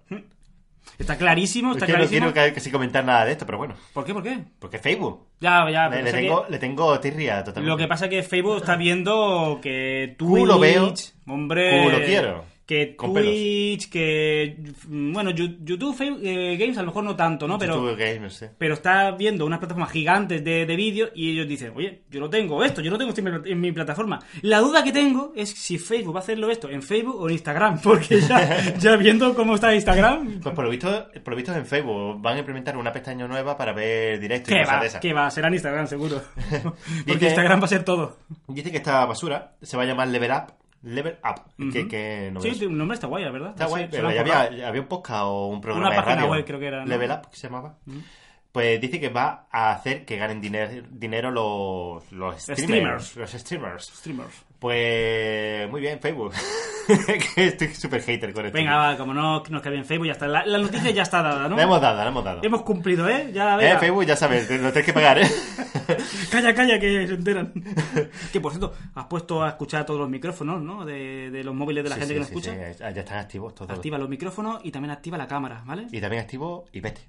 [SPEAKER 2] Está clarísimo,
[SPEAKER 1] Es
[SPEAKER 2] está
[SPEAKER 1] que no
[SPEAKER 2] clarísimo.
[SPEAKER 1] quiero que, que sí comentar nada de esto, pero bueno.
[SPEAKER 2] ¿Por qué? ¿Por qué?
[SPEAKER 1] Porque Facebook.
[SPEAKER 2] Ya, ya.
[SPEAKER 1] le,
[SPEAKER 2] Ah, pero
[SPEAKER 1] le
[SPEAKER 2] sé que-
[SPEAKER 1] tengo, le tengo tirria totalmente.
[SPEAKER 2] Lo que pasa es que Facebook está viendo que Twitch,
[SPEAKER 1] Culo veo,
[SPEAKER 2] hombre,
[SPEAKER 1] culo quiero,
[SPEAKER 2] que
[SPEAKER 1] con
[SPEAKER 2] Twitch, que bueno, Yu- YouTube, Facebook, eh, Games a lo mejor no tanto, ¿no? Pero
[SPEAKER 1] YouTube Gamer, sí.
[SPEAKER 2] pero está viendo unas plataformas gigantes de, de vídeo y ellos dicen, oye, yo no tengo esto, yo no tengo esto en mi, en mi plataforma. La duda que tengo es si Facebook va a hacerlo esto en Facebook o en Instagram, porque ya, ya viendo cómo está Instagram,
[SPEAKER 1] Pues por lo visto, por lo visto en Facebook van a implementar una pestaña nueva para ver directo y
[SPEAKER 2] ¿qué
[SPEAKER 1] cosas
[SPEAKER 2] va?
[SPEAKER 1] de esas.
[SPEAKER 2] ¿Qué va? Será en Instagram seguro. Porque
[SPEAKER 1] Dice-
[SPEAKER 2] Instagram va a ser todo.
[SPEAKER 1] Dice que esta basura se va a llamar Level Up. Level Up. que, que no
[SPEAKER 2] Sí,
[SPEAKER 1] ves.
[SPEAKER 2] tiene un nombre está guay, la ¿verdad?
[SPEAKER 1] Está
[SPEAKER 2] No sé,
[SPEAKER 1] guay,
[SPEAKER 2] se
[SPEAKER 1] pero
[SPEAKER 2] lo han
[SPEAKER 1] ya
[SPEAKER 2] currado.
[SPEAKER 1] había, había un podcast o un programa
[SPEAKER 2] Una
[SPEAKER 1] de
[SPEAKER 2] página
[SPEAKER 1] radio.
[SPEAKER 2] web, creo que era, ¿no? Mm.
[SPEAKER 1] Level Up, que se llamaba. Pues dice que va a hacer que ganen diner- dinero los, los streamers,
[SPEAKER 2] Streamers.
[SPEAKER 1] Los streamers.
[SPEAKER 2] Streamers.
[SPEAKER 1] Pues muy bien, Facebook. Que Estoy súper hater con esto.
[SPEAKER 2] Venga, va, como no nos queda bien Facebook, ya está. La, la noticia ya está dada, ¿no?
[SPEAKER 1] La hemos dado, la hemos dado.
[SPEAKER 2] Hemos cumplido, ¿eh? Ya,
[SPEAKER 1] Eh,
[SPEAKER 2] venga.
[SPEAKER 1] Facebook, ya sabes, te- lo tienes que pagar, ¿eh?
[SPEAKER 2] Calla, calla, que se enteran. que por cierto, has puesto a escuchar todos los micrófonos, ¿no? De, de los móviles de la
[SPEAKER 1] Sí,
[SPEAKER 2] gente
[SPEAKER 1] sí,
[SPEAKER 2] que nos
[SPEAKER 1] sí, eh,
[SPEAKER 2] escucha.
[SPEAKER 1] sí, Ya ya están activos todos.
[SPEAKER 2] Activa los micrófonos y también activa la cámara, ¿vale?
[SPEAKER 1] Y también activo y vete.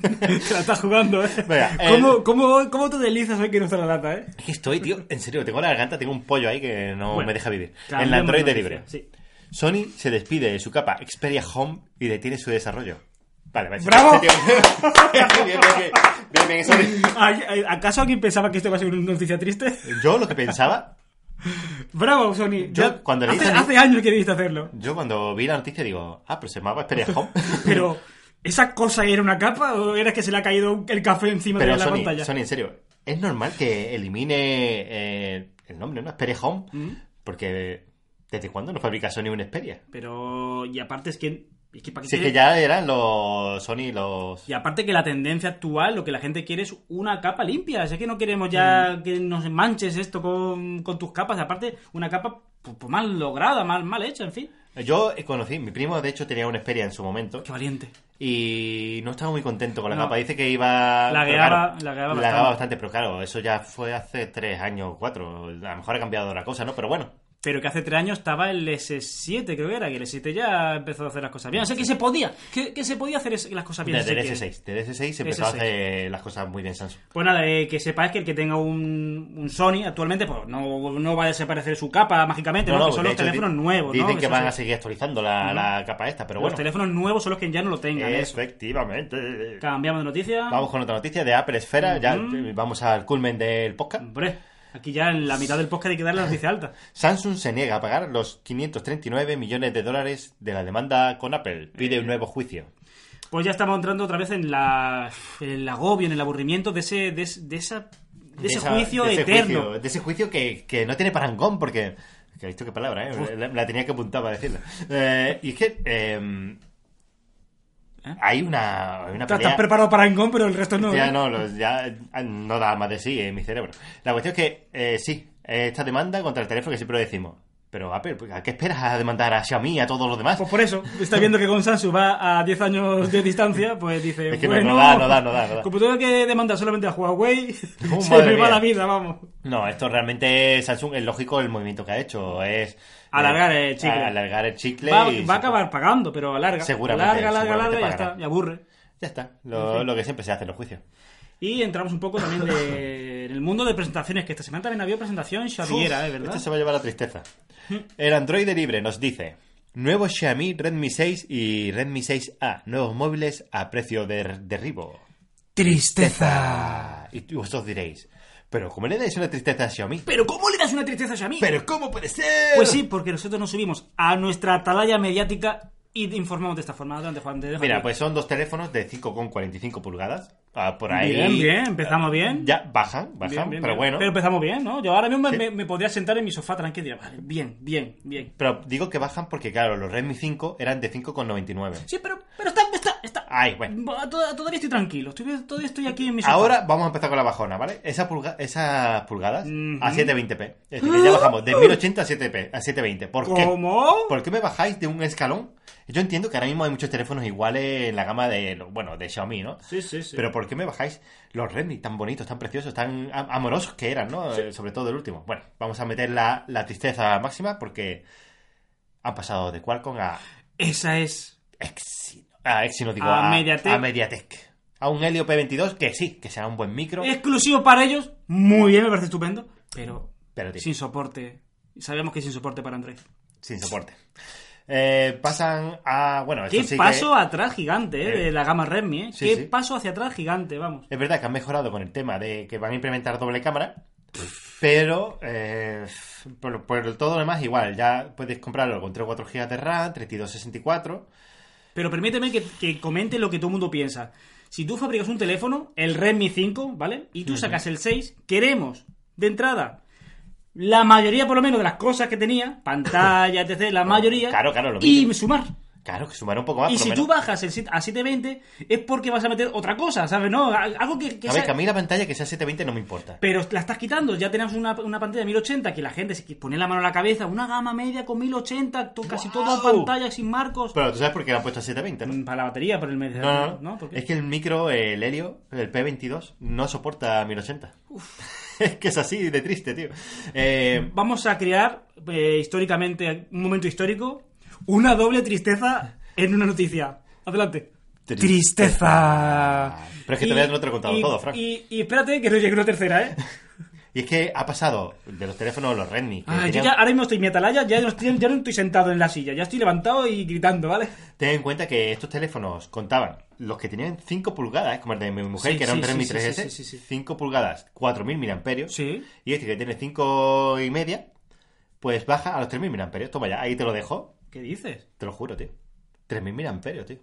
[SPEAKER 2] Te la estás jugando, ¿eh?
[SPEAKER 1] Venga,
[SPEAKER 2] ¿Cómo, cómo, cómo te deslizas hoy que no está la lata, eh?
[SPEAKER 1] Es que estoy, tío, en serio, tengo la garganta, tengo un pollo ahí que no
[SPEAKER 2] Bueno,
[SPEAKER 1] me deja vivir. En
[SPEAKER 2] cambiamos
[SPEAKER 1] la Android de
[SPEAKER 2] noticia,
[SPEAKER 1] libre.
[SPEAKER 2] Sí.
[SPEAKER 1] Sony se despide de su capa Xperia Home y detiene su desarrollo. Vale, vale.
[SPEAKER 2] ¡Bravo!
[SPEAKER 1] Bien, bien, bien, bien, bien, Sony.
[SPEAKER 2] Ay, ay, ¿Acaso alguien pensaba que esto iba a ser una noticia triste?
[SPEAKER 1] Yo lo que pensaba,
[SPEAKER 2] Bravo, Sony.
[SPEAKER 1] Yo,
[SPEAKER 2] Ya-
[SPEAKER 1] cuando leí
[SPEAKER 2] hace,
[SPEAKER 1] esa-
[SPEAKER 2] hace años que debiste hacerlo.
[SPEAKER 1] yo cuando vi la noticia digo, ah, pero se llamaba Xperia Home.
[SPEAKER 2] Pero, ¿esa cosa era una capa o era que se le ha caído el café encima
[SPEAKER 1] Pero
[SPEAKER 2] de la
[SPEAKER 1] Sony,
[SPEAKER 2] pantalla?
[SPEAKER 1] Sony, en serio, es normal que elimine eh, el nombre, ¿no? Xperia Home, porque ¿desde cuándo no fabrica Sony un Xperia?
[SPEAKER 2] Pero, y aparte es que. Es que para qué
[SPEAKER 1] Si es
[SPEAKER 2] quiere-
[SPEAKER 1] que ya eran los Sony los...
[SPEAKER 2] Y aparte que la tendencia actual, lo que la gente quiere es una capa limpia. Es que no queremos ya
[SPEAKER 1] Mm.
[SPEAKER 2] que nos manches esto con, con tus capas. Aparte, una capa pues, pues, mal lograda, mal, mal hecha, en fin.
[SPEAKER 1] Yo conocí, mi primo de hecho tenía un Xperia en su momento
[SPEAKER 2] Qué valiente.
[SPEAKER 1] y no estaba muy contento con la
[SPEAKER 2] No.
[SPEAKER 1] capa. Dice que iba...
[SPEAKER 2] Lagueaba-
[SPEAKER 1] pero claro,
[SPEAKER 2] lagueaba
[SPEAKER 1] lagueaba
[SPEAKER 2] bastante.
[SPEAKER 1] bastante, pero claro, eso ya fue hace tres años, cuatro. A lo mejor ha cambiado la cosa, ¿no? Pero bueno.
[SPEAKER 2] Pero que hace tres años estaba el S7, creo que era, que el S7 ya empezó a hacer las cosas bien. O sea, que se podía, que, que se podía hacer es- las cosas bien.
[SPEAKER 1] Desde el
[SPEAKER 2] Así que-
[SPEAKER 1] S6. Desde el S6 se empezó a
[SPEAKER 2] S6.
[SPEAKER 1] hacer las cosas muy bien Samsung.
[SPEAKER 2] Pues nada, eh, que sepáis que el que tenga un, un Sony actualmente, pues no, no va a desaparecer su capa mágicamente, ¿no? que son
[SPEAKER 1] de
[SPEAKER 2] los
[SPEAKER 1] hecho,
[SPEAKER 2] teléfonos
[SPEAKER 1] di-
[SPEAKER 2] nuevos, ¿no?
[SPEAKER 1] Dicen que
[SPEAKER 2] eso
[SPEAKER 1] van
[SPEAKER 2] se-
[SPEAKER 1] a seguir actualizando la, la capa esta, pero
[SPEAKER 2] Los
[SPEAKER 1] bueno.
[SPEAKER 2] teléfonos nuevos son los que ya no lo tengan. eso.
[SPEAKER 1] Efectivamente.
[SPEAKER 2] Cambiamos de noticia.
[SPEAKER 1] Vamos con otra noticia de Apple Esfera. Ya eh, vamos al culmen del podcast.
[SPEAKER 2] Hombre, aquí ya en la mitad del podcast hay que dar la noticia alta.
[SPEAKER 1] Samsung se niega a pagar los 539 millones de dólares de la demanda con Apple.
[SPEAKER 2] Eh.
[SPEAKER 1] Pide un nuevo juicio.
[SPEAKER 2] Pues ya estamos entrando otra vez en la en el agobio, en el aburrimiento de ese, de, es- de esa, de ese
[SPEAKER 1] esa-
[SPEAKER 2] juicio
[SPEAKER 1] de ese
[SPEAKER 2] eterno.
[SPEAKER 1] juicio- de ese juicio que, que no tiene parangón, porque. Que he visto qué palabra, ¿eh? La, la tenía que apuntar para decirla. Eh, y es que. eh,
[SPEAKER 2] ¿Eh?
[SPEAKER 1] Hay una, hay una
[SPEAKER 2] Estás-
[SPEAKER 1] pelea-
[SPEAKER 2] Estás preparado para Engón, pero el resto no.
[SPEAKER 1] Ya
[SPEAKER 2] ¿eh?
[SPEAKER 1] no, los- ya ah, no da más de sí en mi cerebro. La cuestión es que, eh, sí, esta demanda contra el teléfono que siempre lo decimos. Pero Apple, pues, ¿a qué esperas a demandar a Xiaomi y a todos los demás?
[SPEAKER 2] Pues por eso, está viendo que con Samsung va a 10 años de distancia, pues dice,
[SPEAKER 1] Es que no,
[SPEAKER 2] bueno,
[SPEAKER 1] no da, no da, no da, no da.
[SPEAKER 2] como tengo que demandar solamente a Huawei,
[SPEAKER 1] Oh,
[SPEAKER 2] se
[SPEAKER 1] madre
[SPEAKER 2] me va
[SPEAKER 1] mía.
[SPEAKER 2] la vida, vamos.
[SPEAKER 1] No, esto realmente Samsung es lógico el movimiento que ha hecho. Es eh,
[SPEAKER 2] Alargar el chicle.
[SPEAKER 1] Alargar el chicle.
[SPEAKER 2] Va,
[SPEAKER 1] y
[SPEAKER 2] va a acabar pagando, pero alarga.
[SPEAKER 1] Seguramente,
[SPEAKER 2] Alarga, alarga,
[SPEAKER 1] seguramente
[SPEAKER 2] alarga, y ya
[SPEAKER 1] pagará.
[SPEAKER 2] está, y aburre.
[SPEAKER 1] Ya está. Lo, lo que siempre se hace en los juicios.
[SPEAKER 2] Y entramos un poco también de- en el mundo de presentaciones, que esta semana también había presentación Xaviera, ¿eh?
[SPEAKER 1] Uf,
[SPEAKER 2] ¿verdad? Mm.
[SPEAKER 1] Esto se va a llevar a tristeza. El Android de Libre nos dice: Nuevo Xiaomi Redmi 6 y Redmi 6A. Nuevos móviles a precio de derribo.
[SPEAKER 2] Tristeza.
[SPEAKER 1] Y tú- vosotros diréis, ¿pero cómo le dais una tristeza a Xiaomi?
[SPEAKER 2] Pero ¿cómo le das una tristeza a Xiaomi?
[SPEAKER 1] ¿Pero cómo puede ser?
[SPEAKER 2] Pues sí, porque nosotros nos subimos a nuestra atalaya mediática Y te informamos de esta forma. Adelante, Juan. Te dejo
[SPEAKER 1] Mira,
[SPEAKER 2] aquí.
[SPEAKER 1] pues son dos teléfonos de 5,45 pulgadas. Ah, por ahí.
[SPEAKER 2] Bien, bien, empezamos bien.
[SPEAKER 1] Ya, bajan, bajan,
[SPEAKER 2] Bien, bien,
[SPEAKER 1] pero
[SPEAKER 2] bien.
[SPEAKER 1] bueno.
[SPEAKER 2] Pero empezamos bien, ¿no? Yo ahora mismo
[SPEAKER 1] Sí.
[SPEAKER 2] me, me podría sentar en mi sofá tranquilo y diría, vale, bien, bien, bien.
[SPEAKER 1] Pero digo que bajan porque, claro, los Redmi 5 eran de 5,99.
[SPEAKER 2] Sí, pero, pero está, está, está.
[SPEAKER 1] Ay, Ah, bueno.
[SPEAKER 2] Va, toda- Todavía estoy tranquilo. Estoy, todavía estoy aquí en mi sofá.
[SPEAKER 1] Ahora vamos a empezar con la bajona, ¿vale? Esa pulga- esas pulgadas
[SPEAKER 2] Ujú. ¡Uh!
[SPEAKER 1] a 720p. Es decir, que ya bajamos de 1080 a 7p, a 720. ¿Por qué?
[SPEAKER 2] ¿Cómo?
[SPEAKER 1] ¿Por qué me bajáis de un escalón? Yo entiendo que ahora mismo hay muchos teléfonos iguales en la gama de, lo- bueno, de Xiaomi, ¿no?
[SPEAKER 2] Sí, sí, sí.
[SPEAKER 1] Pero ¿por qué me bajáis los Redmi tan bonitos, tan preciosos, tan am- amorosos que eran, ¿no? Eh, Sobre todo el último. Bueno, vamos a meter la, la tristeza máxima porque han pasado de Qualcomm a
[SPEAKER 2] Esa es.
[SPEAKER 1] Exynos. A Exynos, digo,
[SPEAKER 2] A
[SPEAKER 1] a,
[SPEAKER 2] Mediatek.
[SPEAKER 1] a Mediatek. A un Helio P22 que sí, que será un buen micro,
[SPEAKER 2] Exclusivo para ellos. Muy bien, me parece estupendo. Pero
[SPEAKER 1] pero tío,
[SPEAKER 2] sin
[SPEAKER 1] sin,
[SPEAKER 2] soporte. Sabemos que sin soporte para Android.
[SPEAKER 1] soporte. Eh, pasan a... Bueno, esto
[SPEAKER 2] Qué
[SPEAKER 1] sí que-
[SPEAKER 2] paso atrás gigante, eh,
[SPEAKER 1] Eh.
[SPEAKER 2] De la gama Redmi, ¿eh?
[SPEAKER 1] Sí,
[SPEAKER 2] Qué
[SPEAKER 1] sí.
[SPEAKER 2] paso hacia atrás gigante, vamos.
[SPEAKER 1] Es verdad que han mejorado con el tema de que van a implementar doble cámara, pero eh, por, por todo lo demás igual, ya puedes comprarlo con 3 o 4 GB de RAM, 3264.
[SPEAKER 2] Pero permíteme que, que comente lo que todo el mundo piensa. Si tú fabricas un teléfono, el Redmi 5, ¿vale? Y tú sacas el 6, queremos, de entrada, la mayoría por lo menos de las cosas que tenía, pantalla, etc., la mayoría,
[SPEAKER 1] claro, claro, lo
[SPEAKER 2] y
[SPEAKER 1] mismo.
[SPEAKER 2] sumar.
[SPEAKER 1] Claro, que sumará un poco más.
[SPEAKER 2] y
[SPEAKER 1] por lo
[SPEAKER 2] si
[SPEAKER 1] menos.
[SPEAKER 2] tú bajas el sit- a 720, es porque vas a meter otra cosa, ¿sabes? No, A- algo que... que
[SPEAKER 1] A ver,
[SPEAKER 2] sea-
[SPEAKER 1] que a mí la pantalla que sea 720 no me importa.
[SPEAKER 2] Pero la estás quitando, ya tenemos una, una pantalla de 1080 que la gente se pone la mano a la cabeza, una gama media con 1080, to- casi
[SPEAKER 1] ¡Guau!
[SPEAKER 2] todo en pantalla, sin marcos.
[SPEAKER 1] Pero tú sabes por qué la han puesto a 720, ¿no?
[SPEAKER 2] Mm, Para la batería, por el medio.
[SPEAKER 1] No, no, no.
[SPEAKER 2] ¿No? ¿Por qué?
[SPEAKER 1] Es que el micro, el Helio, el P22, no soporta 1080. es que es así de triste, tío. Eh,
[SPEAKER 2] Vamos a crear eh, históricamente, un momento histórico, una doble tristeza en una noticia. Adelante.
[SPEAKER 1] Tristeza. Pero es que todavía no te lo he contado
[SPEAKER 2] y-
[SPEAKER 1] todo, Frank.
[SPEAKER 2] Y, y espérate que no llegue una tercera, ¿eh?
[SPEAKER 1] Y es que ha pasado de los teléfonos los Redmi. que
[SPEAKER 2] Ah, yo
[SPEAKER 1] tenían-
[SPEAKER 2] ya, ahora mismo estoy en mi atalaya, ya no, estoy, ya no estoy sentado en la silla, ya estoy levantado y gritando, ¿vale?
[SPEAKER 1] Ten en cuenta que estos teléfonos contaban los que tenían 5 pulgadas, como el de mi mujer,
[SPEAKER 2] Sí,
[SPEAKER 1] que era
[SPEAKER 2] sí,
[SPEAKER 1] un Redmi
[SPEAKER 2] sí, sí,
[SPEAKER 1] 3S,
[SPEAKER 2] sí, sí, sí.
[SPEAKER 1] 5 pulgadas, 4000 miliamperios.
[SPEAKER 2] Sí.
[SPEAKER 1] Y este que tiene 5 y media, pues baja a los 3000 miliamperios. Toma ya, ahí te lo dejo.
[SPEAKER 2] ¿Qué dices?
[SPEAKER 1] Te lo juro, tío. 3000 miliamperios, tío.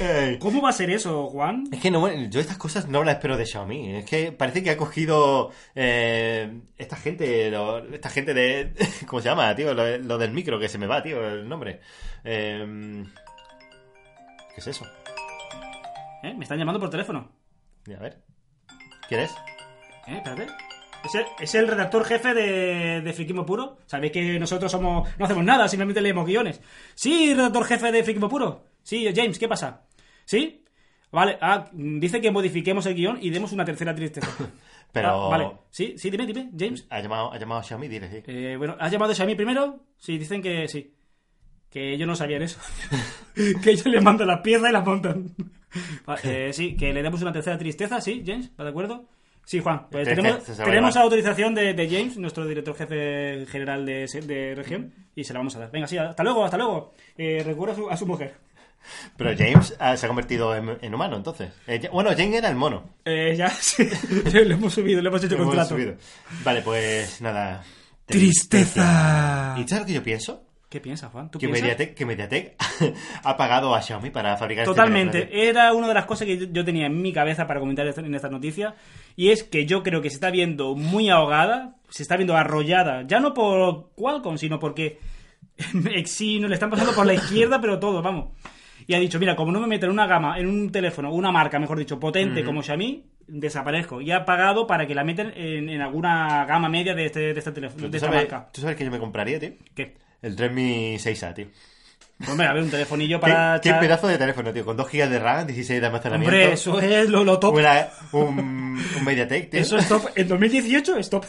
[SPEAKER 1] Ey.
[SPEAKER 2] ¿Cómo va a ser eso, Juan?
[SPEAKER 1] Es que no, bueno, yo estas cosas no las espero de Xiaomi. Es que parece que ha cogido eh, esta gente, lo- esta gente de... ¿Cómo se llama, tío? Lo, lo del micro que se me va, tío, el nombre. Eh, ¿Qué es eso?
[SPEAKER 2] ¿Eh? Me están llamando por teléfono.
[SPEAKER 1] Mira, a ver. ¿Quieres?
[SPEAKER 2] ¿Eh? Espérate. ¿Es el, es el redactor jefe de, de Friquismo Puro? ¿Sabéis que nosotros somos no hacemos nada, simplemente leemos guiones? Sí, redactor jefe de Friquismo Puro. Sí, James, ¿qué pasa? ¿Sí? Vale, ah, mm, dice que modifiquemos el guión y demos una tercera tristeza.
[SPEAKER 1] Pero...
[SPEAKER 2] Ah, vale, sí, sí, dime, dime, James.
[SPEAKER 1] Ha llamado, ha llamado a Xiaomi, dile, sí.
[SPEAKER 2] Eh, bueno, ¿has llamado a mí primero? Sí, dicen que sí. Que ellos no sabían eso. que ellos les mandan las piezas y las montan. Va, eh, sí, que le demos una tercera tristeza, sí, James, ¿va de acuerdo? Sí, Juan, pues
[SPEAKER 1] Te- te-
[SPEAKER 2] tenemos,
[SPEAKER 1] se la
[SPEAKER 2] tenemos
[SPEAKER 1] lleva.
[SPEAKER 2] la autorización de, de James, nuestro director jefe general de, se- de región, y se la vamos a dar. Venga, sí, hasta luego, hasta luego. Eh, recuerda a su, a su mujer.
[SPEAKER 1] Pero James ah, se ha convertido en, en humano, entonces. Eh, ya- bueno, James era el mono.
[SPEAKER 2] Eh, ya, sí, le hemos subido, le hemos hecho
[SPEAKER 1] Hemos
[SPEAKER 2] contrato.
[SPEAKER 1] subido. Vale, pues nada.
[SPEAKER 2] ¡Tristeza!
[SPEAKER 1] ¿Y sabes lo que yo pienso?
[SPEAKER 2] ¿Qué piensas, Juan? ¿Tú
[SPEAKER 1] que
[SPEAKER 2] piensas?
[SPEAKER 1] Mediatek, que Mediatek ha pagado a Xiaomi para fabricar este teléfono.
[SPEAKER 2] Totalmente. Era una de las cosas que yo- yo tenía en mi cabeza para comentar esto- en esta noticia. Y es que yo creo que se está viendo muy ahogada, se está viendo arrollada. Ya no por Qualcomm, sino porque Exynos le están pasando por la izquierda, pero todo, vamos. Y ha dicho, mira, como no me meto en una gama, en un teléfono, una marca, mejor dicho, potente como Xiaomi, desaparezco. Y ha pagado para que la metan en, en alguna gama media de, este, de, este teléfono,
[SPEAKER 1] ¿Tú
[SPEAKER 2] de esta
[SPEAKER 1] sabes,
[SPEAKER 2] marca.
[SPEAKER 1] tú sabes que yo me compraría, tío?
[SPEAKER 2] Que,
[SPEAKER 1] El Redmi 6A, tío.
[SPEAKER 2] hombre, a ver, un telefonillo
[SPEAKER 1] ¿Qué,
[SPEAKER 2] para...
[SPEAKER 1] qué
[SPEAKER 2] echar-
[SPEAKER 1] pedazo de teléfono, tío? Con 2 GB de RAM, 16 de almacenamiento.
[SPEAKER 2] Hombre, eso es lo, lo top.
[SPEAKER 1] una- un, un Mediatek, tío.
[SPEAKER 2] Eso es top. En 2018 es top.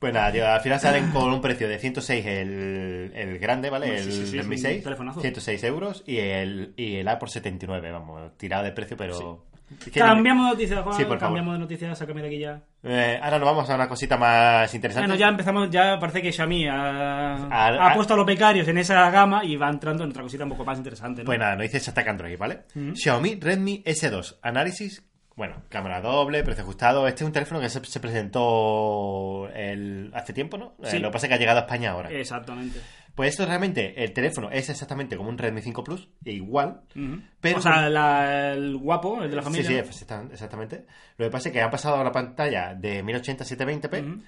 [SPEAKER 1] Pues nada, tío, al final salen con un precio de 106 el, el grande, ¿vale?
[SPEAKER 2] Hombre, sí,
[SPEAKER 1] El
[SPEAKER 2] sí, sí,
[SPEAKER 1] Redmi
[SPEAKER 2] es un
[SPEAKER 1] 6,
[SPEAKER 2] telefonazo.
[SPEAKER 1] 106 euros y el, y el A por 79, vamos, tirado de precio, pero... Es que-
[SPEAKER 2] Cambiamos de noticia, Juan.
[SPEAKER 1] Sí, por favor.
[SPEAKER 2] cambiamos de noticia, sácame de aquí ya.
[SPEAKER 1] Eh, ahora nos vamos a una cosita más interesante.
[SPEAKER 2] Bueno, ya empezamos, ya parece que Xiaomi ha,
[SPEAKER 1] Al-
[SPEAKER 2] ha puesto a los becarios en esa gama y va entrando en otra cosita un poco más interesante. ¿no?
[SPEAKER 1] Pues nada, no dices Attack Android, ¿vale?
[SPEAKER 2] Mm.
[SPEAKER 1] Xiaomi Redmi S2, análisis, bueno, cámara doble, precio ajustado. Este es un teléfono que se, se presentó el- hace tiempo, ¿no? Eh,
[SPEAKER 2] Sí. Eh.
[SPEAKER 1] lo que pasa es que ha llegado a España ahora.
[SPEAKER 2] Exactamente.
[SPEAKER 1] Pues esto realmente, el teléfono es exactamente como un Redmi 5 Plus, e igual,
[SPEAKER 2] Ujú.
[SPEAKER 1] pero...
[SPEAKER 2] o sea, la- el guapo, el de la
[SPEAKER 1] Sí,
[SPEAKER 2] familia.
[SPEAKER 1] sí, exacta- exactamente. Lo que pasa es que han pasado a la pantalla de 1080 a 720p,
[SPEAKER 2] Ujú.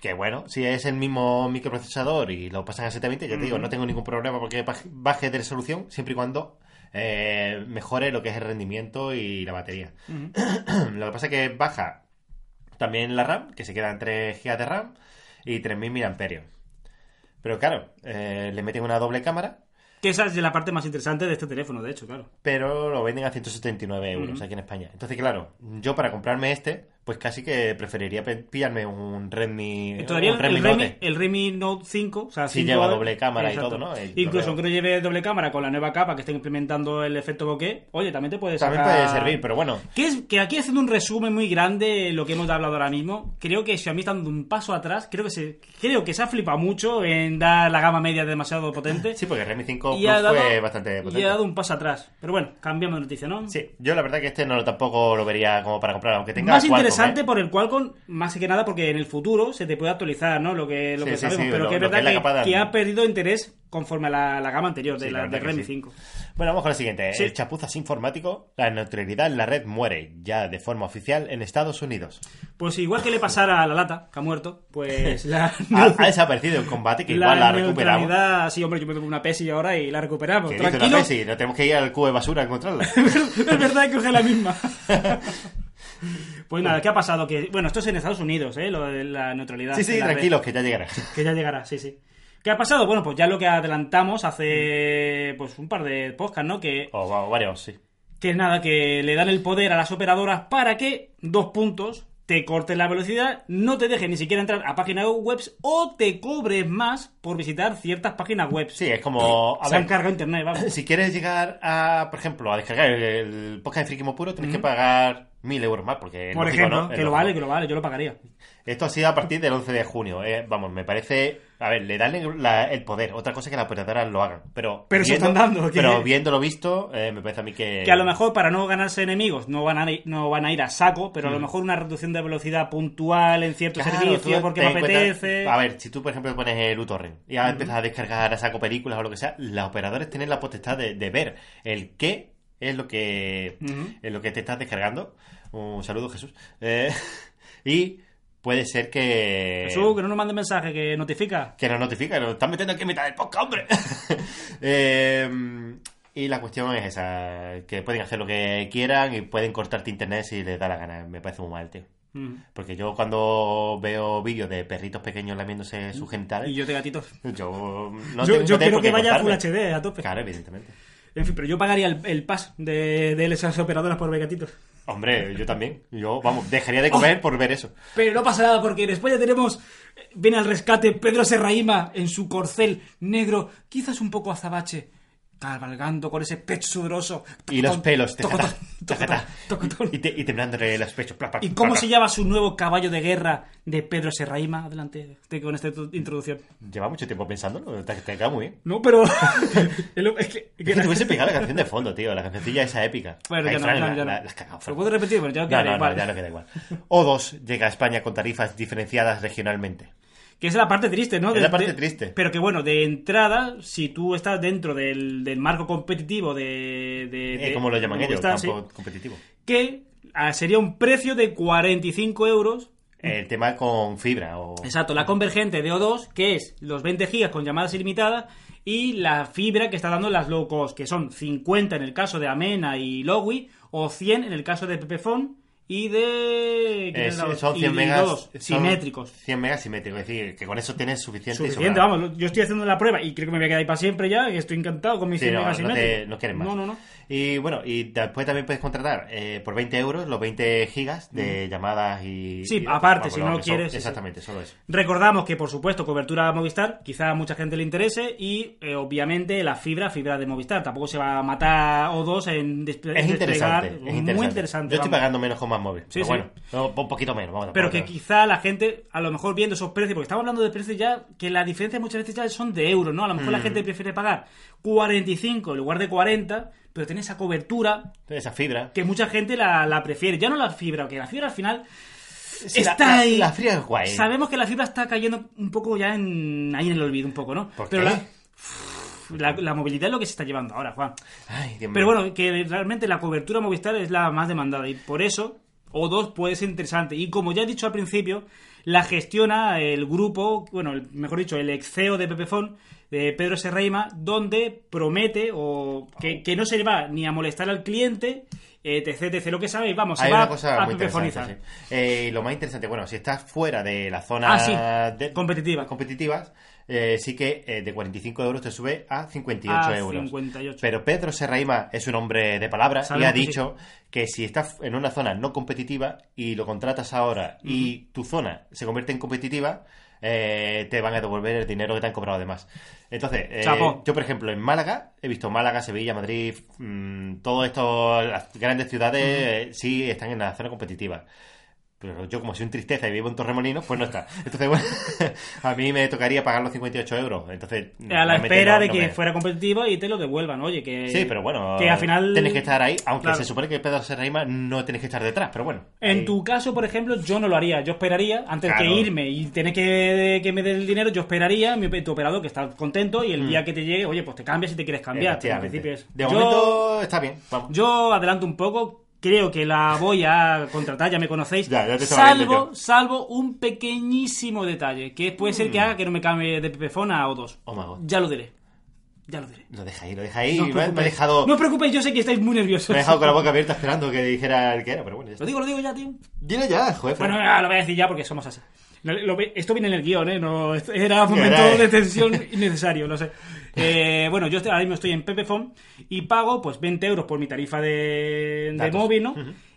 [SPEAKER 1] que bueno, si es el mismo microprocesador y lo pasan a 720, ya te digo,
[SPEAKER 2] Ujú.
[SPEAKER 1] no tengo ningún problema porque baj- baje de resolución siempre y cuando eh, mejore lo que es el rendimiento y la batería.
[SPEAKER 2] Ujú.
[SPEAKER 1] lo que pasa es que baja también la RAM, que se quedan 3 GB de RAM y 3000 mAh. Pero claro, eh, le meten una doble cámara,
[SPEAKER 2] Que esa es la parte más interesante de este teléfono, de hecho, claro.
[SPEAKER 1] pero lo venden a 179 euros
[SPEAKER 2] Ujú.
[SPEAKER 1] aquí en España. Entonces, claro, yo para comprarme este, pues casi que preferiría pe- pillarme un Redmi.
[SPEAKER 2] Todavía
[SPEAKER 1] Eh, un
[SPEAKER 2] el, el
[SPEAKER 1] Note.
[SPEAKER 2] Redmi, el Redmi Note 5, o sea,
[SPEAKER 1] Sí
[SPEAKER 2] 5
[SPEAKER 1] lleva
[SPEAKER 2] ahora-
[SPEAKER 1] doble cámara y todo, ¿no? El
[SPEAKER 2] Incluso
[SPEAKER 1] doble-
[SPEAKER 2] aunque no lleve doble cámara con la nueva capa que estén implementando el efecto bokeh, oye, también te puede
[SPEAKER 1] También
[SPEAKER 2] sacar-
[SPEAKER 1] puede servir, pero bueno,
[SPEAKER 2] Que, es, que aquí haciendo un resumen muy grande de lo que hemos hablado ahora mismo, creo que Xiaomi está dando un paso atrás, creo que se, creo que se ha flipado mucho en dar la gama media demasiado potente
[SPEAKER 1] sí, porque el Redmi 5
[SPEAKER 2] y,
[SPEAKER 1] Plus
[SPEAKER 2] ha dado,
[SPEAKER 1] fue bastante potente.
[SPEAKER 2] y ha dado un paso atrás. Pero bueno, cambiamos de noticia, ¿no?
[SPEAKER 1] Sí, yo la verdad que este no lo- tampoco lo vería como para comprar, aunque tenga
[SPEAKER 2] Más
[SPEAKER 1] Qualcomm,
[SPEAKER 2] interesante
[SPEAKER 1] ¿eh?
[SPEAKER 2] por el Qualcomm, más que nada porque en el futuro se te puede actualizar, ¿no? Lo que, lo
[SPEAKER 1] Sí,
[SPEAKER 2] que
[SPEAKER 1] sí,
[SPEAKER 2] sabemos,
[SPEAKER 1] sí,
[SPEAKER 2] pero
[SPEAKER 1] lo-
[SPEAKER 2] que es
[SPEAKER 1] lo que
[SPEAKER 2] verdad
[SPEAKER 1] es la
[SPEAKER 2] que,
[SPEAKER 1] capa de-
[SPEAKER 2] que ha perdido interés conforme a la, la gama anterior de,
[SPEAKER 1] Sí,
[SPEAKER 2] la,
[SPEAKER 1] la
[SPEAKER 2] de
[SPEAKER 1] verdad que
[SPEAKER 2] Redmi
[SPEAKER 1] sí.
[SPEAKER 2] 5.
[SPEAKER 1] Bueno, vamos con la siguiente.
[SPEAKER 2] Sí.
[SPEAKER 1] El chapuzas informático, la neutralidad en la red muere ya de forma oficial en Estados Unidos.
[SPEAKER 2] Pues igual que le pasara a la lata, que ha muerto, pues la,
[SPEAKER 1] Ha, ha desaparecido el combate, que igual la recuperamos.
[SPEAKER 2] neutralidad... Sí, hombre, yo me tomo una PESI ahora y la recuperamos.
[SPEAKER 1] Que dice una
[SPEAKER 2] Tranquilo,
[SPEAKER 1] vez y no tenemos que ir al cubo de basura a encontrarla.
[SPEAKER 2] es verdad que coge la misma. Pues nada, ¿qué ha pasado? Que, bueno, esto es en Estados Unidos, ¿eh? Lo de la neutralidad.
[SPEAKER 1] sí, sí,
[SPEAKER 2] de la red.
[SPEAKER 1] tranquilos, que ya llegará.
[SPEAKER 2] Que ya llegará, sí, sí. ¿Qué ha pasado? Bueno, pues ya lo que adelantamos hace pues un par de podcasts, ¿no? Que,
[SPEAKER 1] O va- varios, sí.
[SPEAKER 2] que nada, que le dan el poder a las operadoras para que, dos puntos, te corten la velocidad, no te dejen ni siquiera entrar a páginas web o te cobres más por visitar ciertas páginas web.
[SPEAKER 1] Sí, es como... A
[SPEAKER 2] Se han
[SPEAKER 1] ver,
[SPEAKER 2] cargado internet, vamos.
[SPEAKER 1] si quieres llegar a, por ejemplo, a descargar el, el podcast de Frikimo Puro, tienes que pagar mil euros más, porque... es
[SPEAKER 2] Por
[SPEAKER 1] Eh, lógico,
[SPEAKER 2] ejemplo,
[SPEAKER 1] ¿no? Es
[SPEAKER 2] que lo
[SPEAKER 1] lógico.
[SPEAKER 2] vale, que lo vale, yo lo pagaría.
[SPEAKER 1] Esto ha sido a partir del 11 de junio. eh. Vamos, me parece. A ver, le dan el- la- el poder. Otra cosa es que las operadoras lo hagan. Pero,
[SPEAKER 2] Pero se están dando, que-
[SPEAKER 1] Pero viendo lo visto, eh, me parece a mí que.
[SPEAKER 2] Que a lo mejor para no ganarse enemigos no van a ir, no van a ir a saco, pero a lo mejor una reducción de velocidad puntual en cierto
[SPEAKER 1] Mm. Claro,
[SPEAKER 2] servicio
[SPEAKER 1] tú
[SPEAKER 2] porque me
[SPEAKER 1] ten en cuenta-
[SPEAKER 2] apetece.
[SPEAKER 1] a ver, si tú, por ejemplo, pones el uTorrent y ahora empiezas a descargar a saco películas o lo que sea, los operadores tienen la potestad de, de ver el qué es lo que
[SPEAKER 2] Ujú.
[SPEAKER 1] es lo que te estás descargando. Un saludo, Jesús. Eh, y puede ser que.
[SPEAKER 2] Jesús, que no nos mande mensaje, que notifica.
[SPEAKER 1] Que nos notifica, nos están metiendo aquí en mitad del podcast, hombre. Eh, y la cuestión es esa, que pueden hacer lo que quieran y pueden cortarte internet si les da la gana. Me parece muy mal, tío.
[SPEAKER 2] Mm.
[SPEAKER 1] Porque yo cuando veo vídeos de perritos pequeños lamiéndose sus
[SPEAKER 2] Y
[SPEAKER 1] genitales,
[SPEAKER 2] yo de gatitos.
[SPEAKER 1] yo no
[SPEAKER 2] yo
[SPEAKER 1] tengo
[SPEAKER 2] yo
[SPEAKER 1] por
[SPEAKER 2] quiero
[SPEAKER 1] qué
[SPEAKER 2] que vaya a Full
[SPEAKER 1] cortarme.
[SPEAKER 2] HD a tope.
[SPEAKER 1] Claro, evidentemente.
[SPEAKER 2] En fin, pero yo pagaría el, el pass de, de esas operadoras por ver gatitos.
[SPEAKER 1] Hombre, yo también. Yo, vamos, dejaría
[SPEAKER 2] Oh.
[SPEAKER 1] de comer por ver eso.
[SPEAKER 2] Pero no pasa nada porque en España tenemos, eh, viene al rescate Pedro Serraima en su corcel negro, quizás un poco azabache, cabalgando con ese pecho sudoroso.
[SPEAKER 1] Y los
[SPEAKER 2] Tocotón,
[SPEAKER 1] pelos, te
[SPEAKER 2] tocotón,
[SPEAKER 1] tacatá,
[SPEAKER 2] tocotón,
[SPEAKER 1] tacatá.
[SPEAKER 2] tocotón.
[SPEAKER 1] Y, te, y temblándole los pechos. pla, pla,
[SPEAKER 2] ¿Y
[SPEAKER 1] pla,
[SPEAKER 2] cómo
[SPEAKER 1] pla.
[SPEAKER 2] se llama su nuevo caballo de guerra de Pedro Serraima? Adelante te- con esta tu- introducción.
[SPEAKER 1] Lleva mucho tiempo pensándolo, te, te queda muy bien.
[SPEAKER 2] No, pero... es que,
[SPEAKER 1] Es que te hubiese pegado la canción de fondo, tío. La cancioncilla esa épica.
[SPEAKER 2] Bueno,
[SPEAKER 1] Ahí,
[SPEAKER 2] ya no,
[SPEAKER 1] Fran,
[SPEAKER 2] ya no,
[SPEAKER 1] la-
[SPEAKER 2] ya no.
[SPEAKER 1] la- la has cagado, Fran.
[SPEAKER 2] Lo puedo repetir, pero ya
[SPEAKER 1] No,
[SPEAKER 2] queda
[SPEAKER 1] no, no,
[SPEAKER 2] igual.
[SPEAKER 1] ya no queda igual. O2 llega a España con tarifas diferenciadas regionalmente.
[SPEAKER 2] Que es la parte triste, ¿no?
[SPEAKER 1] Es
[SPEAKER 2] De-
[SPEAKER 1] la parte
[SPEAKER 2] de-
[SPEAKER 1] triste.
[SPEAKER 2] Pero que bueno, de entrada, si tú estás dentro del, del marco competitivo de... de,
[SPEAKER 1] Eh,
[SPEAKER 2] de-
[SPEAKER 1] ¿Cómo lo llaman
[SPEAKER 2] de
[SPEAKER 1] ellos?
[SPEAKER 2] Movistar,
[SPEAKER 1] Campo
[SPEAKER 2] sí,
[SPEAKER 1] competitivo.
[SPEAKER 2] que ah, sería un precio de 45 euros.
[SPEAKER 1] El tema con fibra o...
[SPEAKER 2] Exacto, la convergente de O2, que es los 20 gigas con llamadas ilimitadas, y la fibra que está dando las low cost, que son 50 en el caso de Amena y Lowy, o 100 en el caso de Pepefon y de...
[SPEAKER 1] Eh, sí, son
[SPEAKER 2] y-
[SPEAKER 1] 100
[SPEAKER 2] y
[SPEAKER 1] megas...
[SPEAKER 2] O2,
[SPEAKER 1] son
[SPEAKER 2] simétricos.
[SPEAKER 1] 100 megas simétricos. Es decir, que con eso tienes suficiente... y
[SPEAKER 2] Suficiente,
[SPEAKER 1] sobrado.
[SPEAKER 2] vamos, yo estoy haciendo la prueba y creo que me voy a quedar ahí para siempre ya, que estoy encantado con mis
[SPEAKER 1] Sí,
[SPEAKER 2] 100
[SPEAKER 1] no,
[SPEAKER 2] megas
[SPEAKER 1] no, te-
[SPEAKER 2] simétricos.
[SPEAKER 1] no quieres más.
[SPEAKER 2] No, no, no.
[SPEAKER 1] Y bueno, y después también puedes contratar eh, por 20 euros los 20 gigas de llamadas y...
[SPEAKER 2] Mm. Sí,
[SPEAKER 1] y-
[SPEAKER 2] aparte,
[SPEAKER 1] vamos,
[SPEAKER 2] si
[SPEAKER 1] lo
[SPEAKER 2] no
[SPEAKER 1] que son-
[SPEAKER 2] quieres, sí, sí.
[SPEAKER 1] Exactamente, solo eso.
[SPEAKER 2] Recordamos que, por supuesto, cobertura Movistar, quizá a mucha gente le interese, y eh, obviamente la fibra, fibra de Movistar. Tampoco se va a matar O2 en desple-
[SPEAKER 1] Es
[SPEAKER 2] en desplegar.
[SPEAKER 1] interesante, es interesante.
[SPEAKER 2] Muy interesante.
[SPEAKER 1] Yo estoy
[SPEAKER 2] vamos.
[SPEAKER 1] pagando menos con más móvil.
[SPEAKER 2] Sí,
[SPEAKER 1] pero
[SPEAKER 2] sí.
[SPEAKER 1] bueno, no, un poquito menos. Vamos,
[SPEAKER 2] Pero
[SPEAKER 1] tampoco
[SPEAKER 2] que
[SPEAKER 1] te-
[SPEAKER 2] quizá la gente, a lo mejor viendo esos precios, porque estamos hablando de precios ya, que la diferencia muchas veces ya son de euros, ¿no? A lo
[SPEAKER 1] Mm.
[SPEAKER 2] mejor la gente prefiere pagar 45 en lugar de 40, pero tiene esa cobertura
[SPEAKER 1] Esa fibra.
[SPEAKER 2] que mucha gente la, la prefiere. Ya no la fibra, que la fibra al final
[SPEAKER 1] Sí,
[SPEAKER 2] está
[SPEAKER 1] la, la-
[SPEAKER 2] ahí.
[SPEAKER 1] La fibra es guay.
[SPEAKER 2] Sabemos que la fibra está cayendo un poco ya en, ahí en el olvido, un poco, ¿no?
[SPEAKER 1] ¿Por
[SPEAKER 2] Pero
[SPEAKER 1] qué?
[SPEAKER 2] la- La, la movilidad es lo que se está llevando ahora, Juan.
[SPEAKER 1] Ay, Dios mío.
[SPEAKER 2] Pero bueno, que realmente la cobertura Movistar es la más demandada y por eso O2 puede ser interesante. Y como ya he dicho al principio, la gestiona el grupo, bueno, el- mejor dicho, el ex CEO de Pepefon, de Pedro Serreima, donde promete o que, que no se va ni a molestar al cliente, eh, etc, etc. Lo que sabéis, vamos, se
[SPEAKER 1] Hay
[SPEAKER 2] va
[SPEAKER 1] una cosa
[SPEAKER 2] a
[SPEAKER 1] muy interesante.
[SPEAKER 2] pepefonizar.
[SPEAKER 1] sí. Eh, y lo más interesante, bueno, si estás fuera de la zona
[SPEAKER 2] Ah, sí.
[SPEAKER 1] de-
[SPEAKER 2] Competitiva.
[SPEAKER 1] competitivas, eh, sí que eh, de 45 euros te sube a 58
[SPEAKER 2] A
[SPEAKER 1] euros.
[SPEAKER 2] 58.
[SPEAKER 1] Pero Pedro Serraima es un hombre de palabras y
[SPEAKER 2] Sabemos
[SPEAKER 1] ha
[SPEAKER 2] que
[SPEAKER 1] dicho que si estás en una zona no competitiva y lo contratas ahora y tu zona se convierte en competitiva, eh, te van a devolver el dinero que te han cobrado de más. Entonces, eh,
[SPEAKER 2] Chapo.
[SPEAKER 1] yo por ejemplo en Málaga, he visto Málaga, Sevilla, Madrid, mm, todo esto, las grandes ciudades eh, sí están en la zona competitiva. Pero yo como soy un tristeza y vivo en Torremolinos, pues no está. Entonces, bueno, a mí me tocaría pagar los 58 euros. Entonces,
[SPEAKER 2] A la
[SPEAKER 1] realmente
[SPEAKER 2] espera
[SPEAKER 1] no-
[SPEAKER 2] de
[SPEAKER 1] no
[SPEAKER 2] que
[SPEAKER 1] me-
[SPEAKER 2] fuera competitiva y te lo devuelvan, oye, que...
[SPEAKER 1] Sí, pero bueno,
[SPEAKER 2] Eh, que al final-
[SPEAKER 1] tienes que estar ahí, aunque
[SPEAKER 2] Claro.
[SPEAKER 1] se supone que Pedro Serraima no tienes que estar detrás, pero bueno.
[SPEAKER 2] En
[SPEAKER 1] ahí-
[SPEAKER 2] tu caso, por ejemplo, yo no lo haría. Yo esperaría, antes
[SPEAKER 1] Claro.
[SPEAKER 2] que irme y tener que, que me den el dinero, yo esperaría mi, tu operador que está contento y el día que te llegue, oye, pues te cambias si te quieres cambiar. pero en
[SPEAKER 1] Mm. Efectivamente.
[SPEAKER 2] principio es-
[SPEAKER 1] De
[SPEAKER 2] Yo-
[SPEAKER 1] momento está bien, vamos.
[SPEAKER 2] yo adelanto un poco, creo que la voy a contratar, ya me conocéis.
[SPEAKER 1] Ya, ya te estaba viendo
[SPEAKER 2] salvo, salvo un pequeñísimo detalle, que puede ser
[SPEAKER 1] Mm.
[SPEAKER 2] que haga que no me cambie de Pepefona a O2.
[SPEAKER 1] Oh my God.
[SPEAKER 2] ya lo diré. Ya lo diré.
[SPEAKER 1] Lo deja ahí, lo deja ahí.
[SPEAKER 2] No os
[SPEAKER 1] me, me ha
[SPEAKER 2] preocupéis.
[SPEAKER 1] dejado,
[SPEAKER 2] No os preocupéis, yo sé que estáis muy nerviosos.
[SPEAKER 1] me ha dejado con la boca abierta esperando que dijera el que era, pero bueno, ya está.
[SPEAKER 2] Lo digo, lo digo ya, tío.
[SPEAKER 1] Dile ya, joder.
[SPEAKER 2] Bueno,
[SPEAKER 1] Fran.
[SPEAKER 2] ah, lo voy a decir ya porque somos así. Lo- lo- esto viene en el guión, ¿eh? No, esto era un momento
[SPEAKER 1] Era, eh.
[SPEAKER 2] de tensión innecesario, no sé. Eh, bueno, yo estoy- ahora mismo estoy en Pepefon y pago pues 20 euros por mi tarifa de, de
[SPEAKER 1] Datos.
[SPEAKER 2] móvil, ¿no?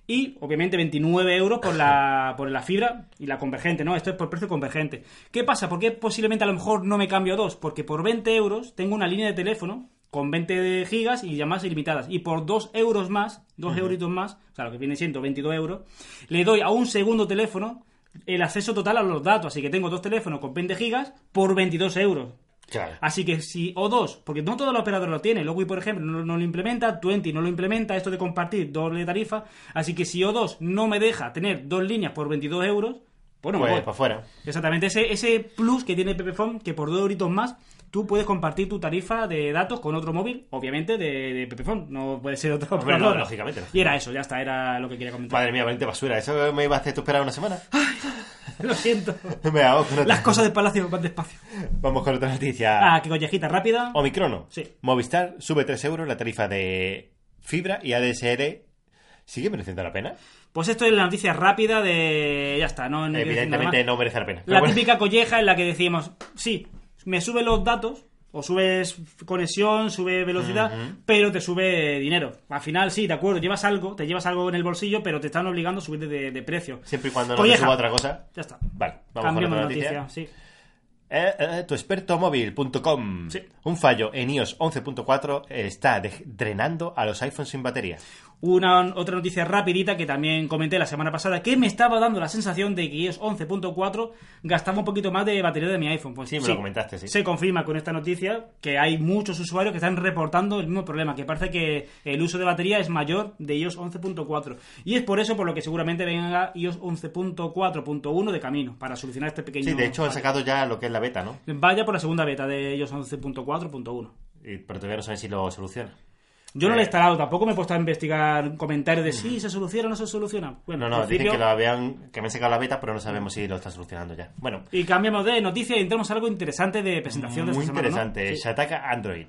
[SPEAKER 2] Y obviamente 29 euros por la, por la fibra y la convergente, ¿no? Esto es por precio convergente. ¿Qué pasa? ¿Por qué posiblemente a lo mejor no me cambio a dos? Porque por 20 euros tengo una línea de teléfono con 20 de gigas y llamadas ilimitadas. Y por 2 euros más, 2 euritos más, o sea, lo que viene siendo 22 euros, le doy a un segundo teléfono el acceso total a los datos. Así que tengo dos teléfonos con 20 gigas por 22 euros.
[SPEAKER 1] Claro.
[SPEAKER 2] Así que si O2, porque no todos los operadores lo tienen, Logui por ejemplo no, no lo implementa, Twenty no lo implementa, esto de compartir doble tarifa, así que si O2 no me deja tener dos líneas por 22 euros, bueno,
[SPEAKER 1] pues
[SPEAKER 2] me
[SPEAKER 1] para
[SPEAKER 2] voy.
[SPEAKER 1] afuera.
[SPEAKER 2] Exactamente, ese, ese plus que tiene Pepephone, que por dos euritos más tú puedes compartir tu tarifa de datos con otro móvil, obviamente de, de Pepephone, no puede ser otro
[SPEAKER 1] Hombre, no,
[SPEAKER 2] operador.
[SPEAKER 1] lógicamente,
[SPEAKER 2] Y era eso, ya está, era lo que quería comentar.
[SPEAKER 1] Madre mía, valiente basura. Eso me iba a hacer tú esperar una semana.
[SPEAKER 2] Lo siento.
[SPEAKER 1] Me hago con otra-
[SPEAKER 2] Ah, Las cosas del palacio van despacio.
[SPEAKER 1] Vamos con otra noticia.
[SPEAKER 2] Ah, que collejita rápida.
[SPEAKER 1] Omicrono.
[SPEAKER 2] Sí.
[SPEAKER 1] Movistar sube 3 euros la tarifa de fibra y ADSL. ¿Sigue mereciendo la pena?
[SPEAKER 2] Pues esto es la noticia rápida de... Ya está, no... no quiero decir nada más.
[SPEAKER 1] Evidentemente no merece la pena. Pero
[SPEAKER 2] La
[SPEAKER 1] bueno.
[SPEAKER 2] típica colleja en la que decimos, sí, me sube los datos, o subes conexión, sube velocidad, pero te sube dinero. Al final, sí, de acuerdo, llevas algo, te llevas algo en el bolsillo, pero te están obligando a subir de, de- de precio.
[SPEAKER 1] Siempre y cuando no te
[SPEAKER 2] Colleja.
[SPEAKER 1] suba otra cosa.
[SPEAKER 2] Ya está.
[SPEAKER 1] Vale, vamos con
[SPEAKER 2] Cambiamos
[SPEAKER 1] otra
[SPEAKER 2] de
[SPEAKER 1] noticia.
[SPEAKER 2] noticia. sí.
[SPEAKER 1] Eh, eh, tuexpertomóvil.com
[SPEAKER 2] Sí.
[SPEAKER 1] Un fallo en iOS 11.4 está de- drenando a los iPhones sin batería.
[SPEAKER 2] Una otra noticia rapidita que también comenté la semana pasada, que me estaba dando la sensación de que iOS 11.4 gastaba un poquito más de batería de mi iPhone. Pues
[SPEAKER 1] Sí, me lo comentaste, sí.
[SPEAKER 2] Se confirma con esta noticia que hay muchos usuarios que están reportando el mismo problema, que parece que el uso de batería es mayor de iOS 11.4. Y es por eso por lo que seguramente venga iOS 11.4.1 de camino, para solucionar este pequeño...
[SPEAKER 1] Sí, de hecho han
[SPEAKER 2] fallo.
[SPEAKER 1] sacado ya lo que es la beta, ¿no?
[SPEAKER 2] Vaya por la segunda beta de iOS 11.4.1.
[SPEAKER 1] Y- Pero todavía no saben si lo soluciona.
[SPEAKER 2] Yo no
[SPEAKER 1] Eh.
[SPEAKER 2] lo he instalado, tampoco me he puesto a investigar comentarios de si se soluciona o no se soluciona. Bueno,
[SPEAKER 1] No,
[SPEAKER 2] en
[SPEAKER 1] no, dicen
[SPEAKER 2] principio-
[SPEAKER 1] que, lo habían, que habían sacado la beta, pero no sabemos si lo están solucionando ya. Bueno,
[SPEAKER 2] Y cambiamos de noticia y entramos a algo interesante de presentación de
[SPEAKER 1] muy
[SPEAKER 2] esta semana, ¿no?
[SPEAKER 1] interesante.
[SPEAKER 2] Sí.
[SPEAKER 1] Se ataca Android.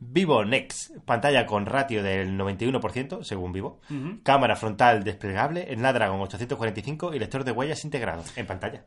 [SPEAKER 1] Vivo Next, pantalla con ratio del 91%, según Vivo. Cámara frontal desplegable, Snapdragon 845 y lector de huellas integrado en pantalla.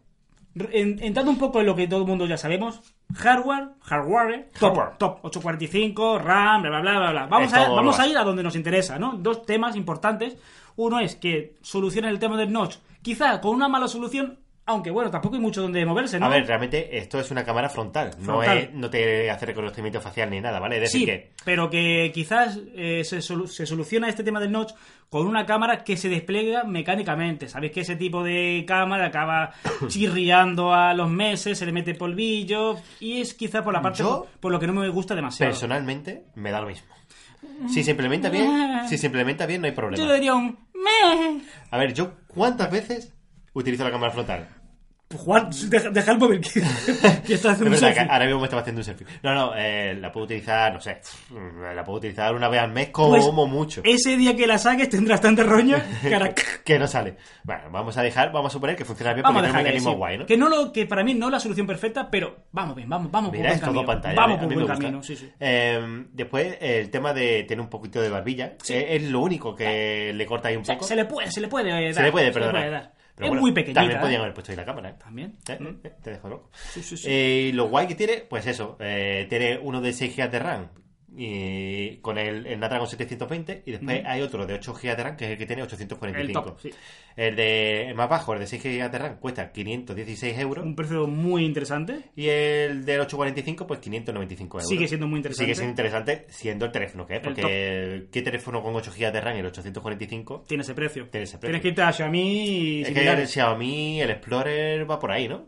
[SPEAKER 2] En- entrando un poco en lo que todo el mundo ya sabemos, hardware, hardware, eh, top,
[SPEAKER 1] Hardware.
[SPEAKER 2] top 845, RAM, bla, bla, bla, bla, bla. Vamos,
[SPEAKER 1] Es
[SPEAKER 2] a,
[SPEAKER 1] todo lo
[SPEAKER 2] vamos a
[SPEAKER 1] básico.
[SPEAKER 2] ir a donde nos interesa, ¿no? Dos temas importantes. Uno es que solucionen el tema del notch, quizá con una mala solución, aunque bueno, tampoco hay mucho donde moverse, ¿no?
[SPEAKER 1] A ver, realmente esto es una cámara frontal, No,
[SPEAKER 2] Frontal.
[SPEAKER 1] es- no te hace reconocimiento facial ni nada, ¿vale? Es decir,
[SPEAKER 2] Sí,
[SPEAKER 1] que
[SPEAKER 2] pero que quizás eh, se, solu- se soluciona este tema del notch con una cámara que se despliega mecánicamente. Sabéis que ese tipo de cámara acaba chirriando a los meses, se le mete polvillo y es quizás por la parte
[SPEAKER 1] Yo-
[SPEAKER 2] por, por lo que no me gusta demasiado.
[SPEAKER 1] personalmente me da lo mismo. Si se implementa bien, si se implementa bien, no hay
[SPEAKER 2] Yo le
[SPEAKER 1] problema.
[SPEAKER 2] diría un meh.
[SPEAKER 1] A ver, yo cuántas veces utilizo la cámara frontal.
[SPEAKER 2] Pues, Juan, deja, deja el móvil que, que estás
[SPEAKER 1] Es
[SPEAKER 2] haciendo un
[SPEAKER 1] verdad que
[SPEAKER 2] selfie.
[SPEAKER 1] ahora mismo me estaba haciendo un selfie. No, no, eh, la puedo utilizar, no sé, la puedo utilizar una vez al mes como
[SPEAKER 2] Pues-
[SPEAKER 1] mucho.
[SPEAKER 2] Ese día que la saques tendrás tanta roña. Cara,
[SPEAKER 1] Que no sale. Bueno, vamos a dejar, vamos a suponer que funciona bien
[SPEAKER 2] vamos a
[SPEAKER 1] porque tiene
[SPEAKER 2] dejar
[SPEAKER 1] un
[SPEAKER 2] que,
[SPEAKER 1] mecanismo
[SPEAKER 2] sí.
[SPEAKER 1] guay, ¿no?
[SPEAKER 2] que no lo que para mí no es la solución perfecta, pero vamos bien, vamos, vamos por
[SPEAKER 1] Mira,
[SPEAKER 2] buen
[SPEAKER 1] es todo
[SPEAKER 2] camino.
[SPEAKER 1] pantalla.
[SPEAKER 2] vamos
[SPEAKER 1] a
[SPEAKER 2] por
[SPEAKER 1] mí
[SPEAKER 2] buen
[SPEAKER 1] me gusta.
[SPEAKER 2] camino, sí, sí.
[SPEAKER 1] Eh, después, el tema de tener un poquito de barbilla. que Es, lo único que le corta ahí un
[SPEAKER 2] O sea,
[SPEAKER 1] poco.
[SPEAKER 2] se le puede, se le puede eh, dar.
[SPEAKER 1] Se le puede
[SPEAKER 2] se le
[SPEAKER 1] perdonar.
[SPEAKER 2] puede dar.
[SPEAKER 1] Pero
[SPEAKER 2] es
[SPEAKER 1] bueno,
[SPEAKER 2] muy pequeñita.
[SPEAKER 1] También
[SPEAKER 2] ¿eh?
[SPEAKER 1] podían haber puesto ahí la cámara. ¿eh?
[SPEAKER 2] También.
[SPEAKER 1] Eh, eh,
[SPEAKER 2] Mm.
[SPEAKER 1] eh, Te dejo loco.
[SPEAKER 2] Sí, sí, sí.
[SPEAKER 1] Eh, y lo guay que tiene, pues eso, eh, tiene uno de 6 GB de RAM y con el, el Snapdragon 720 y después hay otro de 8 GB de RAM que es el que tiene
[SPEAKER 2] el
[SPEAKER 1] 845.
[SPEAKER 2] top, sí.
[SPEAKER 1] El de el más bajo, el de 6 GB de RAM, cuesta 516 euros
[SPEAKER 2] Un precio muy interesante.
[SPEAKER 1] y el del 845 pues 595 euros.
[SPEAKER 2] Sigue siendo muy interesante.
[SPEAKER 1] Sigue siendo interesante siendo el teléfono que es, porque ¿qué teléfono con 8 GB de RAM y el 845?
[SPEAKER 2] Tiene ese precio.
[SPEAKER 1] Tiene ese precio.
[SPEAKER 2] Tienes que irte a Xiaomi y
[SPEAKER 1] Es que el
[SPEAKER 2] similares.
[SPEAKER 1] Xiaomi, el Explorer va por ahí, ¿no?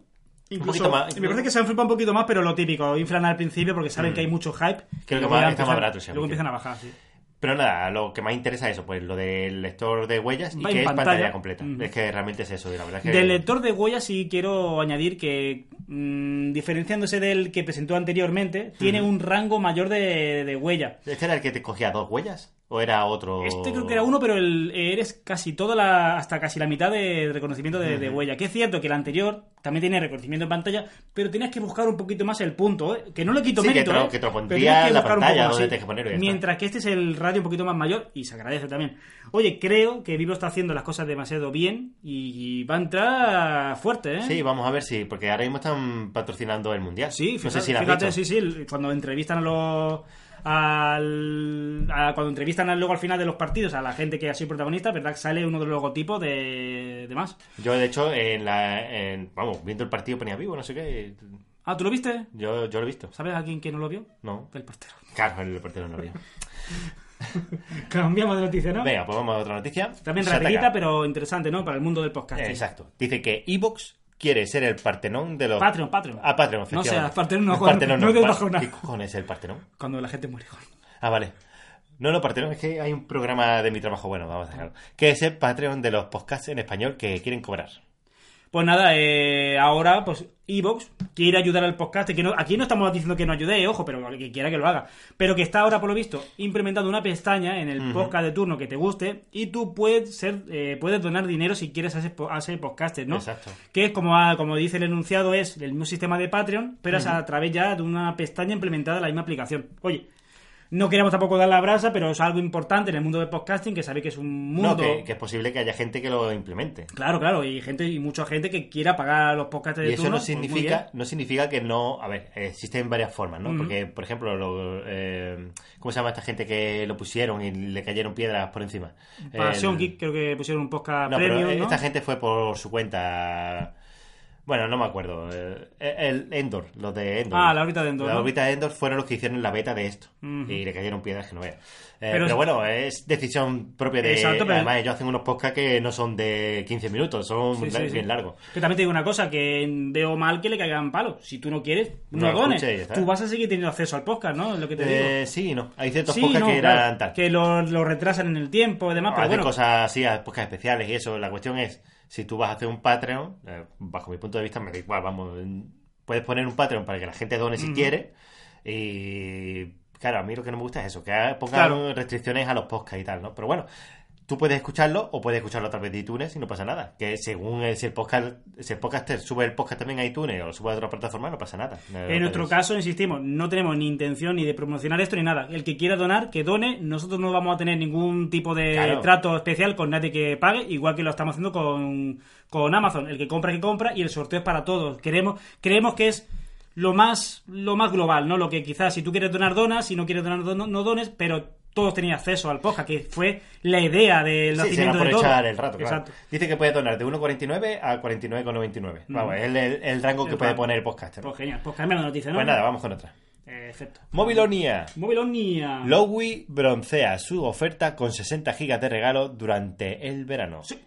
[SPEAKER 2] Incluso,
[SPEAKER 1] un poquito más- Mm.
[SPEAKER 2] me parece que se han flipado un poquito más, pero lo típico, inflan al principio porque saben que hay mucho hype.
[SPEAKER 1] Creo
[SPEAKER 2] y
[SPEAKER 1] que
[SPEAKER 2] luego
[SPEAKER 1] más-
[SPEAKER 2] ya
[SPEAKER 1] está más
[SPEAKER 2] empiezan-
[SPEAKER 1] barato, Xiaomi,
[SPEAKER 2] Luego
[SPEAKER 1] creo.
[SPEAKER 2] empiezan a bajar, sí.
[SPEAKER 1] Pero nada, lo que más interesa es eso, pues lo del lector de huellas y
[SPEAKER 2] Va
[SPEAKER 1] que
[SPEAKER 2] en
[SPEAKER 1] es pantalla,
[SPEAKER 2] pantalla.
[SPEAKER 1] completa.
[SPEAKER 2] Ujú.
[SPEAKER 1] Es que realmente es eso, y la verdad es que.
[SPEAKER 2] Del lector de huellas sí quiero añadir que, mm, diferenciándose del que presentó anteriormente, tiene un rango mayor de, de huella.
[SPEAKER 1] ¿Este era el que te cogía dos huellas? ¿O era otro.?
[SPEAKER 2] Este creo que era uno, pero el, eres casi toda la, hasta casi la mitad de reconocimiento de, de huella. Que es cierto que el anterior también tiene reconocimiento en pantalla, pero tenías que buscar un poquito más el punto, ¿eh? que no le quito
[SPEAKER 1] Sí, que
[SPEAKER 2] mérito.
[SPEAKER 1] te lo-
[SPEAKER 2] ¿eh?
[SPEAKER 1] que te lo
[SPEAKER 2] Pero
[SPEAKER 1] pondría
[SPEAKER 2] tenías
[SPEAKER 1] en la
[SPEAKER 2] buscar un
[SPEAKER 1] pantalla
[SPEAKER 2] poco más,
[SPEAKER 1] donde
[SPEAKER 2] sí.
[SPEAKER 1] tienes que ponerlo y ya
[SPEAKER 2] Mientras que este es el radio un poquito más mayor y se agradece también. Oye, creo que Vivo está haciendo las cosas demasiado bien y va a entrar fuerte, ¿eh?
[SPEAKER 1] Sí, vamos a ver si. Porque ahora mismo están patrocinando el mundial.
[SPEAKER 2] Sí,
[SPEAKER 1] no
[SPEAKER 2] fíjate,
[SPEAKER 1] sé si la has
[SPEAKER 2] fíjate,
[SPEAKER 1] visto.
[SPEAKER 2] sí, sí, el- cuando entrevistan a los al, a- cuando entrevistan al- luego al final de los partidos a la gente que ha sido protagonista, verdad que sale uno de los logotipos de, de más.
[SPEAKER 1] Yo, de hecho, en la. en- vamos, viendo el partido ponía vivo, no sé qué.
[SPEAKER 2] Ah, ¿tú lo viste?
[SPEAKER 1] Yo, yo lo he visto.
[SPEAKER 2] ¿Sabes a quién que no lo vio?
[SPEAKER 1] No.
[SPEAKER 2] El portero.
[SPEAKER 1] Claro, el portero no lo vio.
[SPEAKER 2] Cambiamos de noticia, ¿no?
[SPEAKER 1] Venga, pues vamos a otra noticia.
[SPEAKER 2] También
[SPEAKER 1] Sataka.
[SPEAKER 2] rapidita, pero interesante, ¿no? Para el mundo del podcast.
[SPEAKER 1] Exacto. Dice que Evox quiere ser el Partenón de los.
[SPEAKER 2] Patreon, Patreon.
[SPEAKER 1] Ah, Patreon,
[SPEAKER 2] No
[SPEAKER 1] efectivamente.
[SPEAKER 2] seas Partenón, no, Juan,
[SPEAKER 1] Partenón,
[SPEAKER 2] no
[SPEAKER 1] no.
[SPEAKER 2] te
[SPEAKER 1] Pa-
[SPEAKER 2] bajonas.
[SPEAKER 1] ¿Qué cojones es el Partenón?
[SPEAKER 2] Cuando la gente muere. Juan.
[SPEAKER 1] Ah, vale. No, no, Patreon, es que hay un programa de mi trabajo, bueno, vamos a dejarlo. Que es el Patreon de los podcasts en español que quieren cobrar.
[SPEAKER 2] Pues nada, eh, ahora pues Evox quiere ayudar al podcast. Que no- aquí no estamos diciendo que no ayude, eh, ojo, pero que quiera que lo haga. Pero que está ahora, por lo visto, implementando una pestaña en el podcast de turno que te guste y tú puedes ser, eh, puedes donar dinero si quieres a ese, po- a ese podcaster, ¿no?
[SPEAKER 1] Exacto.
[SPEAKER 2] Que es como, a- como dice el enunciado, es el mismo sistema de Patreon, pero es a través ya de una pestaña implementada en la misma aplicación. Oye. No queremos tampoco dar la brasa, pero es algo importante en el mundo del podcasting, que sabéis que es un mundo...
[SPEAKER 1] No, que, que es posible que haya gente que lo implemente.
[SPEAKER 2] Claro, claro, y gente y mucha gente que quiera pagar los podcasts de
[SPEAKER 1] Y eso
[SPEAKER 2] turno,
[SPEAKER 1] no
[SPEAKER 2] pues muy
[SPEAKER 1] significa, no significa que no. A ver, existen varias formas, ¿no?
[SPEAKER 2] Ujú.
[SPEAKER 1] Porque, por ejemplo, lo, eh, ¿cómo se llama esta gente que lo pusieron y le cayeron piedras por encima?
[SPEAKER 2] bien. Para
[SPEAKER 1] El-
[SPEAKER 2] Sion Geek creo que pusieron un podcast
[SPEAKER 1] No,
[SPEAKER 2] premium,
[SPEAKER 1] pero
[SPEAKER 2] ¿no?
[SPEAKER 1] esta gente fue por su cuenta. Bueno, no me acuerdo. eh, El Endor, los de Endor.
[SPEAKER 2] Ah, la órbita de Endor,
[SPEAKER 1] La
[SPEAKER 2] ¿no?
[SPEAKER 1] órbita de Endor fueron los que hicieron la beta de esto.
[SPEAKER 2] Ujú.
[SPEAKER 1] Y le cayeron piedras que no veas.
[SPEAKER 2] Pero-
[SPEAKER 1] pero, bueno, es decisión propia de.
[SPEAKER 2] Exacto, pero-
[SPEAKER 1] Además, ellos hacen unos podcasts que no son de 15 minutos, son
[SPEAKER 2] Sí, sí,
[SPEAKER 1] lar-
[SPEAKER 2] sí.
[SPEAKER 1] bien largos.
[SPEAKER 2] Que también te digo una cosa, que veo mal que le caigan palos. Si tú no quieres, no,
[SPEAKER 1] No lo
[SPEAKER 2] dones.
[SPEAKER 1] escuches y ya está.
[SPEAKER 2] Tú vas a seguir teniendo acceso al podcast, ¿no? Es lo que te digo.
[SPEAKER 1] Eh, sí, no. Hay ciertos
[SPEAKER 2] Sí,
[SPEAKER 1] podcasts
[SPEAKER 2] no,
[SPEAKER 1] que
[SPEAKER 2] claro,
[SPEAKER 1] eran tal.
[SPEAKER 2] que lo, lo retrasan en el tiempo y demás,
[SPEAKER 1] No,
[SPEAKER 2] pero
[SPEAKER 1] hacen
[SPEAKER 2] bueno.
[SPEAKER 1] cosas así, a- podcasts especiales y eso. La cuestión es, si tú vas a hacer un Patreon, eh, bajo mi punto de vista, me da igual, vamos, en- puedes poner un Patreon para que la gente done si quiere. Y claro, a mí lo que no me gusta es eso, que ha- pongan
[SPEAKER 2] Claro.
[SPEAKER 1] restricciones a los podcasts y tal, ¿no? Pero bueno. Tú puedes escucharlo o puedes escucharlo a través de iTunes y no pasa nada. Que según el, si el podcast, si el podcaster sube el podcast también a iTunes o lo sube a otra plataforma, no pasa nada. No
[SPEAKER 2] En nuestro
[SPEAKER 1] puedes-
[SPEAKER 2] caso, insistimos, no tenemos ni intención ni de promocionar esto ni nada. El que quiera donar, que done. Nosotros no vamos a tener ningún tipo de
[SPEAKER 1] Claro.
[SPEAKER 2] trato especial con nadie que pague, igual que lo estamos haciendo con, con Amazon. El que compra, que compra y el sorteo es para todos. Queremos, creemos que es lo más, lo más global, ¿no? Lo que quizás si tú quieres donar, donas, si no quieres donar, don- no dones, pero todos tenían acceso al podcast, que fue la idea
[SPEAKER 1] Sí,
[SPEAKER 2] del
[SPEAKER 1] se van
[SPEAKER 2] nacimiento
[SPEAKER 1] a
[SPEAKER 2] de todo.
[SPEAKER 1] aprovechar el rato, claro.
[SPEAKER 2] Exacto. Mm.
[SPEAKER 1] Dice que puede donar de 1,49 a 49,99. Vamos, es el, el- el rango que
[SPEAKER 2] El
[SPEAKER 1] puede
[SPEAKER 2] rango.
[SPEAKER 1] poner el podcaster.
[SPEAKER 2] Pues genial, pues cambiamos la noticia, ¿no?
[SPEAKER 1] Pues nada, vamos con otra.
[SPEAKER 2] Eh, Perfecto.
[SPEAKER 1] Mobilonia.
[SPEAKER 2] Mobilonia.
[SPEAKER 1] Lowy broncea su oferta con 60 gigas de regalo durante el verano.
[SPEAKER 2] Sí.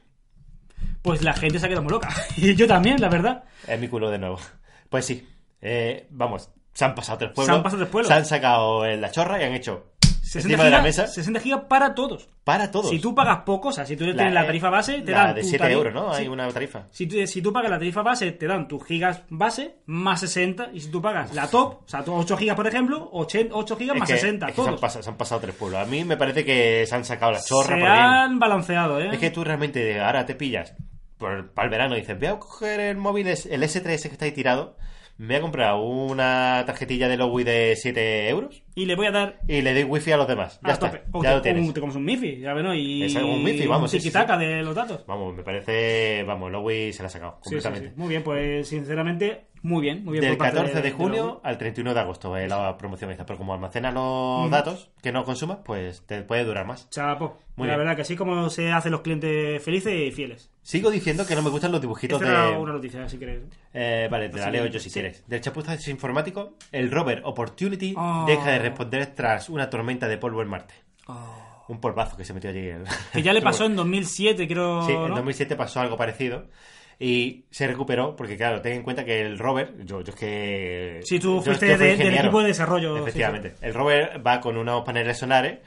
[SPEAKER 2] Pues la gente se ha quedado muy loca. Y yo también, la verdad.
[SPEAKER 1] Es mi culo de nuevo. Pues sí. Eh, vamos, se han pasado tres pueblos.
[SPEAKER 2] Se han pasado tres pueblos.
[SPEAKER 1] Se han sacado eh, la chorra y han hecho encima de la mesa
[SPEAKER 2] 60 gigas para todos.
[SPEAKER 1] para todos.
[SPEAKER 2] Si tú pagas poco, o sea, si tú
[SPEAKER 1] La- eh,
[SPEAKER 2] tienes la tarifa base, te
[SPEAKER 1] la
[SPEAKER 2] dan.
[SPEAKER 1] de
[SPEAKER 2] tu
[SPEAKER 1] 7
[SPEAKER 2] tarifa-
[SPEAKER 1] euros, ¿no? Hay
[SPEAKER 2] Sí.
[SPEAKER 1] una tarifa.
[SPEAKER 2] Si tú, si tú pagas la tarifa base, te dan tus gigas base más 60. Y si tú pagas la top, o sea, tú 8 gigas, por ejemplo, 8, gigas
[SPEAKER 1] Es
[SPEAKER 2] más
[SPEAKER 1] que-
[SPEAKER 2] 60.
[SPEAKER 1] es que se, han
[SPEAKER 2] todos.
[SPEAKER 1] pasado, se han pasado tres pueblos. A mí me parece que se han sacado la chorra.
[SPEAKER 2] se
[SPEAKER 1] por bien.
[SPEAKER 2] han balanceado, ¿eh?
[SPEAKER 1] Es que tú realmente ahora te pillas por, para el verano y dices, voy a coger el móvil, es- el S3 ese que está ahí tirado, me voy a comprar una tarjetilla de Lowy de 7 euros
[SPEAKER 2] Y le voy a dar.
[SPEAKER 1] y le doy wifi a los demás. Ya
[SPEAKER 2] a
[SPEAKER 1] está,
[SPEAKER 2] Ah, tope. O
[SPEAKER 1] ya
[SPEAKER 2] te-
[SPEAKER 1] lo tienes.
[SPEAKER 2] o te comes un MIFI, ya ves, ¿no? Y
[SPEAKER 1] Es un MIFI, vamos, sí, sí,
[SPEAKER 2] tiquitaca de los datos.
[SPEAKER 1] Vamos, me parece, vamos, Lowy se la ha sacado
[SPEAKER 2] Sí, sí, sí.
[SPEAKER 1] completamente.
[SPEAKER 2] Muy bien, pues sinceramente, muy bien. Muy bien
[SPEAKER 1] Del
[SPEAKER 2] por parte
[SPEAKER 1] 14 de
[SPEAKER 2] Lowy.
[SPEAKER 1] junio al 31 de agosto es la promoción esta, pero como almacena los datos que no consumas, pues te puede durar más.
[SPEAKER 2] Chapo.
[SPEAKER 1] Muy
[SPEAKER 2] la
[SPEAKER 1] bien.
[SPEAKER 2] verdad que así como se hacen los clientes felices y fieles.
[SPEAKER 1] Sigo diciendo que no me gustan los dibujitos
[SPEAKER 2] Esta
[SPEAKER 1] de...
[SPEAKER 2] era una noticia, si queréis.
[SPEAKER 1] Eh, vale, te la
[SPEAKER 2] Así
[SPEAKER 1] leo
[SPEAKER 2] que-
[SPEAKER 1] yo si
[SPEAKER 2] sí.
[SPEAKER 1] quieres. Del chapuzazo informático, el rover Opportunity
[SPEAKER 2] Oh.
[SPEAKER 1] deja de responder tras una tormenta de polvo en Marte. Un polvazo que se metió allí. el-
[SPEAKER 2] Que ya le pasó en 2007, creo.
[SPEAKER 1] Sí, en
[SPEAKER 2] Ah, ¿no?
[SPEAKER 1] 2007 pasó algo parecido. Y se recuperó, porque claro, ten en cuenta que el rover. Yo, yo es que.
[SPEAKER 2] Sí, tú
[SPEAKER 1] yo-
[SPEAKER 2] fuiste
[SPEAKER 1] yo fui
[SPEAKER 2] de- del
[SPEAKER 1] ingeniero.
[SPEAKER 2] equipo de desarrollo,
[SPEAKER 1] Efectivamente. El rover va con unos paneles solares.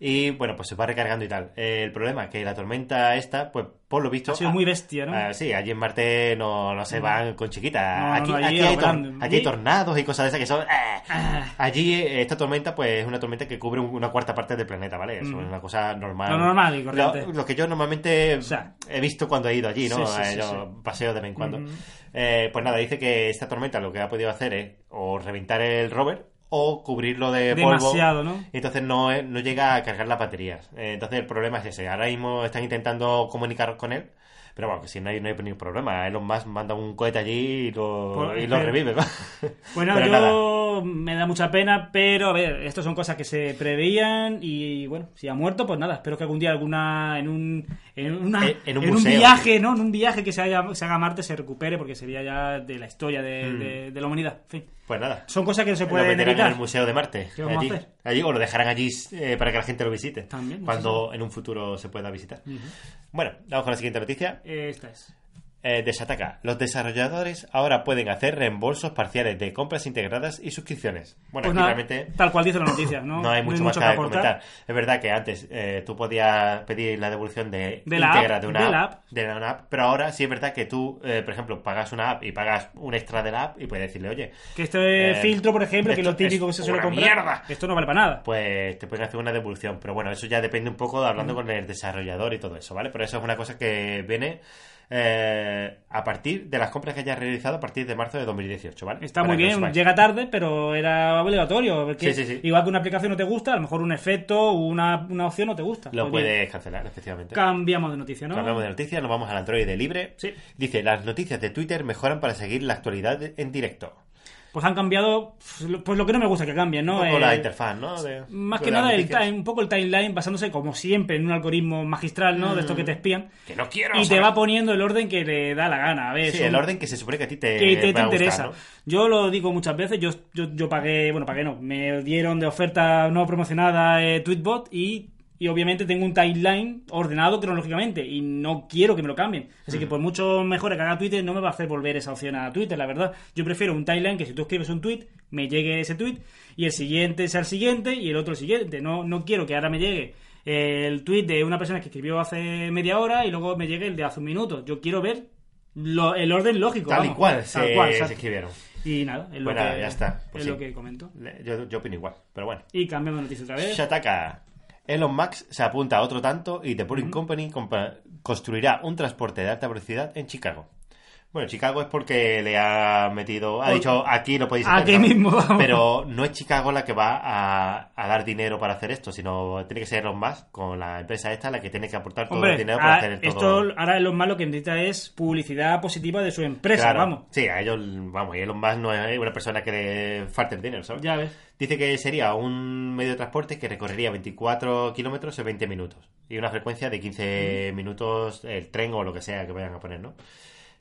[SPEAKER 1] Y bueno, pues se va recargando y tal. Eh, el problema es que la tormenta esta, pues por lo visto.
[SPEAKER 2] Ha sido
[SPEAKER 1] ah,
[SPEAKER 2] muy bestia, ¿no?
[SPEAKER 1] ah, sí, allí en Marte no, no se van con chiquitas.
[SPEAKER 2] No, no,
[SPEAKER 1] aquí,
[SPEAKER 2] no, allí
[SPEAKER 1] aquí
[SPEAKER 2] a lo
[SPEAKER 1] hay tor-
[SPEAKER 2] grande.
[SPEAKER 1] aquí hay
[SPEAKER 2] Allí-
[SPEAKER 1] tornados y cosas de esas que son. ah. Allí eh, esta tormenta, pues es una tormenta que cubre una cuarta parte del planeta, ¿vale? Eso
[SPEAKER 2] Mm.
[SPEAKER 1] es una cosa normal.
[SPEAKER 2] Lo normal y corriente.
[SPEAKER 1] Lo, lo que yo normalmente
[SPEAKER 2] O sea.
[SPEAKER 1] he visto cuando he ido allí, ¿no?
[SPEAKER 2] Sí, sí,
[SPEAKER 1] Eh,
[SPEAKER 2] sí,
[SPEAKER 1] yo
[SPEAKER 2] sí. Mm-hmm.
[SPEAKER 1] paseo de vez en cuando.
[SPEAKER 2] Ujú.
[SPEAKER 1] Eh, pues nada, dice que esta tormenta lo que ha podido hacer es o reventar el rover o cubrirlo de polvo.
[SPEAKER 2] Demasiado, ¿no?
[SPEAKER 1] Entonces no, eh, no llega a cargar las baterías. Eh, Entonces el problema es ese. Ahora mismo están intentando comunicar con él. Pero bueno, que si no hay, no hay ningún problema. Elon Musk manda un cohete allí y lo,
[SPEAKER 2] Por-
[SPEAKER 1] y lo revive.
[SPEAKER 2] Pues, eh, Bueno,
[SPEAKER 1] Pero
[SPEAKER 2] yo
[SPEAKER 1] nada.
[SPEAKER 2] me da mucha pena, pero a ver, esto son cosas que se preveían y bueno, si ha muerto, pues nada, espero que algún día alguna en un en, una-
[SPEAKER 1] Eh, En- en un museo.
[SPEAKER 2] viaje, ¿no? En un viaje que se, haya, se haga a Marte se recupere porque sería ya de la historia de, de- de la humanidad. En fin,
[SPEAKER 1] Pues nada.
[SPEAKER 2] son cosas que no se
[SPEAKER 1] Hmm. lo
[SPEAKER 2] pueden
[SPEAKER 1] meterán en
[SPEAKER 2] evitar.
[SPEAKER 1] el Museo de Marte.
[SPEAKER 2] ¿Qué vamos a
[SPEAKER 1] allí.
[SPEAKER 2] hacer?
[SPEAKER 1] Allí, o lo dejarán allí eh, para que la gente lo visite.
[SPEAKER 2] También,
[SPEAKER 1] Cuando en un futuro se pueda visitar. Bueno, vamos con la siguiente noticia.
[SPEAKER 2] Esta es.
[SPEAKER 1] Eh, de Shataka. Los desarrolladores ahora pueden hacer reembolsos parciales de compras integradas y suscripciones. Bueno,
[SPEAKER 2] Pues
[SPEAKER 1] aquí
[SPEAKER 2] nada,
[SPEAKER 1] realmente
[SPEAKER 2] tal cual dice la noticia, ¿no?
[SPEAKER 1] no hay mucho más que,
[SPEAKER 2] aportar.
[SPEAKER 1] comentar. Es verdad que antes eh, tú podías pedir la devolución de,
[SPEAKER 2] De la
[SPEAKER 1] íntegra
[SPEAKER 2] app,
[SPEAKER 1] de, una
[SPEAKER 2] de la
[SPEAKER 1] app, de una app, pero ahora sí es verdad que tú, eh, por ejemplo, pagas una app y pagas un extra de la app y puedes decirle, oye,
[SPEAKER 2] Que este
[SPEAKER 1] Eh,
[SPEAKER 2] filtro, por ejemplo, que es lo
[SPEAKER 1] esto es
[SPEAKER 2] típico que se suele
[SPEAKER 1] una
[SPEAKER 2] comprar,
[SPEAKER 1] mierda.
[SPEAKER 2] esto no vale para nada.
[SPEAKER 1] pues te pueden hacer una devolución. Pero bueno, eso ya depende un poco de hablando
[SPEAKER 2] Mm.
[SPEAKER 1] con el desarrollador y todo eso, ¿vale? Pero eso es una cosa que viene eh, a partir de las compras que hayas realizado a partir de marzo de 2018, ¿vale?
[SPEAKER 2] Está
[SPEAKER 1] Para
[SPEAKER 2] muy
[SPEAKER 1] que lo
[SPEAKER 2] bien,
[SPEAKER 1] sepáis.
[SPEAKER 2] llega tarde, pero era obligatorio. porque
[SPEAKER 1] Sí, sí, sí.
[SPEAKER 2] Igual que una aplicación no te gusta, a lo mejor un efecto, una, una opción no te gusta.
[SPEAKER 1] Lo
[SPEAKER 2] Pues bien,
[SPEAKER 1] puedes cancelar, efectivamente.
[SPEAKER 2] Cambiamos de noticia, ¿no?
[SPEAKER 1] Hablamos de noticias, nos vamos al Android de libre.
[SPEAKER 2] Sí.
[SPEAKER 1] Dice, las noticias de Twitter mejoran para seguir la actualidad en directo.
[SPEAKER 2] Pues han cambiado, pues, lo- pues lo que no me gusta que cambien, ¿no?
[SPEAKER 1] Un poco la
[SPEAKER 2] Eh,
[SPEAKER 1] interfaz, ¿no? De-
[SPEAKER 2] más
[SPEAKER 1] de
[SPEAKER 2] que
[SPEAKER 1] las
[SPEAKER 2] nada el
[SPEAKER 1] noticias.
[SPEAKER 2] time, un poco el timeline basándose como siempre en un algoritmo magistral, ¿no? De estos
[SPEAKER 1] Mm.
[SPEAKER 2] que te espían.
[SPEAKER 1] Que no quiero.
[SPEAKER 2] Y te
[SPEAKER 1] saber.
[SPEAKER 2] va poniendo el orden que le da la gana. A ver,
[SPEAKER 1] Sí,
[SPEAKER 2] son-
[SPEAKER 1] el orden que se supone que a ti te,
[SPEAKER 2] que te,
[SPEAKER 1] va
[SPEAKER 2] te
[SPEAKER 1] a gustar,
[SPEAKER 2] interesa.
[SPEAKER 1] ¿no?
[SPEAKER 2] Yo lo digo muchas veces, yo, yo, yo pagué, bueno, pagué no, me dieron de oferta no promocionada eh, Tweetbot y, y obviamente tengo un timeline ordenado cronológicamente y no quiero que me lo cambien. Así que por mucho mejor que haga Twitter, no me va a hacer volver esa opción a Twitter, la verdad. Yo prefiero un timeline que si tú escribes un tweet, me llegue ese tweet y el siguiente sea el siguiente y el otro el siguiente. No, no quiero que ahora me llegue el tweet de una persona que escribió hace media hora y luego me llegue el de hace un minuto. Yo quiero ver lo- el orden lógico.
[SPEAKER 1] Tal y
[SPEAKER 2] vamos.
[SPEAKER 1] cual,
[SPEAKER 2] Tal
[SPEAKER 1] se,
[SPEAKER 2] cual,
[SPEAKER 1] se
[SPEAKER 2] exacto.
[SPEAKER 1] escribieron.
[SPEAKER 2] Y nada, es lo,
[SPEAKER 1] Bueno,
[SPEAKER 2] que,
[SPEAKER 1] ya está, pues
[SPEAKER 2] es
[SPEAKER 1] sí.
[SPEAKER 2] lo que comento.
[SPEAKER 1] Yo, yo opino igual, pero bueno.
[SPEAKER 2] Y cambiamos de noticia otra vez.
[SPEAKER 1] Shataka. Elon Musk se apunta a otro tanto y The Boring Company compa- construirá un transporte de alta velocidad en Chicago. Bueno, Chicago es porque le ha metido, ha
[SPEAKER 2] Por-
[SPEAKER 1] dicho aquí lo podéis hacer.
[SPEAKER 2] Aquí
[SPEAKER 1] ¿no?
[SPEAKER 2] Ah, mismo, vamos.
[SPEAKER 1] Pero no es Chicago la que va a, a dar dinero para hacer esto, sino tiene que ser Elon Musk con la empresa esta la que tiene que aportar todo el
[SPEAKER 2] Hombre,
[SPEAKER 1] dinero para
[SPEAKER 2] ah,
[SPEAKER 1] hacer
[SPEAKER 2] esto
[SPEAKER 1] todo.
[SPEAKER 2] ahora lo malo que necesita es publicidad positiva de su empresa,
[SPEAKER 1] Claro.
[SPEAKER 2] vamos.
[SPEAKER 1] Sí, a ellos, vamos, y Elon Musk no es una persona que le falte el dinero, ¿sabes?
[SPEAKER 2] Ya ves.
[SPEAKER 1] Dice que sería un medio de transporte que recorrería 24 kilómetros en 20 minutos y una frecuencia de 15
[SPEAKER 2] Mm.
[SPEAKER 1] minutos el tren o lo que sea que vayan a poner, ¿no?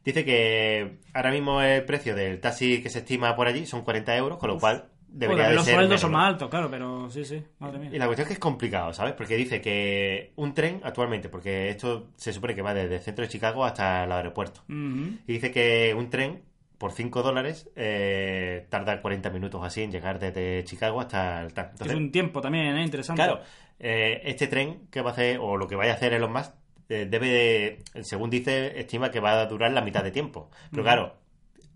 [SPEAKER 1] Dice que ahora mismo el precio del taxi que se estima por allí son 40 euros, con lo cual debería
[SPEAKER 2] Joder,
[SPEAKER 1] de
[SPEAKER 2] los
[SPEAKER 1] ser
[SPEAKER 2] sueldos son
[SPEAKER 1] menos,
[SPEAKER 2] más
[SPEAKER 1] ¿no?
[SPEAKER 2] altos, claro, pero sí, sí, madre mía.
[SPEAKER 1] Y la cuestión es que es complicado, ¿sabes? Porque dice que un tren actualmente, porque esto se supone que va desde el centro de Chicago hasta el aeropuerto,
[SPEAKER 2] Ujú.
[SPEAKER 1] y dice que un tren por 5 dólares, eh, tarda 40 minutos así en llegar desde Chicago hasta el TAN.
[SPEAKER 2] es un tiempo también, ¿eh? Interesante.
[SPEAKER 1] Claro, eh, este tren que va a hacer, o lo que vaya a hacer Elon Musk, eh, debe, de- según dice, estima que va a durar la mitad de tiempo. Pero claro,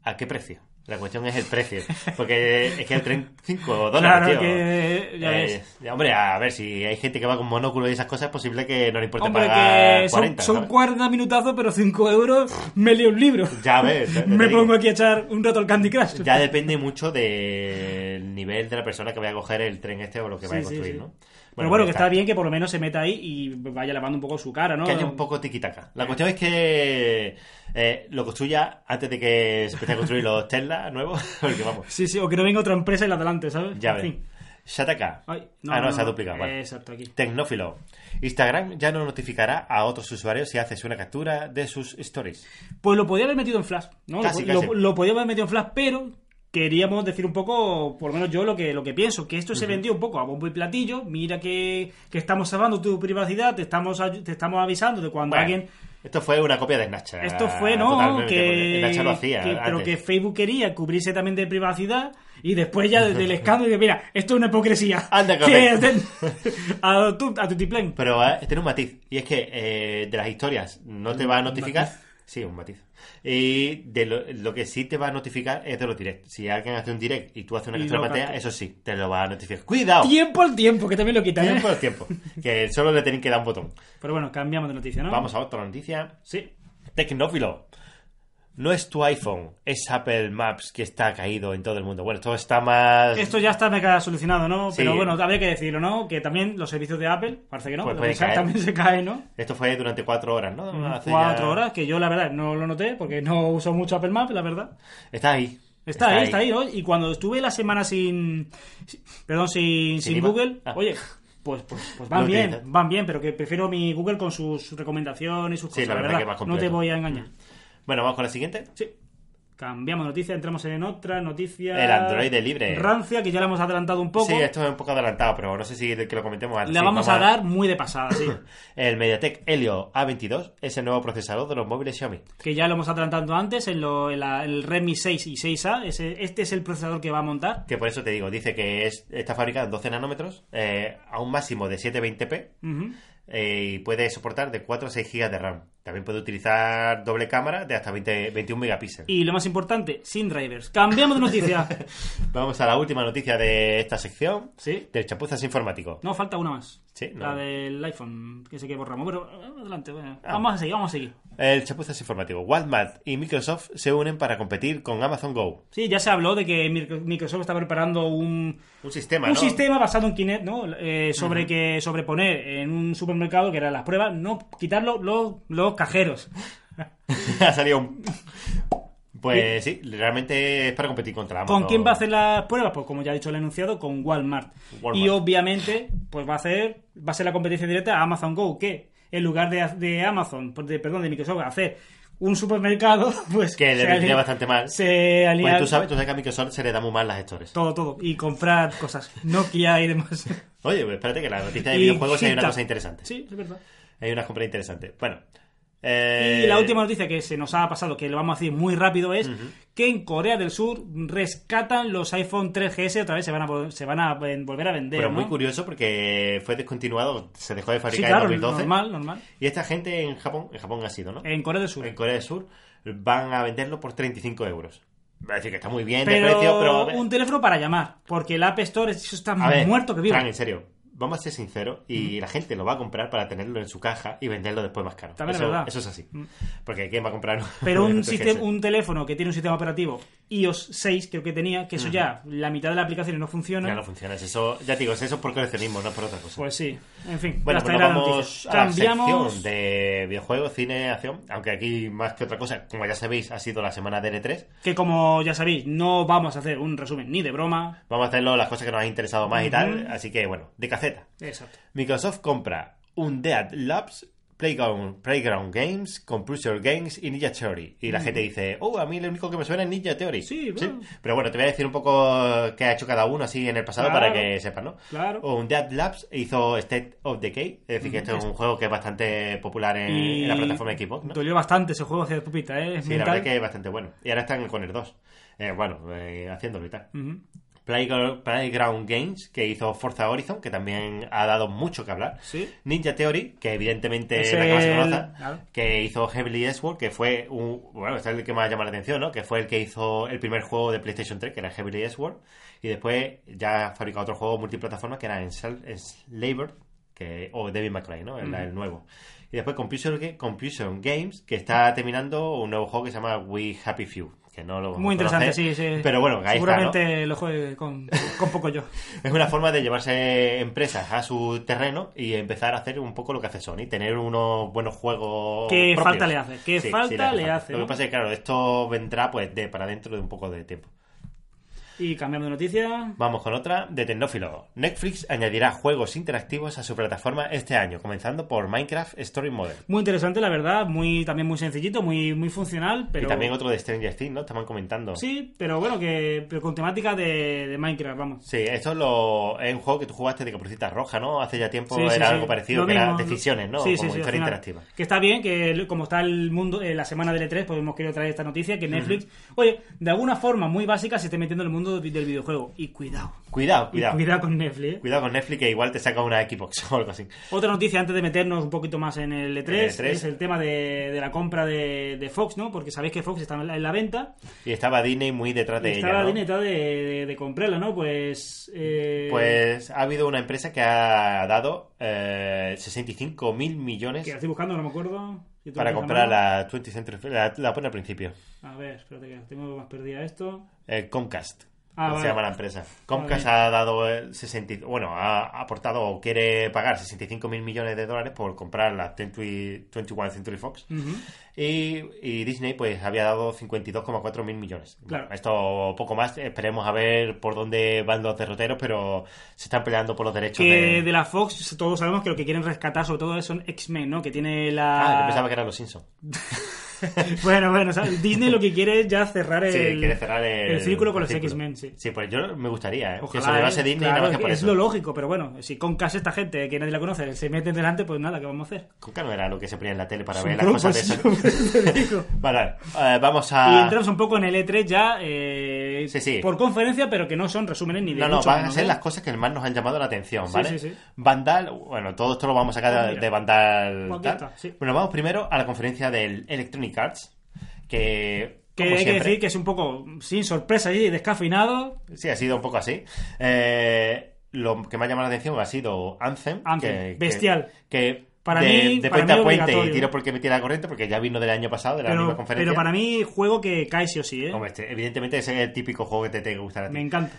[SPEAKER 1] ¿a qué precio? La cuestión es el precio. Porque es que el tren 5 dólares,
[SPEAKER 2] Claro
[SPEAKER 1] tío.
[SPEAKER 2] que ya
[SPEAKER 1] Eh,
[SPEAKER 2] ves.
[SPEAKER 1] ya, hombre, a ver, si hay gente que va con monóculo y esas cosas, es posible que no le importe
[SPEAKER 2] Hombre,
[SPEAKER 1] pagar
[SPEAKER 2] que son,
[SPEAKER 1] 40.
[SPEAKER 2] son
[SPEAKER 1] ¿sabes?
[SPEAKER 2] 40 minutazos, pero 5 euros me leo un libro.
[SPEAKER 1] Ya ves. ya te
[SPEAKER 2] me
[SPEAKER 1] digo.
[SPEAKER 2] pongo aquí a echar un rato al Candy Crush.
[SPEAKER 1] Ya depende mucho del nivel de la persona que vaya a coger el tren este o lo que vaya a
[SPEAKER 2] Sí, sí,
[SPEAKER 1] construir,
[SPEAKER 2] sí.
[SPEAKER 1] ¿no?
[SPEAKER 2] pero bueno,
[SPEAKER 1] ahí
[SPEAKER 2] que está bien que por lo menos se meta ahí y vaya lavando un poco su cara, ¿no?
[SPEAKER 1] Que haya un poco tiquitaca. La cuestión es que eh, lo construya antes de que se empiece a construir los Tesla nuevos. Porque vamos,
[SPEAKER 2] Sí, sí, o que no venga otra empresa y la adelante, ¿sabes?
[SPEAKER 1] ya
[SPEAKER 2] En
[SPEAKER 1] ves.
[SPEAKER 2] fin.
[SPEAKER 1] Shataka.
[SPEAKER 2] Ay,
[SPEAKER 1] ah, no, se ha duplicado. vale.
[SPEAKER 2] Exacto, aquí.
[SPEAKER 1] Tecnófilo. Instagram ya no notificará a otros usuarios si haces una captura de sus stories.
[SPEAKER 2] Pues lo podía haber metido en Flash, ¿no?
[SPEAKER 1] Casi,
[SPEAKER 2] lo,
[SPEAKER 1] casi.
[SPEAKER 2] lo podía haber metido en Flash, pero queríamos decir un poco, por lo menos yo lo que, lo que pienso, que esto se vendió un poco a bombo y platillo. Mira que, que estamos salvando tu privacidad, te estamos, ayu- te estamos avisando de cuando
[SPEAKER 1] Bueno,
[SPEAKER 2] alguien
[SPEAKER 1] Esto fue una copia de Snapchat.
[SPEAKER 2] Esto fue, ¿no?
[SPEAKER 1] totalmente, porque
[SPEAKER 2] Que,
[SPEAKER 1] Snapchat lo hacía.
[SPEAKER 2] que- pero
[SPEAKER 1] antes.
[SPEAKER 2] que Facebook quería cubrirse también de privacidad y después ya del escándalo y de, mira, esto es una hipocresía.
[SPEAKER 1] Anda,
[SPEAKER 2] Que
[SPEAKER 1] correcto.
[SPEAKER 2] te- a tu, a tu tiplén.
[SPEAKER 1] Pero eh, tiene un matiz, y es que eh, de las historias no te va a notificar. Sí, un matiz. Y de lo, lo que sí te va a notificar es de los directs. Si alguien hace un direct y tú haces una
[SPEAKER 2] Y
[SPEAKER 1] captura
[SPEAKER 2] lo
[SPEAKER 1] de pantalla,
[SPEAKER 2] capta.
[SPEAKER 1] eso sí, te lo va a notificar. ¡Cuidado!
[SPEAKER 2] Tiempo al tiempo, que también lo quitan. ¿eh?
[SPEAKER 1] Tiempo al tiempo. Que solo le tenéis que dar un botón.
[SPEAKER 2] Pero bueno, cambiamos de noticia, ¿no?
[SPEAKER 1] Vamos a otra noticia.
[SPEAKER 2] Sí.
[SPEAKER 1] Tecnófilo. No es tu iPhone, es Apple Maps que está caído en todo el mundo. Bueno, todo está más.
[SPEAKER 2] Esto ya está mega solucionado, ¿no?
[SPEAKER 1] Sí.
[SPEAKER 2] Pero bueno, habría que decirlo, ¿no? Que también los servicios de Apple, parece que no,
[SPEAKER 1] Pues
[SPEAKER 2] pero
[SPEAKER 1] puede
[SPEAKER 2] quizás
[SPEAKER 1] caer.
[SPEAKER 2] también se cae, ¿no?
[SPEAKER 1] Esto fue durante cuatro horas, ¿no? Hace ya-
[SPEAKER 2] Cuatro horas, que yo la verdad no lo noté porque no uso mucho Apple Maps, la verdad.
[SPEAKER 1] Está ahí.
[SPEAKER 2] Está, ahí, está ahí, ¿no? Y cuando estuve la semana sin. sin- Perdón, sin, sin
[SPEAKER 1] IVA?
[SPEAKER 2] Google,
[SPEAKER 1] Ah.
[SPEAKER 2] oye, pues, pues, pues
[SPEAKER 1] Lo
[SPEAKER 2] van bien,
[SPEAKER 1] utilizas.
[SPEAKER 2] van bien, pero que prefiero mi Google con sus recomendaciones y sus
[SPEAKER 1] Sí,
[SPEAKER 2] cosas.
[SPEAKER 1] la verdad que más
[SPEAKER 2] no
[SPEAKER 1] completo. Mm.
[SPEAKER 2] te voy a engañar.
[SPEAKER 1] Bueno, vamos con la siguiente.
[SPEAKER 2] Sí. Cambiamos de noticia, entramos en otra noticia.
[SPEAKER 1] El androide libre.
[SPEAKER 2] Rancia, que ya la hemos adelantado un poco.
[SPEAKER 1] Sí, esto es un poco adelantado, pero no sé si que lo comentemos antes.
[SPEAKER 2] La
[SPEAKER 1] Sí,
[SPEAKER 2] vamos a dar muy de pasada, sí.
[SPEAKER 1] El MediaTek Helio A22 es el nuevo procesador de los móviles Xiaomi.
[SPEAKER 2] que ya lo hemos adelantado antes en, lo- en la- el Redmi 6 y 6A. Ese- este es el procesador que va a montar.
[SPEAKER 1] Que por eso te digo, dice que es, está fabricado en 12 nanómetros eh, a un máximo de 720p
[SPEAKER 2] Ujú.
[SPEAKER 1] eh, y puede soportar de 4 a 6 GB de RAM. También puede utilizar doble cámara de hasta 20 21 megapíxeles.
[SPEAKER 2] Y lo más importante, sin drivers. Cambiamos de noticia.
[SPEAKER 1] Vamos a la última noticia de esta sección
[SPEAKER 2] sí.
[SPEAKER 1] del chapuzas informático.
[SPEAKER 2] No, falta una más.
[SPEAKER 1] Sí, no.
[SPEAKER 2] La del iPhone, que sé que borramos. Pero eh, adelante, bueno.
[SPEAKER 1] Ah.
[SPEAKER 2] vamos a seguir, vamos a seguir.
[SPEAKER 1] El chapuzas informático. Walmart y Microsoft se unen para competir con Amazon Go.
[SPEAKER 2] Sí, ya se habló de que Micro- Microsoft está preparando un,
[SPEAKER 1] Un sistema,
[SPEAKER 2] un
[SPEAKER 1] ¿no?
[SPEAKER 2] sistema basado en Kinect, ¿no? Eh, sobre que sobreponer en un supermercado, que eran las pruebas, no quitarlo los, los cajeros.
[SPEAKER 1] ha salido un... Pues sí, realmente es para competir contra Amazon.
[SPEAKER 2] ¿Con quién va a hacer las pruebas? Pues como ya ha dicho el enunciado, con Walmart.
[SPEAKER 1] Walmart.
[SPEAKER 2] Y obviamente, pues va a hacer, va a ser la competencia directa a Amazon Go, que en lugar de, de Amazon, de- perdón, de Microsoft, hacer un supermercado, pues
[SPEAKER 1] Que le
[SPEAKER 2] se
[SPEAKER 1] vendría
[SPEAKER 2] aline-
[SPEAKER 1] bastante mal.
[SPEAKER 2] Se alinea
[SPEAKER 1] Pues tú sabes, tú sabes que a Microsoft se le da muy mal las gestores.
[SPEAKER 2] todo, todo. Y comprar cosas, Nokia y demás.
[SPEAKER 1] Oye, pues espérate que en la noticia de
[SPEAKER 2] Y
[SPEAKER 1] videojuegos hay una
[SPEAKER 2] Hita.
[SPEAKER 1] cosa interesante.
[SPEAKER 2] Sí, es verdad.
[SPEAKER 1] Hay una compra interesante. Bueno. eh,
[SPEAKER 2] Y la última noticia que se nos ha pasado, que lo vamos a decir muy rápido, es que en Corea del Sur rescatan los iPhone 3GS, otra vez se van a, vol- se van a ven- volver a vender.
[SPEAKER 1] Pero
[SPEAKER 2] ¿no?
[SPEAKER 1] muy curioso porque fue descontinuado, se dejó de
[SPEAKER 2] Sí,
[SPEAKER 1] fabricar
[SPEAKER 2] claro,
[SPEAKER 1] en 2012.
[SPEAKER 2] normal, normal.
[SPEAKER 1] Y esta gente en Japón, en Japón ha sido, ¿no?
[SPEAKER 2] En Corea del Sur.
[SPEAKER 1] En Corea del Sur van a venderlo por 35 euros. Es decir, que está muy bien de
[SPEAKER 2] pero,
[SPEAKER 1] precio, pero...
[SPEAKER 2] un teléfono para llamar, porque el App Store eso está
[SPEAKER 1] A ver,
[SPEAKER 2] muerto que Mm. vive.
[SPEAKER 1] Fran, en serio, vamos a ser sinceros y la gente lo va a comprar para tenerlo en su caja y venderlo después más caro.
[SPEAKER 2] También es
[SPEAKER 1] eso,
[SPEAKER 2] verdad. Mm.
[SPEAKER 1] eso es así. Porque ¿quién va a comprar un-
[SPEAKER 2] Pero un,
[SPEAKER 1] otro
[SPEAKER 2] sistema,
[SPEAKER 1] GS?
[SPEAKER 2] un teléfono que tiene un sistema operativo iOS 6, creo que tenía, que eso ya, la mitad de las aplicaciones no funciona.
[SPEAKER 1] Ya no funciona. es Eso, ya te digo, es eso por coleccionismo, no es por otra cosa.
[SPEAKER 2] Pues sí, en fin.
[SPEAKER 1] bueno,
[SPEAKER 2] hasta
[SPEAKER 1] pues
[SPEAKER 2] ahí
[SPEAKER 1] nos
[SPEAKER 2] la
[SPEAKER 1] vamos
[SPEAKER 2] noticia.
[SPEAKER 1] a la sección de videojuegos, cine, acción. Aunque aquí, más que otra cosa, como ya sabéis, ha sido la semana de L3.
[SPEAKER 2] que como ya sabéis, no vamos a hacer un resumen ni de broma.
[SPEAKER 1] Vamos a hacerlo las cosas que nos han interesado más y tal. Así que, bueno, de caceta.
[SPEAKER 2] Exacto.
[SPEAKER 1] Microsoft compra un Dead Labs Playground, Playground Games, Computer Games y Ninja Theory. Y la gente dice, oh, a mí lo único que me suena es Ninja Theory.
[SPEAKER 2] Mm. Sí, bueno.
[SPEAKER 1] Pero bueno, te voy a decir un poco qué ha hecho cada uno así en el pasado para
[SPEAKER 2] Claro.
[SPEAKER 1] que sepas, ¿no?
[SPEAKER 2] Claro. Mm,
[SPEAKER 1] O un Dead Labs hizo State of Decay, es decir, que esto es un juego que es bastante popular en,
[SPEAKER 2] Y
[SPEAKER 1] eh, en la plataforma de Xbox, ¿no?
[SPEAKER 2] Dolió bastante ese juego hacia Pupita, ¿eh? Es
[SPEAKER 1] Sí, la
[SPEAKER 2] mental.
[SPEAKER 1] verdad que es bastante bueno. Y ahora están con el 2. Eh, bueno, eh, haciéndolo y tal.
[SPEAKER 2] Ujú.
[SPEAKER 1] Playgirl- Playground Games, que hizo Forza Horizon, que también ha dado mucho que hablar.
[SPEAKER 2] Sí.
[SPEAKER 1] Ninja Theory, que evidentemente es
[SPEAKER 2] Es
[SPEAKER 1] la que más Pues se
[SPEAKER 2] el-
[SPEAKER 1] conoce,
[SPEAKER 2] claro.
[SPEAKER 1] que hizo Heavily Sword, que fue un, bueno, este es el que más llama la atención, ¿no? Que fue el que hizo el primer juego de PlayStation 3, que era Heavily Sword, y después ya ha fabricado otro juego multiplataforma que era Ensal- Enslaver, que o Devil May Cry, ¿no? El, el nuevo. Y después Confusion, Ga- Confusion Games, que está terminando un nuevo juego que se llama We Happy Few, que no lo
[SPEAKER 2] Muy interesante, sí,
[SPEAKER 1] conocéis,
[SPEAKER 2] sí.
[SPEAKER 1] Pero bueno, ahí está, ¿no?
[SPEAKER 2] Seguramente lo juegue con, con poco yo.
[SPEAKER 1] Es una forma de llevarse empresas a su terreno y empezar a hacer un poco lo que hace Sony, tener unos buenos juegos.
[SPEAKER 2] ¿Qué
[SPEAKER 1] propios.
[SPEAKER 2] falta le hace? ¿Qué falta le hace,
[SPEAKER 1] Lo
[SPEAKER 2] no?
[SPEAKER 1] que pasa es que, claro, esto vendrá pues de para dentro de un poco de tiempo.
[SPEAKER 2] Y cambiando de noticia.
[SPEAKER 1] Vamos con otra de Tecnófilo. Netflix añadirá juegos interactivos a su plataforma este año, comenzando por Minecraft Story Model.
[SPEAKER 2] Muy interesante, la verdad. Muy, también muy sencillito, muy, muy funcional. Pero...
[SPEAKER 1] Y también otro de Stranger Things, ¿no? Estaban comentando.
[SPEAKER 2] Sí, pero bueno, que pero con temática de, de Minecraft, vamos.
[SPEAKER 1] Sí, esto es, lo, es un juego que tú jugaste de Caperucita Roja, ¿no? Hace ya tiempo
[SPEAKER 2] Sí,
[SPEAKER 1] era
[SPEAKER 2] sí, sí.
[SPEAKER 1] algo parecido,
[SPEAKER 2] Lo
[SPEAKER 1] que era
[SPEAKER 2] mismo,
[SPEAKER 1] decisiones, ¿no?
[SPEAKER 2] Sí, sí,
[SPEAKER 1] Como
[SPEAKER 2] sí, al
[SPEAKER 1] historia
[SPEAKER 2] final.
[SPEAKER 1] interactiva.
[SPEAKER 2] Que está bien, que el- como está el mundo, eh, la semana del E3, pues hemos querido traer esta noticia, que Netflix, oye, de alguna forma muy básica se esté metiendo en el mundo del videojuego. Y cuidado.
[SPEAKER 1] Cuidado,
[SPEAKER 2] Y
[SPEAKER 1] cuidado.
[SPEAKER 2] cuidado con Netflix. ¿eh?
[SPEAKER 1] Cuidado con Netflix que igual te saca una Xbox o algo así.
[SPEAKER 2] Otra noticia antes de meternos un poquito más en el E3,
[SPEAKER 1] El E E3.
[SPEAKER 2] es el tema de, de la compra de, de Fox, ¿no? Porque sabéis que Fox está en la, en la venta
[SPEAKER 1] Y estaba Disney muy detrás
[SPEAKER 2] y
[SPEAKER 1] de
[SPEAKER 2] está
[SPEAKER 1] ella.
[SPEAKER 2] la
[SPEAKER 1] ¿no?
[SPEAKER 2] dineta de, de- de comprarla, ¿no? Pues... eh,
[SPEAKER 1] Pues ha habido una empresa que ha dado eh, 65 mil millones
[SPEAKER 2] Que la estoy buscando, no me acuerdo. Si tú
[SPEAKER 1] para
[SPEAKER 2] lo tienes a
[SPEAKER 1] comprar
[SPEAKER 2] mano.
[SPEAKER 1] la 20th Century Fox. La, la pone al principio.
[SPEAKER 2] A ver, espérate que tengo más perdida esto.
[SPEAKER 1] Eh, Comcast.
[SPEAKER 2] Ah,
[SPEAKER 1] se
[SPEAKER 2] vale. Ah,
[SPEAKER 1] llama la empresa. Comcast ha dado eh, 60, bueno, ha ha aportado o quiere pagar 65 mil millones de dólares por comprar la 20 21 Century Fox.
[SPEAKER 2] Ujú.
[SPEAKER 1] Y, y Disney pues había dado 52,4 mil millones.
[SPEAKER 2] Claro.
[SPEAKER 1] Bueno, Esto poco más, esperemos a ver por dónde van los derroteros, pero se están peleando por los derechos
[SPEAKER 2] Que
[SPEAKER 1] de...
[SPEAKER 2] de la Fox todos sabemos que lo que quieren rescatar sobre todo son X-Men, ¿no? Que tiene
[SPEAKER 1] Ah,
[SPEAKER 2] la...
[SPEAKER 1] yo pensaba que eran los Simpsons.
[SPEAKER 2] Bueno, bueno, o sea, Disney lo que quiere es ya cerrar el...
[SPEAKER 1] Sí, quiere cerrar el...
[SPEAKER 2] el círculo con los
[SPEAKER 1] círculo.
[SPEAKER 2] X-Men, sí.
[SPEAKER 1] Sí, pues yo me gustaría, ¿eh?
[SPEAKER 2] Ojalá,
[SPEAKER 1] que se lo
[SPEAKER 2] ¿eh?
[SPEAKER 1] llevase Disney
[SPEAKER 2] Claro,
[SPEAKER 1] nada más que por
[SPEAKER 2] es
[SPEAKER 1] eso.
[SPEAKER 2] lo lógico, pero bueno, si con casa esta gente que nadie la conoce se meten delante, pues nada, ¿qué vamos a hacer?
[SPEAKER 1] Coca no era lo que se ponía en la tele para
[SPEAKER 2] Es
[SPEAKER 1] ver
[SPEAKER 2] un
[SPEAKER 1] las
[SPEAKER 2] grupo,
[SPEAKER 1] cosas de
[SPEAKER 2] sí,
[SPEAKER 1] eso.
[SPEAKER 2] te digo.
[SPEAKER 1] vale, vale. Eh, vamos a...
[SPEAKER 2] Y entramos un poco en el E3 ya eh,
[SPEAKER 1] Sí, sí.
[SPEAKER 2] por conferencia, pero que no son resúmenes ni de
[SPEAKER 1] No, no,
[SPEAKER 2] mucho
[SPEAKER 1] van a
[SPEAKER 2] menos,
[SPEAKER 1] ser
[SPEAKER 2] ¿eh?
[SPEAKER 1] las cosas que más nos han llamado la atención,
[SPEAKER 2] Sí,
[SPEAKER 1] ¿vale?
[SPEAKER 2] sí, sí.
[SPEAKER 1] Vandal, bueno, todo esto lo vamos a sacar
[SPEAKER 2] Pues
[SPEAKER 1] de-
[SPEAKER 2] mira.
[SPEAKER 1] de Vandal.
[SPEAKER 2] Pues aquí
[SPEAKER 1] tal.
[SPEAKER 2] está, sí.
[SPEAKER 1] Bueno, vamos primero a la conferencia del Electronic Arts, que.
[SPEAKER 2] Que
[SPEAKER 1] como
[SPEAKER 2] hay que
[SPEAKER 1] siempre,
[SPEAKER 2] decir que es un poco sin sorpresa y descafeinado.
[SPEAKER 1] Sí, ha sido un poco así. Eh, lo que me ha llamado la atención ha sido Anthem.
[SPEAKER 2] Anthem,
[SPEAKER 1] que- que-
[SPEAKER 2] bestial.
[SPEAKER 1] Que.
[SPEAKER 2] Para
[SPEAKER 1] de,
[SPEAKER 2] mí-
[SPEAKER 1] de
[SPEAKER 2] para
[SPEAKER 1] puente
[SPEAKER 2] mí
[SPEAKER 1] a puente y
[SPEAKER 2] obligatorio.
[SPEAKER 1] tiro porque me tira la corriente, porque ya vino del año pasado, de la misma
[SPEAKER 2] Pero,
[SPEAKER 1] conferencia.
[SPEAKER 2] pero para mí, juego que cae sí o sí, ¿eh?
[SPEAKER 1] Hombre, este, evidentemente ese es el típico juego que te tiene que gustar a ti.
[SPEAKER 2] Me encanta.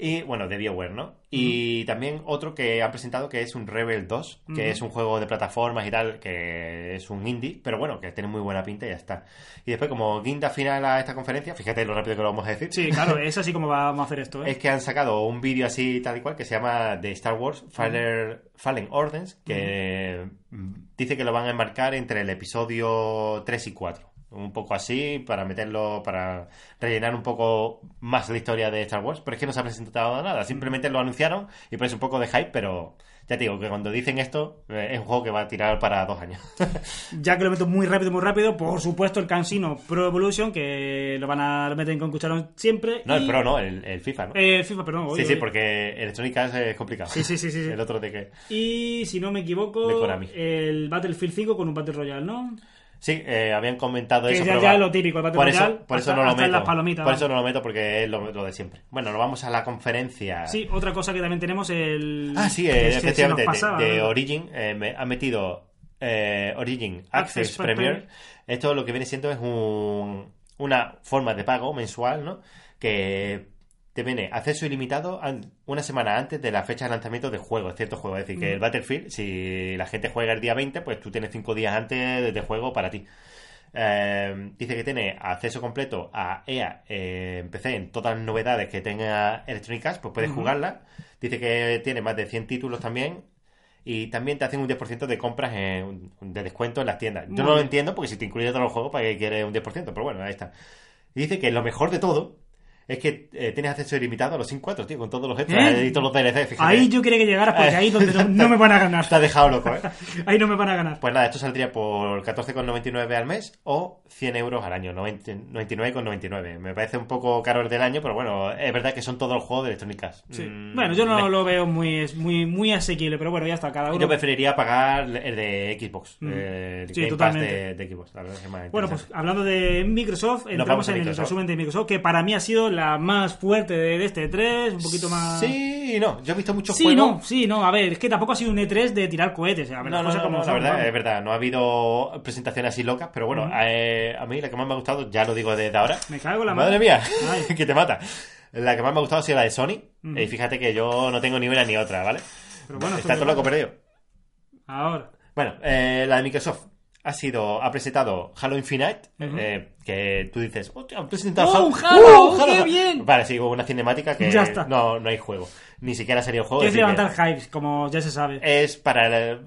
[SPEAKER 1] Y bueno, de BioWare, ¿no? Y también otro que han presentado que es un Rebel 2, que
[SPEAKER 2] Ujú.
[SPEAKER 1] es un juego de plataformas y tal, que es un indie, pero bueno, que tiene muy buena pinta y ya está. Y después, como guinda final a esta conferencia, fíjate lo rápido que lo vamos a decir.
[SPEAKER 2] Sí, claro, es así como vamos a hacer esto, ¿eh?
[SPEAKER 1] Es que han sacado un vídeo así tal y cual que se llama de Star Wars Fallen, Fallen Orders, que mm, dice que lo van a enmarcar entre el episodio 3 y 4. Un poco así, para meterlo, para rellenar un poco más la historia de Star Wars. Pero es que no se ha presentado nada, simplemente lo anunciaron y parece un poco de hype, pero ya te digo que cuando dicen esto, eh, es un juego que va a tirar para dos años.
[SPEAKER 2] Ya que lo meto muy rápido, muy rápido, por supuesto el Cansino Pro Evolution, que lo van a lo meten con cucharón siempre.
[SPEAKER 1] no,
[SPEAKER 2] y-
[SPEAKER 1] el Pro, no, el, el FIFA, ¿no?
[SPEAKER 2] Eh, FIFA, perdón. oye,
[SPEAKER 1] sí, sí,
[SPEAKER 2] oye.
[SPEAKER 1] porque Electronic Arts es complicado.
[SPEAKER 2] Sí, sí, sí, sí, sí.
[SPEAKER 1] El otro de que.
[SPEAKER 2] Y si no me
[SPEAKER 1] De
[SPEAKER 2] equivoco,
[SPEAKER 1] Konami.
[SPEAKER 2] el Battlefield 5 con un Battle Royale, ¿no?
[SPEAKER 1] Sí, eh, habían comentado
[SPEAKER 2] Que
[SPEAKER 1] eso.
[SPEAKER 2] ya-
[SPEAKER 1] pero
[SPEAKER 2] ya
[SPEAKER 1] va-
[SPEAKER 2] es lo típico, el Battle
[SPEAKER 1] por eso,
[SPEAKER 2] Royale,
[SPEAKER 1] por eso
[SPEAKER 2] hasta-
[SPEAKER 1] no lo
[SPEAKER 2] hasta en
[SPEAKER 1] meto.
[SPEAKER 2] las palomitas,
[SPEAKER 1] por
[SPEAKER 2] vamos.
[SPEAKER 1] eso no lo meto porque es lo, lo de siempre. Bueno, nos vamos a la conferencia.
[SPEAKER 2] Sí, otra cosa que también tenemos el.
[SPEAKER 1] Ah, sí, eh,
[SPEAKER 2] que se- se nos
[SPEAKER 1] efectivamente. de-
[SPEAKER 2] pasaba,
[SPEAKER 1] de,
[SPEAKER 2] ¿no?
[SPEAKER 1] Origin eh, me han metido eh, Origin Access,
[SPEAKER 2] Access pues,
[SPEAKER 1] Premier.
[SPEAKER 2] Premier.
[SPEAKER 1] Esto lo que viene siendo es un- una forma de pago mensual, ¿no? Que te viene acceso ilimitado an- una semana antes de la fecha de lanzamiento de juegos, ciertos juegos. Es decir,
[SPEAKER 2] Mm.
[SPEAKER 1] que el Battlefield, si la gente juega el día 20, pues tú tienes 5 días antes de juego para ti. Eh, dice que tiene acceso completo a EA eh, en PC en todas las novedades que tenga Electronic Arts, pues puedes
[SPEAKER 2] Ujú.
[SPEAKER 1] jugarla. Dice que tiene más de 100 títulos también. y también te hacen un 10% de compras en- de descuento en las tiendas. Yo
[SPEAKER 2] Muy
[SPEAKER 1] no lo
[SPEAKER 2] bien.
[SPEAKER 1] entiendo porque si te incluye todos los juegos, ¿para qué quieres un 10%? Pero bueno, ahí está. Y dice que lo mejor de todo es que eh, tienes acceso ilimitado a los sin 4, tío, con todos los extras
[SPEAKER 2] ¿Eh?
[SPEAKER 1] y todos los DLC. Fíjate.
[SPEAKER 2] Ahí yo quería que llegaras porque ahí es donde no, no me van a ganar.
[SPEAKER 1] Te ha dejado loco, ¿eh?
[SPEAKER 2] Ahí no me van a ganar.
[SPEAKER 1] Pues nada, esto saldría por 14,99 al mes o 100 euros al año, 90 99,99. Me parece un poco caro el del año, pero bueno, es verdad que son todos los juegos de Mm, electrónicas.
[SPEAKER 2] Sí. Bueno, yo no lo veo muy, es muy, muy asequible, pero bueno, ya está, cada uno.
[SPEAKER 1] Yo preferiría pagar el de Xbox,
[SPEAKER 2] Mm.
[SPEAKER 1] eh, el
[SPEAKER 2] Sí,
[SPEAKER 1] Game Pass de,
[SPEAKER 2] totalmente.
[SPEAKER 1] de Xbox. La verdad es que es más
[SPEAKER 2] Bueno, pues
[SPEAKER 1] interesante.
[SPEAKER 2] hablando de Microsoft, entramos
[SPEAKER 1] vamos a
[SPEAKER 2] en el
[SPEAKER 1] Microsoft.
[SPEAKER 2] resumen de Microsoft, que para mí ha sido la más fuerte de este 3, un poquito más...
[SPEAKER 1] Sí, y no, yo he visto muchos
[SPEAKER 2] Sí,
[SPEAKER 1] juegos.
[SPEAKER 2] no, sí, no, a ver, es que tampoco ha sido un E3 de tirar cohetes, a ver,
[SPEAKER 1] No,
[SPEAKER 2] las
[SPEAKER 1] no, no,
[SPEAKER 2] cosas como
[SPEAKER 1] no, la
[SPEAKER 2] son,
[SPEAKER 1] verdad,
[SPEAKER 2] vamos.
[SPEAKER 1] es verdad, no ha habido presentaciones así locas, pero bueno,
[SPEAKER 2] Ujú.
[SPEAKER 1] eh, a mí la que más me ha gustado, ya lo digo desde ahora.
[SPEAKER 2] Me cago en la
[SPEAKER 1] Madre
[SPEAKER 2] madre.
[SPEAKER 1] mía,
[SPEAKER 2] Ay.
[SPEAKER 1] que te mata. La que más me ha gustado ha sido la de Sony,
[SPEAKER 2] Ujú.
[SPEAKER 1] y fíjate que yo no tengo ni una ni otra, ¿vale?
[SPEAKER 2] Pero bueno,
[SPEAKER 1] Está
[SPEAKER 2] esto-
[SPEAKER 1] todo loco perdido.
[SPEAKER 2] Ahora,
[SPEAKER 1] Bueno, eh, la de Microsoft ha sido ha presentado Halo Infinite,
[SPEAKER 2] Ujú.
[SPEAKER 1] eh, que tú dices, ¡hostia, han presentado
[SPEAKER 2] ¡Oh,
[SPEAKER 1] Halo!
[SPEAKER 2] un Halo!
[SPEAKER 1] ¡Uh,
[SPEAKER 2] ¡Qué bien!
[SPEAKER 1] Vale, sí, hubo una cinemática que
[SPEAKER 2] Ya está.
[SPEAKER 1] no no hay juego, ni siquiera sería juego.
[SPEAKER 2] es
[SPEAKER 1] así que Eh,
[SPEAKER 2] levantar hypes, como ya se sabe.
[SPEAKER 1] Es para el-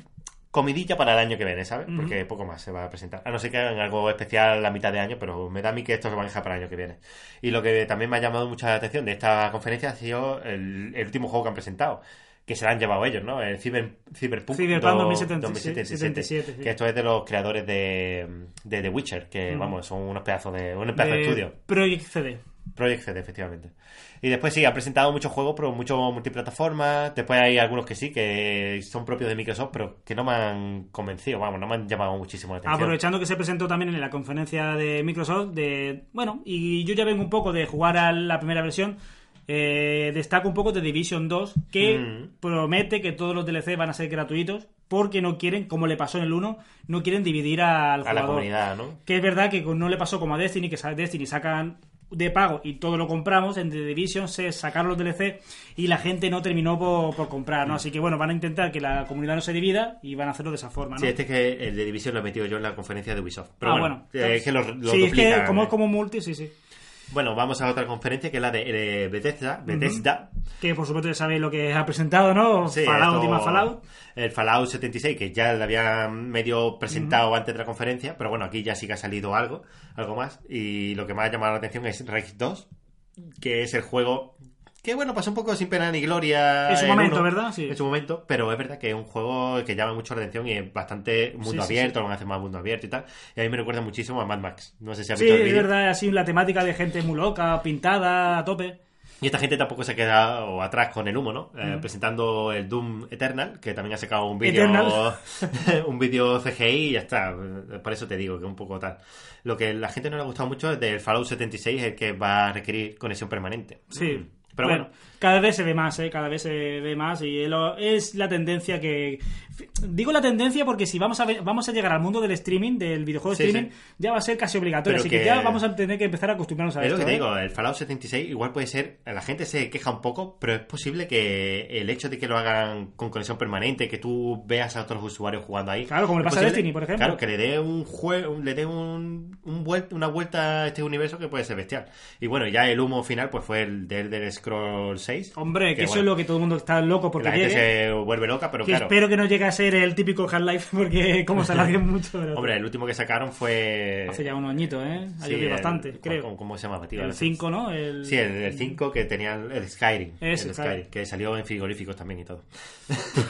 [SPEAKER 1] comidilla para el año que viene, ¿sabes?
[SPEAKER 2] Ujú.
[SPEAKER 1] Porque poco más se va a presentar. A no ser que hagan algo especial la mitad de año, pero me da a mí que esto se maneja para el año que viene. Y lo que también me ha llamado mucha atención de esta conferencia ha sido el, el último juego que han presentado. Que se lo han llevado ellos, ¿no? El Cyber, Cyberpunk,
[SPEAKER 2] Cyberpunk
[SPEAKER 1] do-
[SPEAKER 2] 2077,
[SPEAKER 1] 2077,
[SPEAKER 2] sí.
[SPEAKER 1] Que esto es de los creadores de, de The Witcher, que
[SPEAKER 2] Ujú.
[SPEAKER 1] vamos, son unos pedazos de, un pedazo de,
[SPEAKER 2] de
[SPEAKER 1] estudio.
[SPEAKER 2] Project CD.
[SPEAKER 1] Project Z, efectivamente. Y después sí, ha presentado muchos juegos, pero mucho multiplataforma. Después hay algunos que sí, que son propios de Microsoft, pero que no me han convencido, vamos, no me han llamado muchísimo la atención.
[SPEAKER 2] Aprovechando que se presentó también en la conferencia de Microsoft, de bueno, y yo ya vengo un poco de jugar a la primera versión, eh, destaco un poco de Division 2, que
[SPEAKER 1] Mm.
[SPEAKER 2] promete que todos los DLC van a ser gratuitos, porque no quieren, como le pasó en el 1, no quieren dividir al
[SPEAKER 1] a la
[SPEAKER 2] jugador.
[SPEAKER 1] comunidad, ¿no?
[SPEAKER 2] Que es verdad que con- no le pasó como a Destiny, que sa- Destiny sacan de pago y todo lo compramos, en The Division se sacaron los DLC y la gente no terminó por, por comprar,
[SPEAKER 1] Mm.
[SPEAKER 2] ¿no? Así que bueno, van a intentar que la comunidad no se divida y van a hacerlo de esa forma, ¿no?
[SPEAKER 1] Sí, este es que el de Division lo he metido yo en la conferencia de Ubisoft. Pero
[SPEAKER 2] Ah,
[SPEAKER 1] bueno, eh,
[SPEAKER 2] claro.
[SPEAKER 1] es que lo, lo
[SPEAKER 2] Sí, es que
[SPEAKER 1] duplican,
[SPEAKER 2] como
[SPEAKER 1] eh.
[SPEAKER 2] es como multi, sí, sí.
[SPEAKER 1] Bueno, vamos a otra conferencia que es la de eh, Bethesda. Bethesda.
[SPEAKER 2] Que por supuesto ya sabéis lo que ha presentado, ¿no?
[SPEAKER 1] Sí,
[SPEAKER 2] Fallout
[SPEAKER 1] esto-
[SPEAKER 2] y más Fallout.
[SPEAKER 1] El Fallout 76, que ya lo habían medio presentado antes de la conferencia, pero bueno, aquí ya sí que ha salido algo, algo más. Y lo que más ha llamado la atención es Rex 2, que es el juego que, bueno, pasó un poco sin pena ni gloria.
[SPEAKER 2] En su
[SPEAKER 1] el
[SPEAKER 2] momento,
[SPEAKER 1] uno,
[SPEAKER 2] ¿verdad? Sí.
[SPEAKER 1] En su momento, pero es verdad que es un juego que llama mucho la atención y es bastante mundo
[SPEAKER 2] Sí, sí,
[SPEAKER 1] abierto, lo van a hacer más mundo abierto y tal. Y a mí me recuerda muchísimo a Mad Max. No sé si has
[SPEAKER 2] Sí,
[SPEAKER 1] visto el
[SPEAKER 2] es
[SPEAKER 1] vídeo.
[SPEAKER 2] verdad, así la temática de gente muy loca, pintada, a tope.
[SPEAKER 1] Y esta gente tampoco se ha quedado atrás con el humo, ¿no? Eh, presentando el Doom Eternal, que también ha sacado un vídeo
[SPEAKER 2] Eternal.
[SPEAKER 1] un vídeo CGI y ya está. Por eso te digo que un poco tal. Lo que la gente no le ha gustado mucho es del Fallout 76, el que va a requerir conexión permanente.
[SPEAKER 2] Sí.
[SPEAKER 1] Mm, Pero bueno.
[SPEAKER 2] Cada vez se ve más, ¿eh? Cada vez se ve más y lo- es la tendencia que... Digo la tendencia porque si vamos a, ver- vamos a llegar al mundo del streaming, del videojuego
[SPEAKER 1] Sí,
[SPEAKER 2] streaming,
[SPEAKER 1] sí.
[SPEAKER 2] ya va a ser casi obligatorio.
[SPEAKER 1] Pero
[SPEAKER 2] así que...
[SPEAKER 1] que-
[SPEAKER 2] ya vamos a tener que empezar a acostumbrarnos a
[SPEAKER 1] Es lo
[SPEAKER 2] esto.
[SPEAKER 1] que te
[SPEAKER 2] ¿eh?
[SPEAKER 1] digo, el Fallout 76 igual puede ser, la gente se queja un poco, pero es posible que el hecho de que lo hagan con conexión permanente, que tú veas a otros usuarios jugando ahí.
[SPEAKER 2] Claro, como le
[SPEAKER 1] es
[SPEAKER 2] pasa a
[SPEAKER 1] posible-
[SPEAKER 2] Destiny, por ejemplo.
[SPEAKER 1] Claro, que le dé un juego, le dé un, un vuelt- una vuelta a este universo que puede ser bestial. Y bueno, ya el humo final pues fue el del, del Scroll 6.
[SPEAKER 2] Hombre, que, eso
[SPEAKER 1] bueno,
[SPEAKER 2] es lo que todo el mundo está loco porque
[SPEAKER 1] la gente
[SPEAKER 2] llegue.
[SPEAKER 1] se vuelve loca, pero
[SPEAKER 2] Que
[SPEAKER 1] claro.
[SPEAKER 2] espero que no llegue a ser el típico Half-Life, porque como se alargue mucho. pero-
[SPEAKER 1] Hombre, el último que sacaron fue...
[SPEAKER 2] hace ya un añito, ¿eh? Ha
[SPEAKER 1] Sí,
[SPEAKER 2] llovido
[SPEAKER 1] el-
[SPEAKER 2] bastante,
[SPEAKER 1] ¿cómo-
[SPEAKER 2] creo.
[SPEAKER 1] ¿cómo, cómo se llama, tío?
[SPEAKER 2] el
[SPEAKER 1] Ahora sí.
[SPEAKER 2] 5, ¿no? El...
[SPEAKER 1] Sí, el, 5 que tenía el- el Skyrim.
[SPEAKER 2] Ese,
[SPEAKER 1] el
[SPEAKER 2] claro.
[SPEAKER 1] Skyrim, que salió en frigoríficos también y todo.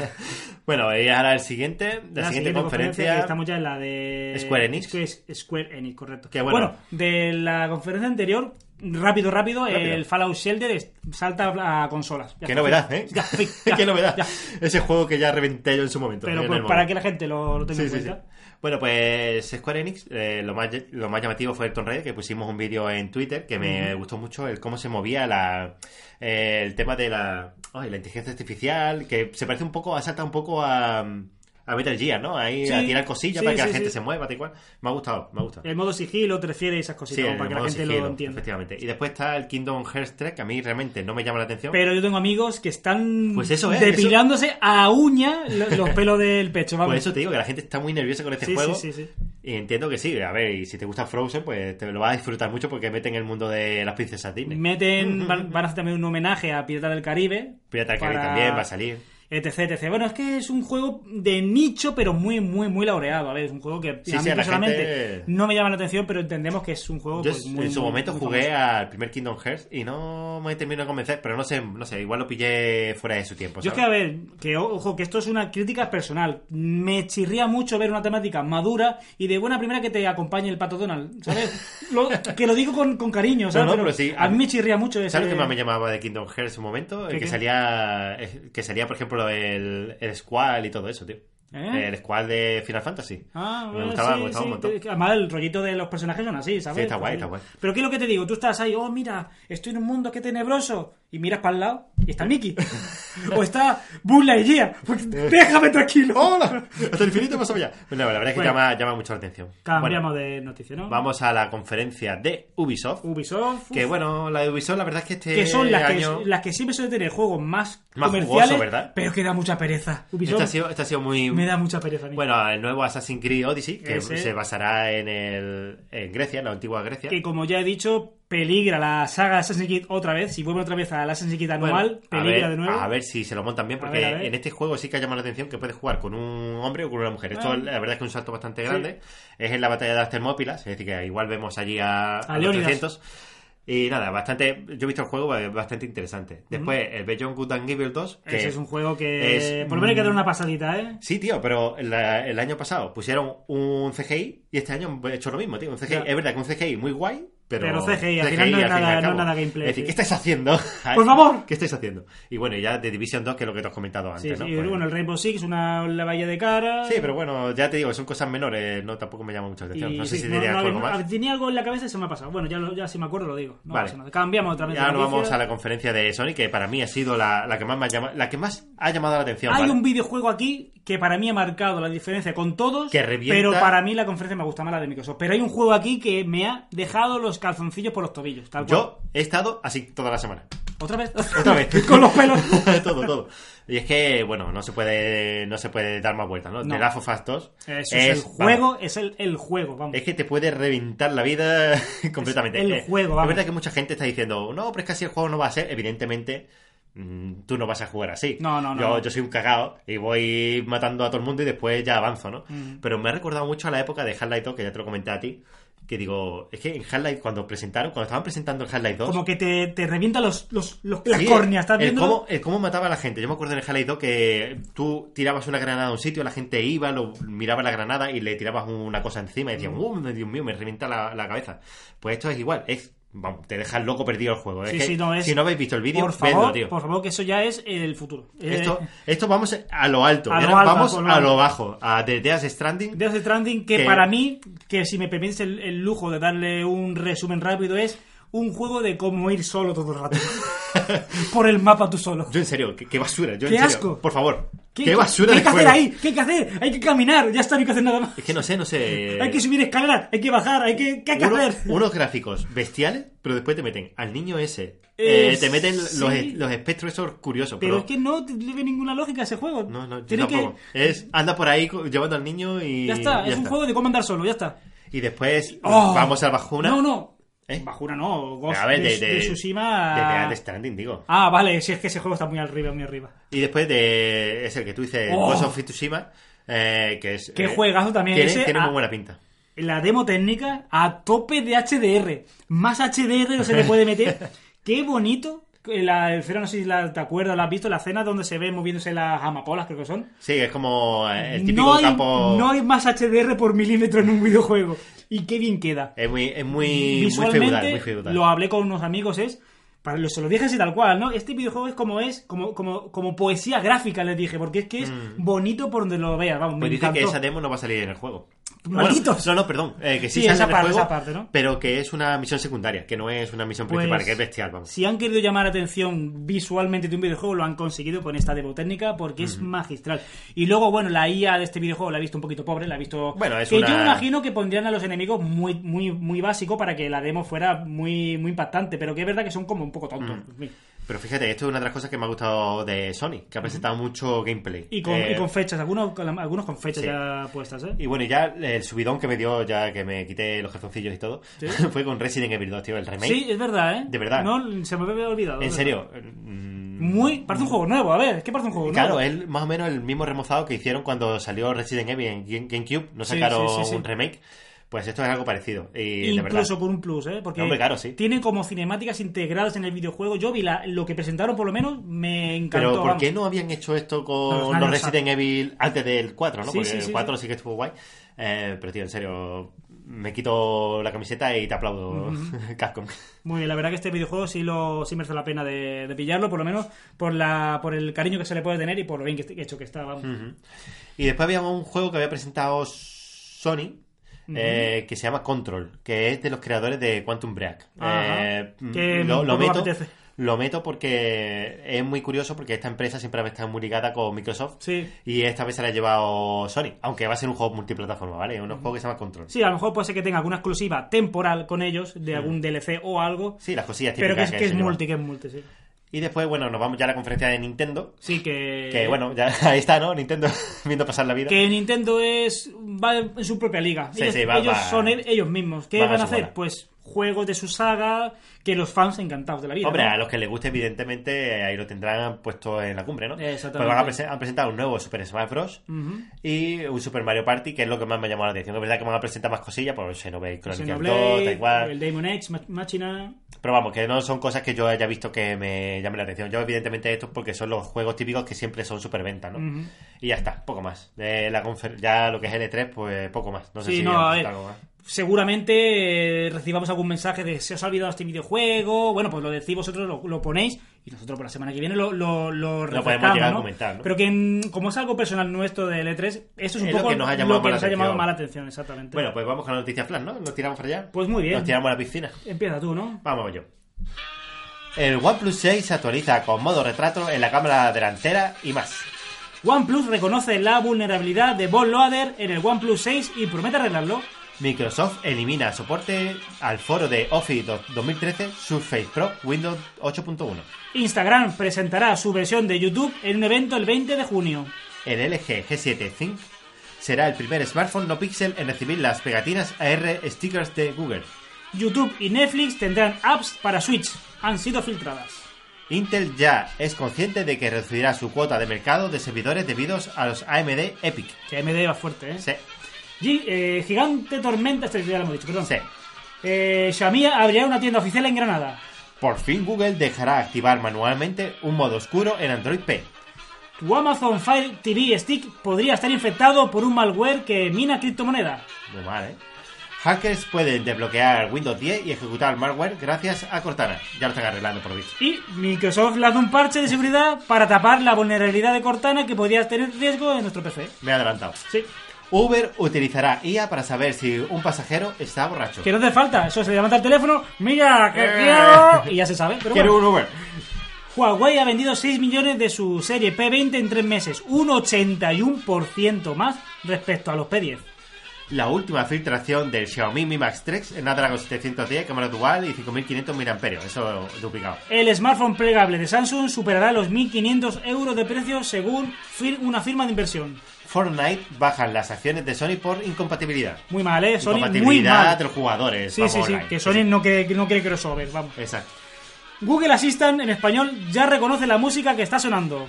[SPEAKER 1] bueno, y ahora el siguiente, la, siguiente, conferencia.
[SPEAKER 2] que Estamos ya en la de.
[SPEAKER 1] Square Enix.
[SPEAKER 2] Square, Square Enix, correcto.
[SPEAKER 1] Que bueno.
[SPEAKER 2] de la conferencia anterior, rápido, rápido,
[SPEAKER 1] Rápido.
[SPEAKER 2] el Fallout Shelter es- salta a consolas. Ya
[SPEAKER 1] Qué
[SPEAKER 2] está.
[SPEAKER 1] novedad, ¿eh?
[SPEAKER 2] Ya, fin, ya,
[SPEAKER 1] Qué novedad.
[SPEAKER 2] ya.
[SPEAKER 1] Ese juego que ya reventé yo en su momento. en
[SPEAKER 2] Pero
[SPEAKER 1] el
[SPEAKER 2] pues,
[SPEAKER 1] móvil.
[SPEAKER 2] para que la gente lo, lo tenga
[SPEAKER 1] Sí,
[SPEAKER 2] en
[SPEAKER 1] sí, sí.
[SPEAKER 2] cuenta.
[SPEAKER 1] Bueno, pues Square Enix, eh, lo, más, lo más llamativo fue el Tomb Raider, que pusimos un vídeo en Twitter que me gustó mucho el cómo se movía la, eh, el tema de la, ay, la inteligencia artificial, que se parece un poco, asalta un poco a, a Metal Gear, ¿no? Ahí
[SPEAKER 2] Sí,
[SPEAKER 1] a tirar cosillas
[SPEAKER 2] sí,
[SPEAKER 1] para que
[SPEAKER 2] sí,
[SPEAKER 1] la gente
[SPEAKER 2] sí.
[SPEAKER 1] se mueva, tal y cual. Me ha gustado, me ha gustado.
[SPEAKER 2] El modo sigilo te refiere a esas cositas como
[SPEAKER 1] el
[SPEAKER 2] para que la
[SPEAKER 1] modo
[SPEAKER 2] gente
[SPEAKER 1] sigilo,
[SPEAKER 2] lo entienda.
[SPEAKER 1] Efectivamente. Y después está el Kingdom Hearts 3, que a mí realmente no me llama la atención.
[SPEAKER 2] Pero yo tengo amigos que están
[SPEAKER 1] Pues eso, ¿eh?
[SPEAKER 2] depilándose a uña lo- los pelos del pecho. Vamos.
[SPEAKER 1] Por eso te digo que la gente está muy nerviosa con este
[SPEAKER 2] Sí,
[SPEAKER 1] juego.
[SPEAKER 2] sí, sí, sí.
[SPEAKER 1] Y entiendo que sí. A ver, y si te gusta Frozen, pues te lo vas a disfrutar mucho porque meten el mundo de las princesas Disney.
[SPEAKER 2] Meten, van, van a hacer también un homenaje a Pirata del Caribe.
[SPEAKER 1] Pirata del Caribe
[SPEAKER 2] para-
[SPEAKER 1] también va a salir.
[SPEAKER 2] etc, etc. Bueno, es que es un juego de nicho, pero muy, muy, muy laureado. A ver, es un juego que
[SPEAKER 1] Sí,
[SPEAKER 2] a mí
[SPEAKER 1] sí, a la
[SPEAKER 2] personalmente
[SPEAKER 1] gente-
[SPEAKER 2] no me llama la atención, pero entendemos que es un juego
[SPEAKER 1] Yo
[SPEAKER 2] pues, muy,
[SPEAKER 1] en su
[SPEAKER 2] muy-
[SPEAKER 1] momento
[SPEAKER 2] muy
[SPEAKER 1] jugué
[SPEAKER 2] famoso.
[SPEAKER 1] al primer Kingdom Hearts y no me terminó de convencer, pero no sé, no sé, igual lo pillé fuera de su tiempo.
[SPEAKER 2] Yo es que, a
[SPEAKER 1] ¿sabes?
[SPEAKER 2] ver, que ojo, que esto es una crítica personal. Me chirría mucho ver una temática madura y de buena primera que te acompañe el pato Donald, ¿sabes? Lo- que lo digo con, con cariño, ¿sabes?
[SPEAKER 1] No, no, pero sí,
[SPEAKER 2] a
[SPEAKER 1] a
[SPEAKER 2] mí
[SPEAKER 1] mí-
[SPEAKER 2] me chirría mucho ese...
[SPEAKER 1] ¿Sabes lo que más me llamaba de Kingdom Hearts en su momento?
[SPEAKER 2] ¿Qué,
[SPEAKER 1] El que
[SPEAKER 2] qué?
[SPEAKER 1] salía, eh, que salía por ejemplo, el, el Squall y todo eso, tío.
[SPEAKER 2] ¿Eh?
[SPEAKER 1] El Squall de Final Fantasy.
[SPEAKER 2] Ah,
[SPEAKER 1] me
[SPEAKER 2] bueno,
[SPEAKER 1] gustaba,
[SPEAKER 2] sí,
[SPEAKER 1] me gustaba
[SPEAKER 2] sí,
[SPEAKER 1] un montón.
[SPEAKER 2] que- que Además, el rollito de los personajes son así, ¿sabes?
[SPEAKER 1] Sí, está guay,
[SPEAKER 2] Pues,
[SPEAKER 1] está guay.
[SPEAKER 2] Pero ¿qué es lo que te digo? Tú estás ahí, oh, mira, estoy en un mundo que tenebroso. Y miras para el lado y está Mickey. o está Buzz y Pues, déjame tranquilo.
[SPEAKER 1] ¡Hola! Hasta el infinito más allá. Bueno, la verdad es que
[SPEAKER 2] Bueno.
[SPEAKER 1] llama, llama mucho la atención.
[SPEAKER 2] Cambiamos
[SPEAKER 1] Bueno,
[SPEAKER 2] de noticia, ¿no?
[SPEAKER 1] Vamos a la conferencia de Ubisoft.
[SPEAKER 2] Ubisoft.
[SPEAKER 1] Que
[SPEAKER 2] uf.
[SPEAKER 1] bueno, la de Ubisoft, la verdad es que este
[SPEAKER 2] que son las,
[SPEAKER 1] año...
[SPEAKER 2] que, las que siempre suelen tener juegos más,
[SPEAKER 1] Más
[SPEAKER 2] comerciales,
[SPEAKER 1] jugoso, ¿verdad?
[SPEAKER 2] pero que da mucha pereza. Ubisoft
[SPEAKER 1] Este ha sido, este ha sido muy...
[SPEAKER 2] me da mucha pereza a mí.
[SPEAKER 1] Bueno, el nuevo Assassin's Creed Odyssey, que
[SPEAKER 2] Ese.
[SPEAKER 1] se basará en, el, en Grecia, en la antigua Grecia.
[SPEAKER 2] que como ya he dicho, peligra la saga Assassin's Creed otra vez. Si vuelve otra vez a la Assassin's Creed
[SPEAKER 1] Bueno,
[SPEAKER 2] anual,
[SPEAKER 1] a,
[SPEAKER 2] peligra
[SPEAKER 1] ver,
[SPEAKER 2] de nuevo.
[SPEAKER 1] a ver si se lo montan bien,
[SPEAKER 2] A
[SPEAKER 1] porque
[SPEAKER 2] ver, a ver.
[SPEAKER 1] en este juego sí que ha llamado la atención que puedes jugar con un hombre o con una mujer. Esto,
[SPEAKER 2] Ah.
[SPEAKER 1] la verdad, es que es un salto bastante
[SPEAKER 2] Sí.
[SPEAKER 1] grande. Es en la batalla de las Termópilas, es decir, que igual vemos allí a, a los
[SPEAKER 2] Leónidas.
[SPEAKER 1] 300. Y nada, bastante. Yo he visto el juego, es bastante interesante. Después, el Beyond Good and Evil 2. Que
[SPEAKER 2] Ese es un juego que...
[SPEAKER 1] es-
[SPEAKER 2] por lo menos hay que dar una pasadita, ¿eh?
[SPEAKER 1] Sí, tío, pero la- el año pasado pusieron un CGI y este año han hecho lo mismo, tío. Un CGI,
[SPEAKER 2] Ya.
[SPEAKER 1] Es verdad que un CGI muy guay, pero.
[SPEAKER 2] Pero CGI, al final no es
[SPEAKER 1] al fin y
[SPEAKER 2] nada-
[SPEAKER 1] al
[SPEAKER 2] no es
[SPEAKER 1] cabo.
[SPEAKER 2] nada gameplay,
[SPEAKER 1] Es decir,
[SPEAKER 2] sí.
[SPEAKER 1] ¿qué estáis haciendo?
[SPEAKER 2] ¡Por favor!
[SPEAKER 1] ¿Qué estáis haciendo? Y bueno, ya de Division 2, que es lo que te has comentado antes,
[SPEAKER 2] Sí,
[SPEAKER 1] ¿no?
[SPEAKER 2] sí,
[SPEAKER 1] Pues-
[SPEAKER 2] bueno, el Rainbow Six, una la valla de cara.
[SPEAKER 1] Sí, pero bueno, ya te digo, son cosas menores, no tampoco me llama mucho la atención.
[SPEAKER 2] Y
[SPEAKER 1] No sé
[SPEAKER 2] sí,
[SPEAKER 1] si
[SPEAKER 2] no,
[SPEAKER 1] diría
[SPEAKER 2] no,
[SPEAKER 1] algo
[SPEAKER 2] no,
[SPEAKER 1] más.
[SPEAKER 2] Tenía algo en la cabeza y se me ha pasado. Bueno, ya, lo- ya si me acuerdo lo digo. No
[SPEAKER 1] Vale.
[SPEAKER 2] pasa nada. Cambiamos otra vez. de
[SPEAKER 1] Ya nos
[SPEAKER 2] noticia.
[SPEAKER 1] vamos a la conferencia de Sony, que para mí ha sido la, la que más me ha llamado, la que más ha llamado la atención.
[SPEAKER 2] Hay
[SPEAKER 1] ¿vale?
[SPEAKER 2] un videojuego aquí que para mí ha marcado la diferencia con todos,
[SPEAKER 1] Que revienta.
[SPEAKER 2] pero para mí la conferencia me gusta más la de Microsoft. Pero hay un juego aquí que me ha dejado los calzoncillos por los tobillos, tal cual.
[SPEAKER 1] Yo he estado así toda la semana.
[SPEAKER 2] ¿Otra vez?
[SPEAKER 1] Otra vez.
[SPEAKER 2] con los pelos.
[SPEAKER 1] todo, todo. Y es que, bueno, no se puede, no se puede dar más vueltas, ¿no?
[SPEAKER 2] No.
[SPEAKER 1] De Last of Us 2
[SPEAKER 2] Eso es, el juego, es el, el juego, vamos.
[SPEAKER 1] Es que te puede reventar la vida completamente.
[SPEAKER 2] el
[SPEAKER 1] Eh,
[SPEAKER 2] juego, vamos.
[SPEAKER 1] Es verdad que mucha gente está diciendo, no, pero es que así el juego no va a ser. Evidentemente, mm, tú no vas a jugar así.
[SPEAKER 2] No, no, no,
[SPEAKER 1] Yo,
[SPEAKER 2] no.
[SPEAKER 1] yo soy un cagao y voy matando a todo el mundo y después ya avanzo, ¿no?
[SPEAKER 2] Mm.
[SPEAKER 1] Pero me ha recordado mucho a la época de Half-Life 2, que ya te lo comenté a ti. Que digo, es que en Half-Life, cuando presentaron, cuando estaban presentando el Half-Life 2,
[SPEAKER 2] Como que te, te revienta los, los, los- las
[SPEAKER 1] Sí,
[SPEAKER 2] córneas, ¿estás
[SPEAKER 1] el
[SPEAKER 2] viendo?
[SPEAKER 1] Cómo, el cómo mataba a la gente. Yo me acuerdo en el Half-Life 2 que tú tirabas una granada a un sitio, la gente iba, lo, miraba la granada y le tirabas una cosa encima y
[SPEAKER 2] Mm.
[SPEAKER 1] decían, ¡Uh, Dios mío, me revienta la, la cabeza! Pues esto es igual, es... Vamos, te dejas loco perdido el juego. Es
[SPEAKER 2] Sí,
[SPEAKER 1] que
[SPEAKER 2] sí, no, es-
[SPEAKER 1] Si no habéis visto el vídeo,
[SPEAKER 2] por favor,
[SPEAKER 1] vedlo, tío.
[SPEAKER 2] por favor, que eso ya es el futuro. Eh,
[SPEAKER 1] Esto, esto vamos a lo alto,
[SPEAKER 2] A
[SPEAKER 1] y
[SPEAKER 2] lo
[SPEAKER 1] ahora
[SPEAKER 2] alto,
[SPEAKER 1] vamos
[SPEAKER 2] por lo
[SPEAKER 1] a
[SPEAKER 2] alto.
[SPEAKER 1] lo bajo, a The Death Stranding.
[SPEAKER 2] Death Stranding, que
[SPEAKER 1] Que-
[SPEAKER 2] para mí, que si me permites el, el lujo de darle un resumen rápido, es un juego de cómo ir solo todo el rato. Por el mapa tú solo.
[SPEAKER 1] Yo en serio, qué, qué basura, yo en
[SPEAKER 2] Qué
[SPEAKER 1] serio,
[SPEAKER 2] asco.
[SPEAKER 1] por favor, qué, basura
[SPEAKER 2] ¿Qué
[SPEAKER 1] de
[SPEAKER 2] hay que hacer
[SPEAKER 1] juego.
[SPEAKER 2] ahí? ¿Qué hay que hacer? Hay que caminar, ya está, no hay que hacer nada más.
[SPEAKER 1] Es que no sé, no sé.
[SPEAKER 2] Hay que subir escaleras, hay que bajar, hay que... ¿Qué hay que
[SPEAKER 1] Eh, Uno-
[SPEAKER 2] hacer?
[SPEAKER 1] Unos gráficos bestiales, pero después te meten al niño ese.
[SPEAKER 2] Eh,
[SPEAKER 1] Eh, te meten
[SPEAKER 2] sí.
[SPEAKER 1] los, es- los espectros esos curiosos.
[SPEAKER 2] Pero
[SPEAKER 1] Pero,
[SPEAKER 2] es que no te- le ve ninguna lógica a ese juego.
[SPEAKER 1] No, no, yo
[SPEAKER 2] Tiene que-
[SPEAKER 1] tampoco. Es, anda por ahí co- llevando al niño y.
[SPEAKER 2] Ya está,
[SPEAKER 1] y
[SPEAKER 2] es un juego de cómo andar solo, ya está.
[SPEAKER 1] Y después
[SPEAKER 2] Oh.
[SPEAKER 1] vamos al bajuna.
[SPEAKER 2] No, no.
[SPEAKER 1] ¿Eh?
[SPEAKER 2] Bajuna no, Ghost
[SPEAKER 1] A ver,
[SPEAKER 2] de,
[SPEAKER 1] de, de,
[SPEAKER 2] de Tsushima...
[SPEAKER 1] de Death Stranding, digo.
[SPEAKER 2] Ah, vale, si es que ese juego está muy arriba, muy arriba.
[SPEAKER 1] Y después de. Es el que tú dices,
[SPEAKER 2] Oh.
[SPEAKER 1] Ghost of Tsushima. eh, que es.
[SPEAKER 2] Qué
[SPEAKER 1] eh,
[SPEAKER 2] juegazo también
[SPEAKER 1] Tiene,
[SPEAKER 2] ese,
[SPEAKER 1] tiene
[SPEAKER 2] ah.
[SPEAKER 1] muy buena pinta.
[SPEAKER 2] la demo técnica a tope de HDR. Más HDR no se le puede meter. Qué bonito. La, el Fero, no sé si la- te acuerdas, la has visto, la escena donde se ve moviéndose las amapolas, creo que son.
[SPEAKER 1] Sí, es como eh, el típico
[SPEAKER 2] no, hay,
[SPEAKER 1] campo.
[SPEAKER 2] no hay más HDR por milímetro en un videojuego. Y qué bien queda.
[SPEAKER 1] Es muy, es muy, muy feudal,
[SPEAKER 2] Visualmente,
[SPEAKER 1] muy feudal.
[SPEAKER 2] lo hablé con unos amigos, es... Para los, se lo dije así tal cual, ¿no? Este videojuego es como es, como, como, como poesía gráfica, les dije, porque es que es bonito por donde lo veas, vamos, me
[SPEAKER 1] Mm. Pues dice que
[SPEAKER 2] encantó.
[SPEAKER 1] esa demo no va a salir en el juego.
[SPEAKER 2] ¡Malditos!
[SPEAKER 1] Bueno, no, no, perdón. eh, que sí,
[SPEAKER 2] Sí,
[SPEAKER 1] sale
[SPEAKER 2] esa
[SPEAKER 1] en el
[SPEAKER 2] parte,
[SPEAKER 1] juego,
[SPEAKER 2] esa parte, ¿no?
[SPEAKER 1] Pero que es una misión secundaria, que no es una misión
[SPEAKER 2] Pues,
[SPEAKER 1] principal, que es bestial, vamos.
[SPEAKER 2] Si han querido llamar atención visualmente de un videojuego, lo han conseguido con esta demo técnica porque es magistral. Y luego, bueno, la IA de este videojuego la he visto un poquito pobre, la he visto.
[SPEAKER 1] Bueno, es
[SPEAKER 2] que
[SPEAKER 1] una-
[SPEAKER 2] yo me imagino que pondrían a los enemigos muy, muy, muy básico para que la demo fuera muy, muy impactante, pero que es verdad que son como un poco tontos.
[SPEAKER 1] Mm.
[SPEAKER 2] En fin.
[SPEAKER 1] Pero fíjate, esto es una de las cosas que me ha gustado de Sony, que ha presentado mucho gameplay.
[SPEAKER 2] Y con,
[SPEAKER 1] Eh,
[SPEAKER 2] y con fechas, algunos con, la- algunos con fechas
[SPEAKER 1] sí.
[SPEAKER 2] ya puestas, ¿eh?
[SPEAKER 1] y bueno, ya el subidón que me dio, ya que me quité los calzoncillos y todo, fue con Resident Evil 2, tío, el remake.
[SPEAKER 2] Sí, es verdad, ¿eh?
[SPEAKER 1] De verdad.
[SPEAKER 2] No, se me había olvidado.
[SPEAKER 1] en
[SPEAKER 2] ¿verdad?
[SPEAKER 1] serio, mm,
[SPEAKER 2] muy. Parece un juego nuevo, a ver, es que parece un juego nuevo.
[SPEAKER 1] Claro, es más o menos el mismo remozado que hicieron cuando salió Resident Evil en Game- GameCube, no
[SPEAKER 2] Sí,
[SPEAKER 1] sacaron
[SPEAKER 2] sí, sí, sí.
[SPEAKER 1] un remake. Pues esto es algo parecido. Y de verdad.
[SPEAKER 2] Incluso por un plus, ¿eh? Porque
[SPEAKER 1] Hombre, claro, sí.
[SPEAKER 2] tiene como cinemáticas integradas en el videojuego. Yo vi la- lo que presentaron, por lo menos, me encantó.
[SPEAKER 1] Pero ¿por
[SPEAKER 2] vamos.
[SPEAKER 1] qué no habían hecho esto con
[SPEAKER 2] Los
[SPEAKER 1] los
[SPEAKER 2] años
[SPEAKER 1] Resident Evil antes del 4, no?
[SPEAKER 2] Sí,
[SPEAKER 1] Porque
[SPEAKER 2] sí, sí,
[SPEAKER 1] el 4 sí, que estuvo guay. Eh, pero tío, en serio, me quito la camiseta y te aplaudo, Capcom.
[SPEAKER 2] Muy bien, la verdad que este videojuego sí lo sí merece la pena de, de pillarlo, por lo menos por la por el cariño que se le puede tener y por lo bien que, que hecho que está.
[SPEAKER 1] Hmm.
[SPEAKER 2] vamos.
[SPEAKER 1] Y después había un juego que había presentado Sony. eh, que se llama Control, que es de los creadores de Quantum Break.
[SPEAKER 2] Ajá.
[SPEAKER 1] Eh,
[SPEAKER 2] Que
[SPEAKER 1] lo, lo
[SPEAKER 2] poco me
[SPEAKER 1] meto,
[SPEAKER 2] apetece.
[SPEAKER 1] lo meto porque es muy curioso porque esta empresa siempre ha estado muy ligada con Microsoft
[SPEAKER 2] Sí.
[SPEAKER 1] y esta vez se la ha llevado Sony, aunque va a ser un juego multiplataforma, ¿vale? Es un juego que se llama Control.
[SPEAKER 2] Sí, a lo mejor puede ser que tenga alguna exclusiva temporal con ellos, de algún DLC o algo,
[SPEAKER 1] Hmm. Sí, las cosillas
[SPEAKER 2] pero que
[SPEAKER 1] típicas
[SPEAKER 2] es, que es
[SPEAKER 1] se llevan.
[SPEAKER 2] multi, que es multi, sí.
[SPEAKER 1] Y después, bueno, nos vamos ya a la conferencia de Nintendo.
[SPEAKER 2] Sí, que...
[SPEAKER 1] Que bueno, ya ahí está, ¿no? Nintendo viendo pasar la vida.
[SPEAKER 2] Que Nintendo es va en su propia liga.
[SPEAKER 1] Sí,
[SPEAKER 2] ellos
[SPEAKER 1] sí, va-
[SPEAKER 2] ellos
[SPEAKER 1] va-
[SPEAKER 2] son el- ellos mismos. ¿Qué
[SPEAKER 1] va a
[SPEAKER 2] van a
[SPEAKER 1] su
[SPEAKER 2] hacer?
[SPEAKER 1] bola.
[SPEAKER 2] Pues juegos de su saga que los fans encantados de la vida.
[SPEAKER 1] Hombre,
[SPEAKER 2] ¿no?
[SPEAKER 1] a los que les guste, evidentemente, eh, ahí lo tendrán puesto en la cumbre, ¿no?
[SPEAKER 2] Exactamente.
[SPEAKER 1] Pues van a presen- han presentado un nuevo Super Smash Bros.
[SPEAKER 2] Ujú.
[SPEAKER 1] y un Super Mario Party, que es lo que más me ha llamado la atención. Es verdad que van a presentar más cosillas, por Xenoblade Chronicles 2, da
[SPEAKER 2] Pues Xenoblade,
[SPEAKER 1] igual.
[SPEAKER 2] el Demon X, Ma- Machina...
[SPEAKER 1] Pero vamos, que no son cosas que yo haya visto que me llamen la atención. Yo, evidentemente, estos porque son los juegos típicos que siempre son superventa, ¿no?
[SPEAKER 2] Ujú.
[SPEAKER 1] Y ya está, poco más. De la confer- ya lo que es L3, pues poco más. No sé
[SPEAKER 2] Sí,
[SPEAKER 1] si
[SPEAKER 2] no,
[SPEAKER 1] han
[SPEAKER 2] a
[SPEAKER 1] presentado
[SPEAKER 2] ver.
[SPEAKER 1] algo más.
[SPEAKER 2] Seguramente eh, recibamos algún mensaje de se os ha olvidado este videojuego. Bueno, pues lo decís vosotros, lo, lo ponéis y nosotros por la semana que viene lo, lo, lo
[SPEAKER 1] podemos
[SPEAKER 2] refrescamos,
[SPEAKER 1] llegar a
[SPEAKER 2] ¿no?
[SPEAKER 1] comentar, ¿no?
[SPEAKER 2] Pero que mm, como es algo personal nuestro del E3, esto es un
[SPEAKER 1] Es lo
[SPEAKER 2] poco
[SPEAKER 1] que nos ha llamado
[SPEAKER 2] lo
[SPEAKER 1] más
[SPEAKER 2] que
[SPEAKER 1] la
[SPEAKER 2] nos ha llamado
[SPEAKER 1] atención.
[SPEAKER 2] más la atención, exactamente.
[SPEAKER 1] Bueno, pues vamos con la noticia flash, ¿no? Nos tiramos para allá.
[SPEAKER 2] Pues muy bien.
[SPEAKER 1] Nos tiramos a la piscina.
[SPEAKER 2] Empieza tú, ¿no?
[SPEAKER 1] Vamos yo. El OnePlus 6 se actualiza con modo retrato en la cámara delantera y más.
[SPEAKER 2] OnePlus reconoce la vulnerabilidad de BotLoader en el OnePlus 6 y promete arreglarlo.
[SPEAKER 1] Microsoft elimina soporte al foro de Office do- 2013 Surface Pro Windows 8.1.
[SPEAKER 2] Instagram presentará su versión de YouTube en un evento el 20 de junio.
[SPEAKER 1] El LG G7 Think será el primer smartphone no pixel en recibir las pegatinas AR stickers de Google.
[SPEAKER 2] YouTube y Netflix tendrán apps para Switch. Han sido filtradas.
[SPEAKER 1] Intel ya es consciente de que reducirá su cuota de mercado de servidores debido a los AMD Epic.
[SPEAKER 2] Que AMD va fuerte, ¿eh?
[SPEAKER 1] Se-
[SPEAKER 2] Gi- eh, Gigante Tormenta, este ya lo hemos dicho, perdón.
[SPEAKER 1] se-
[SPEAKER 2] Eh, Shamia abrirá una tienda oficial en Granada.
[SPEAKER 1] Por fin Google dejará activar manualmente un modo oscuro en Android P.
[SPEAKER 2] Tu Amazon Fire TV Stick podría estar infectado por un malware que mina criptomonedas.
[SPEAKER 1] Muy mal, ¿eh? Hackers pueden desbloquear Windows 10 y ejecutar malware gracias a Cortana. Ya lo están arreglando por visto.
[SPEAKER 2] Y Microsoft lanza un parche de seguridad para tapar la vulnerabilidad de Cortana que podría tener riesgo en nuestro PC.
[SPEAKER 1] Me he adelantado.
[SPEAKER 2] Sí.
[SPEAKER 1] Uber utilizará IA para saber si un pasajero está borracho.
[SPEAKER 2] Que no hace falta, eso se levanta el teléfono, mira, que quiero. Y ya se sabe, pero
[SPEAKER 1] Eh. Quiero
[SPEAKER 2] bueno.
[SPEAKER 1] un Uber.
[SPEAKER 2] Huawei ha vendido 6 millones de su serie P20 en 3 meses, un 81% más respecto a los P10.
[SPEAKER 1] La última filtración del Xiaomi Mi Max 3 en Snapdragon 710, cámara dual y 5500 mAh. Eso duplicado.
[SPEAKER 2] El smartphone plegable de Samsung superará los 1.500 euros de precio según fir- una firma de inversión.
[SPEAKER 1] Fortnite bajan las acciones de Sony por incompatibilidad.
[SPEAKER 2] Muy mal, ¿eh? Sony, muy
[SPEAKER 1] incompatibilidad
[SPEAKER 2] mal.
[SPEAKER 1] de los jugadores.
[SPEAKER 2] Sí,
[SPEAKER 1] vamos,
[SPEAKER 2] sí, sí,
[SPEAKER 1] online.
[SPEAKER 2] que Sony no quiere, no quiere crossover, vamos.
[SPEAKER 1] Exacto.
[SPEAKER 2] Google Assistant en español ya reconoce la música que está sonando.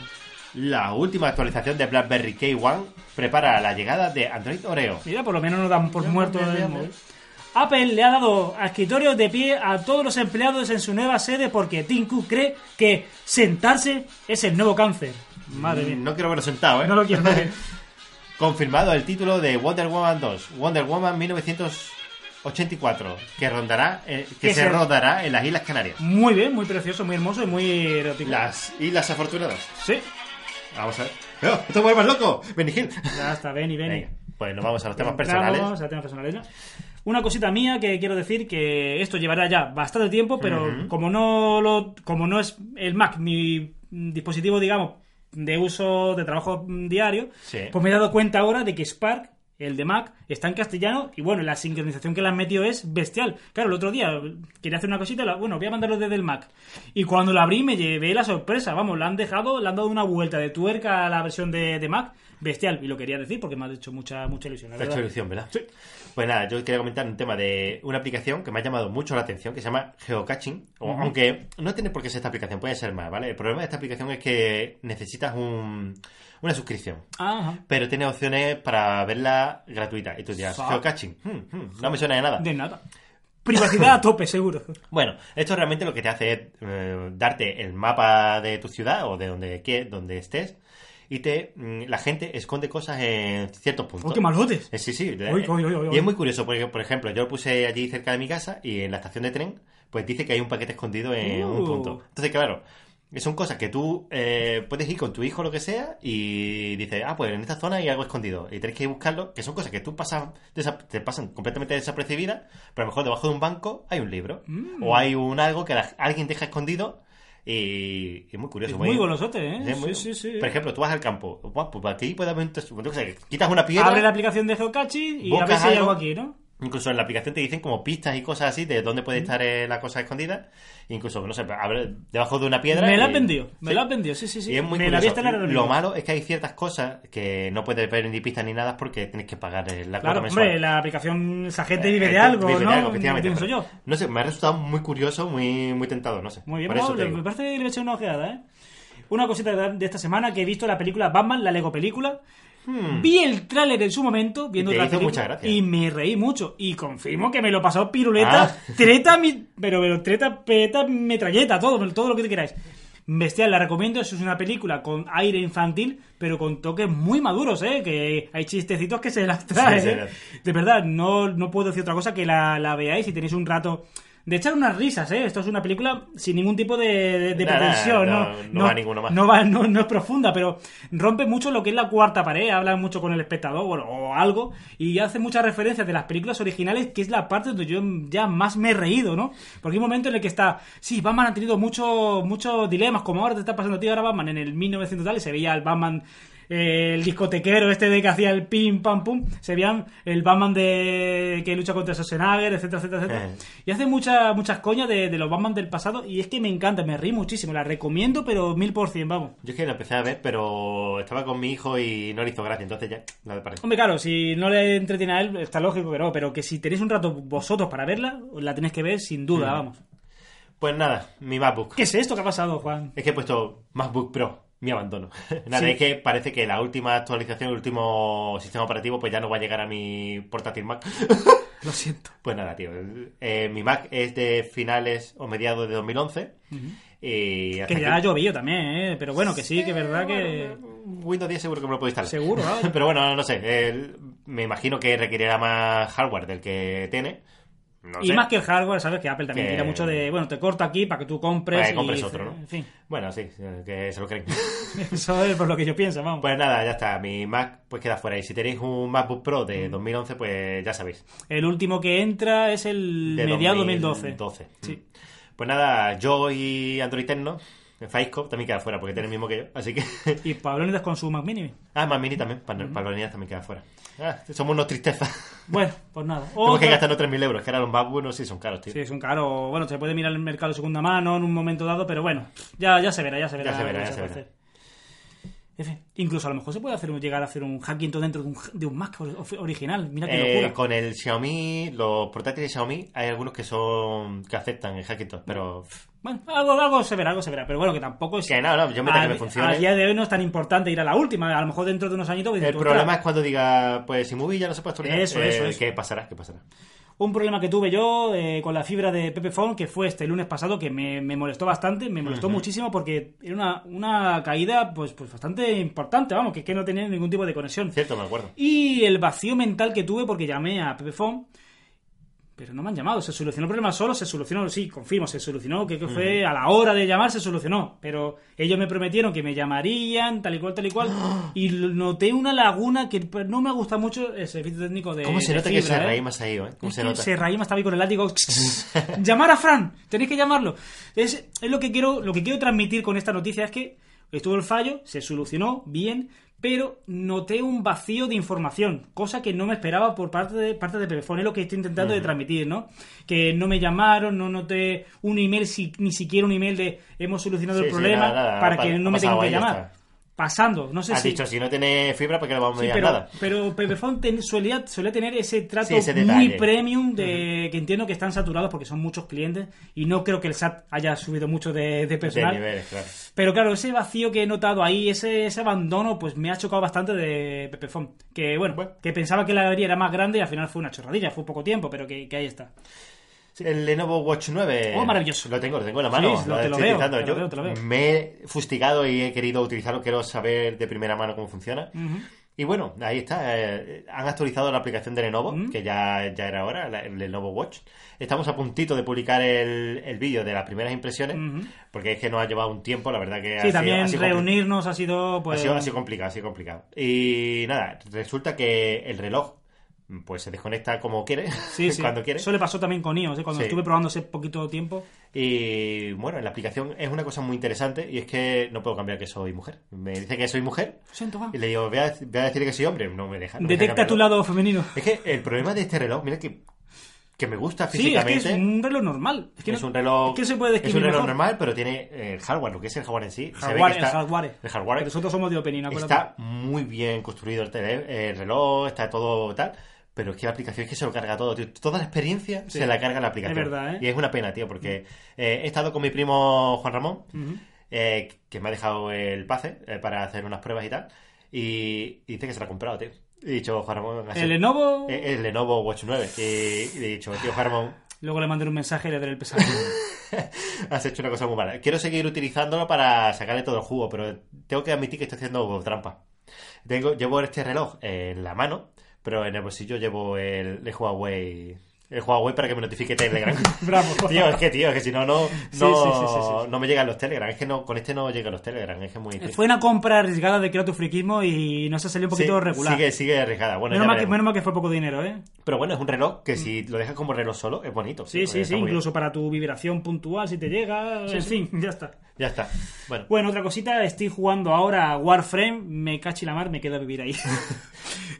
[SPEAKER 1] La última actualización de BlackBerry K1 prepara la llegada de Android Oreo.
[SPEAKER 2] Mira, por lo menos nos dan por
[SPEAKER 1] Bien,
[SPEAKER 2] muertos.
[SPEAKER 1] bien,
[SPEAKER 2] el
[SPEAKER 1] bien,
[SPEAKER 2] móvil.
[SPEAKER 1] bien.
[SPEAKER 2] Apple le ha dado a escritorios de pie a todos los empleados en su nueva sede porque Tim Cook cree que sentarse es el nuevo cáncer. Madre mía.
[SPEAKER 1] No quiero verlo sentado, ¿eh?
[SPEAKER 2] No Mm. lo quiero ver.
[SPEAKER 1] Confirmado el título de Wonder Woman 2, Wonder Woman 1984, que rondará, eh, que
[SPEAKER 2] Que
[SPEAKER 1] se
[SPEAKER 2] se-
[SPEAKER 1] rodará en las Islas Canarias.
[SPEAKER 2] Muy bien, muy precioso, muy hermoso y muy erótico.
[SPEAKER 1] Las Islas Afortunadas.
[SPEAKER 2] Sí.
[SPEAKER 1] Vamos a ver. ¡Oh, ¡Te vuelvas loco! Benigil.
[SPEAKER 2] Ya está, ven y ven.
[SPEAKER 1] Venga, pues nos vamos a los temas
[SPEAKER 2] Entramos
[SPEAKER 1] personales.
[SPEAKER 2] a Eh, temas personales, ¿no? Una cosita mía que quiero decir que esto llevará ya bastante tiempo, pero como no lo, como no es el Mac mi mm, dispositivo, digamos, de uso de trabajo mm, diario,
[SPEAKER 1] Sí.
[SPEAKER 2] pues me he dado cuenta ahora de que Spark el de Mac, está en castellano y bueno, la sincronización que le han metido es bestial. Claro, el otro día quería hacer una cosita, la- bueno, voy a mandarlo desde el Mac. Y cuando la abrí me llevé la sorpresa, vamos, la han dejado, le han dado una vuelta de tuerca a la versión de, de Mac, bestial. Y lo quería decir porque me ha hecho mucha, mucha ilusión, la
[SPEAKER 1] Te ha hecho
[SPEAKER 2] verdad.
[SPEAKER 1] ilusión, ¿verdad?
[SPEAKER 2] Sí.
[SPEAKER 1] Pues nada, yo quería comentar un tema de una aplicación que me ha llamado mucho la atención, que se llama Geocaching. o- Aunque no tiene por qué ser esta aplicación, puede ser más, ¿vale? El problema de esta aplicación es que necesitas un- una suscripción.
[SPEAKER 2] Ajá.
[SPEAKER 1] Pero tiene opciones para verla gratuita. Y tú dirás,
[SPEAKER 2] Fa-
[SPEAKER 1] geocaching. hmm, hmm, no me suena de nada.
[SPEAKER 2] De nada. Privacidad a tope, seguro.
[SPEAKER 1] Bueno, esto realmente lo que te hace es eh, darte el mapa de tu ciudad o de donde, quie- donde estés. Y te, mm, la gente esconde cosas en ciertos puntos.
[SPEAKER 2] ¡Oh, qué malotes!
[SPEAKER 1] Eh, Sí, sí.
[SPEAKER 2] Uy, uy, uy, uy,
[SPEAKER 1] y
[SPEAKER 2] uy.
[SPEAKER 1] es muy curioso, porque, por ejemplo, yo lo puse allí cerca de mi casa y en la estación de tren, pues dice que hay un paquete escondido en
[SPEAKER 2] Uh.
[SPEAKER 1] un punto. Entonces, claro, son cosas que tú eh, puedes ir con tu hijo o lo que sea y dices, ah, pues en esta zona hay algo escondido y tenés que ir a buscarlo, que son cosas que tú pasas, desa- te pasan completamente desapercibidas, pero a lo mejor debajo de un banco hay un libro
[SPEAKER 2] Mm.
[SPEAKER 1] o hay un algo que la- alguien deja escondido y es muy curioso.
[SPEAKER 2] Es muy golosote, ¿eh?
[SPEAKER 1] es muy-
[SPEAKER 2] Sí, sí, sí.
[SPEAKER 1] Por ejemplo, tú vas al campo, guau, pues aquí puede haber un tesoro, yo qué sé, quitas una piedra.
[SPEAKER 2] Abre la aplicación de Geocaching y a ver
[SPEAKER 1] Buscas
[SPEAKER 2] si hay
[SPEAKER 1] algo.
[SPEAKER 2] algo aquí, ¿no?
[SPEAKER 1] Incluso en la aplicación te dicen como pistas y cosas así de dónde puede estar eh, la cosa escondida. Incluso, no sé, abre debajo de una piedra.
[SPEAKER 2] Me la
[SPEAKER 1] y-
[SPEAKER 2] has vendido, me
[SPEAKER 1] Sí.
[SPEAKER 2] la has vendido, sí, sí, sí.
[SPEAKER 1] Y es muy
[SPEAKER 2] me
[SPEAKER 1] curioso.
[SPEAKER 2] la había instalado en el
[SPEAKER 1] Lo
[SPEAKER 2] ordenador.
[SPEAKER 1] malo es que hay ciertas cosas que no puedes ver ni pistas ni nada porque tienes que pagar eh, la cuota
[SPEAKER 2] Claro,
[SPEAKER 1] mensual.
[SPEAKER 2] hombre, la aplicación, esa gente
[SPEAKER 1] Eh,
[SPEAKER 2] vive de
[SPEAKER 1] eh,
[SPEAKER 2] algo,
[SPEAKER 1] vive de
[SPEAKER 2] ¿no?
[SPEAKER 1] algo, efectivamente,
[SPEAKER 2] Pienso
[SPEAKER 1] pero-
[SPEAKER 2] yo.
[SPEAKER 1] No sé, me ha resultado muy curioso, muy, muy tentado, no sé.
[SPEAKER 2] Muy bien,
[SPEAKER 1] Por eso
[SPEAKER 2] Pablo,
[SPEAKER 1] te digo.
[SPEAKER 2] me parece que le he hecho una ojeada, ¿eh? Una cosita de de esta semana que he visto la película Batman, la Lego película. Vi el tráiler en su momento, viendo
[SPEAKER 1] Hmm. te
[SPEAKER 2] otra
[SPEAKER 1] hizo
[SPEAKER 2] película,
[SPEAKER 1] mucha gracia.
[SPEAKER 2] y me reí mucho. Y confirmo que me lo pasó piruleta,
[SPEAKER 1] Ah.
[SPEAKER 2] treta, mi- pero, pero treta, peta, metralleta, todo, todo lo que te queráis. Bestial, la recomiendo. Eso es una película con aire infantil, pero con toques muy maduros, ¿eh? Que hay chistecitos que se las trae.
[SPEAKER 1] Sí, sí,
[SPEAKER 2] ¿eh? De verdad, no, no puedo decir otra cosa que la, la veáis y tenéis un rato de echar unas risas, ¿eh? Esto es una película sin ningún tipo de, de- de
[SPEAKER 1] Nah, nah,
[SPEAKER 2] pretensión,
[SPEAKER 1] no-
[SPEAKER 2] ¿no?
[SPEAKER 1] no va ninguno más.
[SPEAKER 2] No, va- no- no es profunda, pero rompe mucho lo que es la cuarta pared, habla mucho con el espectador bueno, o algo, y hace muchas referencias de las películas originales, que es la parte donde yo ya más me he reído, ¿no? Porque hay un momento en el que está, sí, Batman ha tenido muchos muchos dilemas, como ahora te está pasando a ti, ahora Batman en el 1900 tal, y se veía al Batman eh, el discotequero este de que hacía el pim pam pum, se veían el Batman de que lucha contra Schwarzenegger, etcétera, etcétera, etcétera.
[SPEAKER 1] Eh.
[SPEAKER 2] Y hace muchas muchas coñas de, de los Batman del pasado y es que me encanta, me río muchísimo, la recomiendo pero mil por cien, vamos.
[SPEAKER 1] Yo es que la empecé a ver, pero estaba con mi hijo y no le hizo gracia, entonces ya, no le parece.
[SPEAKER 2] Hombre, claro, si no le entretiene a él, está lógico que no, pero que si tenéis un rato vosotros para verla, la tenéis que ver sin duda,
[SPEAKER 1] Mm.
[SPEAKER 2] vamos.
[SPEAKER 1] Pues nada, mi MacBook.
[SPEAKER 2] ¿Qué es esto que ha pasado, Juan?
[SPEAKER 1] Es que he puesto MacBook Pro, mi abandono. Nada,
[SPEAKER 2] Sí.
[SPEAKER 1] es que parece que la última actualización, el último sistema operativo, pues ya no va a llegar a mi portátil Mac.
[SPEAKER 2] Lo siento.
[SPEAKER 1] pues nada, tío. eh, mi Mac es de finales o mediados de 2011. y hasta
[SPEAKER 2] Que ya
[SPEAKER 1] aquí-
[SPEAKER 2] ha llovido también, ¿eh? pero bueno, que sí, que es verdad que...
[SPEAKER 1] Windows 10 seguro que me lo puedo instalar.
[SPEAKER 2] Seguro, vamos.
[SPEAKER 1] Pero bueno, no sé. eh, me imagino que requerirá más hardware del que tiene. No
[SPEAKER 2] Y
[SPEAKER 1] sé.
[SPEAKER 2] más que el hardware, sabes que Apple también
[SPEAKER 1] Que-
[SPEAKER 2] tira mucho de, bueno, te corto aquí para que tú compres.
[SPEAKER 1] Para que compres
[SPEAKER 2] y-
[SPEAKER 1] otro, ¿no?
[SPEAKER 2] En fin,
[SPEAKER 1] Bueno, sí, eh, que se lo creen.
[SPEAKER 2] eso es por lo que yo pienso, vamos.
[SPEAKER 1] Pues nada, ya está. Mi Mac pues queda fuera. Y si tenéis un MacBook Pro de
[SPEAKER 2] Mm.
[SPEAKER 1] 2011, pues ya sabéis.
[SPEAKER 2] El último que entra es el
[SPEAKER 1] De
[SPEAKER 2] mediado 2012.
[SPEAKER 1] 2012.
[SPEAKER 2] Sí.
[SPEAKER 1] Pues nada, yo y Android Tecno, Faisco, también queda fuera porque tiene el mismo que yo. Así que.
[SPEAKER 2] Y Pablonidas con su Mac Mini.
[SPEAKER 1] ah, más Mini también. Para
[SPEAKER 2] Mm.
[SPEAKER 1] también queda fuera. Ah, somos unos tristezas.
[SPEAKER 2] Bueno, pues nada.
[SPEAKER 1] Tenemos que
[SPEAKER 2] Otra-
[SPEAKER 1] gastarnos 3.000 euros, que ahora los MacBooks no sí son caros, tío.
[SPEAKER 2] Sí, es un caro. Bueno, se puede mirar el mercado de segunda mano en un momento dado, pero bueno, ya, ya se verá, ya se verá.
[SPEAKER 1] Ya se verá,
[SPEAKER 2] lo que
[SPEAKER 1] ya se
[SPEAKER 2] puede
[SPEAKER 1] verá.
[SPEAKER 2] hacer. En fin, incluso a lo mejor se puede hacer un- llegar a hacer un hacking todo dentro de un, de un Mac or- of- original. Mira qué
[SPEAKER 1] Eh,
[SPEAKER 2] locura.
[SPEAKER 1] con el Xiaomi, los portátiles Xiaomi, hay algunos que son que aceptan el hackintosh, pero pff,
[SPEAKER 2] Bueno, algo, algo se verá, algo se verá, pero bueno, que tampoco es.
[SPEAKER 1] que no, no, yo me que
[SPEAKER 2] a-
[SPEAKER 1] me funcione.
[SPEAKER 2] A día de hoy no es tan importante ir a la última. A lo mejor dentro de unos añitos. dices
[SPEAKER 1] El
[SPEAKER 2] tú,
[SPEAKER 1] problema
[SPEAKER 2] "Ostras".
[SPEAKER 1] es cuando diga, pues si movie ya no se puede actualizar. Eh,
[SPEAKER 2] Eso, eso, eso.
[SPEAKER 1] ¿Qué pasará? ¿Qué pasará?
[SPEAKER 2] Un problema que tuve yo eh, con la fibra de Pepephone, que fue este lunes pasado, que me, me molestó bastante, me molestó muchísimo porque era una, una caída pues, pues bastante importante, vamos, que es que no tenía ningún tipo de conexión.
[SPEAKER 1] Cierto, me acuerdo.
[SPEAKER 2] Y el vacío mental que tuve porque llamé a Pepephone, pero no me han llamado. Se solucionó el problema solo, se solucionó, sí, confirmo, se solucionó, que, que fue a la hora de llamar, se solucionó. Pero ellos me prometieron que me llamarían, tal y cual, tal y cual. y lo- noté una laguna que no me gusta mucho el servicio técnico de.
[SPEAKER 1] ¿Cómo se
[SPEAKER 2] de
[SPEAKER 1] nota que
[SPEAKER 2] fibra,
[SPEAKER 1] se
[SPEAKER 2] eh?
[SPEAKER 1] reíma se ha ido, eh? ¿Cómo
[SPEAKER 2] Es
[SPEAKER 1] se
[SPEAKER 2] que
[SPEAKER 1] nota?
[SPEAKER 2] Serraíma estaba ahí con el látigo. Llamar a Fran, tenéis que llamarlo. Es, es lo que quiero, lo que quiero transmitir con esta noticia es que estuvo el fallo, se solucionó bien, pero noté un vacío de información, cosa que no me esperaba por parte de, parte de Pepefone, es lo que estoy intentando de transmitir, ¿no? Que no me llamaron, no noté un email, si- ni siquiera un email de hemos solucionado
[SPEAKER 1] Sí,
[SPEAKER 2] el
[SPEAKER 1] sí,
[SPEAKER 2] problema
[SPEAKER 1] nada, nada,
[SPEAKER 2] para
[SPEAKER 1] ha pa-
[SPEAKER 2] que no
[SPEAKER 1] ha
[SPEAKER 2] me tengan
[SPEAKER 1] pasado,
[SPEAKER 2] que
[SPEAKER 1] ahí ya
[SPEAKER 2] llamar.
[SPEAKER 1] está.
[SPEAKER 2] Pasando, no sé
[SPEAKER 1] Has
[SPEAKER 2] si...
[SPEAKER 1] dicho, si no tiene fibra, ¿para qué le vamos a
[SPEAKER 2] Sí,
[SPEAKER 1] mediar
[SPEAKER 2] pero,
[SPEAKER 1] nada?
[SPEAKER 2] pero Pepefon ten- solía, suele tener ese trato
[SPEAKER 1] Sí, ese detalle.
[SPEAKER 2] muy premium de que entiendo que están saturados porque son muchos clientes y no creo que el SAT haya subido mucho de, de
[SPEAKER 1] De
[SPEAKER 2] personal.
[SPEAKER 1] niveles, claro.
[SPEAKER 2] pero claro, ese vacío que he notado ahí, ese, ese abandono, pues me ha chocado bastante de Pepefon. Que bueno,
[SPEAKER 1] Bueno.
[SPEAKER 2] que pensaba que la galería era más grande y al final fue una chorradilla, fue poco tiempo, pero que, que ahí está.
[SPEAKER 1] El Lenovo Watch 9.
[SPEAKER 2] Oh, maravilloso.
[SPEAKER 1] Lo tengo, lo tengo en la mano.
[SPEAKER 2] Sí, lo- te lo
[SPEAKER 1] estoy
[SPEAKER 2] veo,
[SPEAKER 1] utilizando.
[SPEAKER 2] te lo
[SPEAKER 1] Yo
[SPEAKER 2] veo, te lo veo.
[SPEAKER 1] Me he fustigado y he querido utilizarlo. Quiero saber de primera mano cómo funciona. Y bueno, ahí está. eh, han actualizado la aplicación de Lenovo,
[SPEAKER 2] Mm.
[SPEAKER 1] que ya, ya era hora, la- el Lenovo Watch. Estamos a puntito de publicar el, el vídeo de las primeras impresiones, porque es que nos ha llevado un tiempo, la verdad que ha
[SPEAKER 2] Sí,
[SPEAKER 1] sido-
[SPEAKER 2] también
[SPEAKER 1] ha sido complicado.
[SPEAKER 2] reunirnos ha sido pues
[SPEAKER 1] Ha sido, ha sido complicado, ha sido complicado. Y nada, resulta que el reloj pues se desconecta como quiere,
[SPEAKER 2] sí, sí.
[SPEAKER 1] cuando quiere.
[SPEAKER 2] Eso le pasó también con iOS, ¿eh? cuando
[SPEAKER 1] Sí.
[SPEAKER 2] estuve probando ese poquito tiempo.
[SPEAKER 1] Y bueno, en la aplicación es una cosa muy interesante y es que no puedo cambiar que soy mujer. Me dice que soy mujer
[SPEAKER 2] Lo siento, va.
[SPEAKER 1] y le digo, voy a, voy a decir que soy hombre. No me deja. no me deja
[SPEAKER 2] Detecta tu
[SPEAKER 1] cambiarlo.
[SPEAKER 2] lado femenino.
[SPEAKER 1] Es que el problema de este reloj, mira que, que me gusta
[SPEAKER 2] Sí, es que
[SPEAKER 1] físicamente.
[SPEAKER 2] es un reloj normal. Es, que no-
[SPEAKER 1] un reloj.
[SPEAKER 2] es que se puede
[SPEAKER 1] es un
[SPEAKER 2] describir
[SPEAKER 1] reloj
[SPEAKER 2] mejor.
[SPEAKER 1] normal, pero tiene eh, el hardware, lo que es el hardware en sí. se ve
[SPEAKER 2] Hardware,
[SPEAKER 1] que
[SPEAKER 2] el
[SPEAKER 1] está-
[SPEAKER 2] hardware.
[SPEAKER 1] El hardware.
[SPEAKER 2] Nosotros somos de opinión, acuérdate.
[SPEAKER 1] Está muy bien construido el, tele- el reloj, está todo tal. Pero es que la aplicación es que se lo carga todo, tío. Toda la experiencia se la carga la aplicación.
[SPEAKER 2] Es verdad, ¿eh? Mm.
[SPEAKER 1] Y es una pena, tío, porque eh, he estado con mi primo Juan Ramón, eh, que me ha dejado el pase eh, para hacer unas pruebas y tal. Y dice que se lo ha comprado, tío. Y he dicho, Juan Ramón, así,
[SPEAKER 2] El Lenovo.
[SPEAKER 1] eh, el Lenovo Watch 9. Y, y le he dicho, tío, Juan Ramón,
[SPEAKER 2] Luego le mandé un mensaje y le daré el pesaje.
[SPEAKER 1] Has hecho una cosa muy mala. Quiero seguir utilizándolo para sacarle todo el jugo, pero tengo que admitir que estoy haciendo trampa. Tengo, llevo este reloj en la mano, pero en el bolsillo llevo el, el Huawei. El Huawei para que me notifique Telegram.
[SPEAKER 2] Bravo.
[SPEAKER 1] tío, es que tío, es que si no, no, no,
[SPEAKER 2] sí, sí, sí, sí.
[SPEAKER 1] no me llegan los Telegram. Es que no, con este no llegan los Telegram. Es que es muy.
[SPEAKER 2] Fue una compra arriesgada de Creative Friquismo y no se salió un
[SPEAKER 1] Sí,
[SPEAKER 2] poquito regular.
[SPEAKER 1] Sigue, sigue arriesgada. Bueno,
[SPEAKER 2] menos,
[SPEAKER 1] ya
[SPEAKER 2] mal que,
[SPEAKER 1] veremos.
[SPEAKER 2] menos mal que fue poco dinero, ¿eh?
[SPEAKER 1] Pero bueno, es un reloj que si lo dejas como reloj solo, es bonito.
[SPEAKER 2] Sí, sí,
[SPEAKER 1] está
[SPEAKER 2] sí.
[SPEAKER 1] muy bien.
[SPEAKER 2] Incluso para tu vibración puntual, si te llega. en fin, ya está.
[SPEAKER 1] Ya está. Bueno.
[SPEAKER 2] Bueno, otra cosita, estoy jugando ahora a Warframe, me cachi la mar, me quedo a vivir ahí.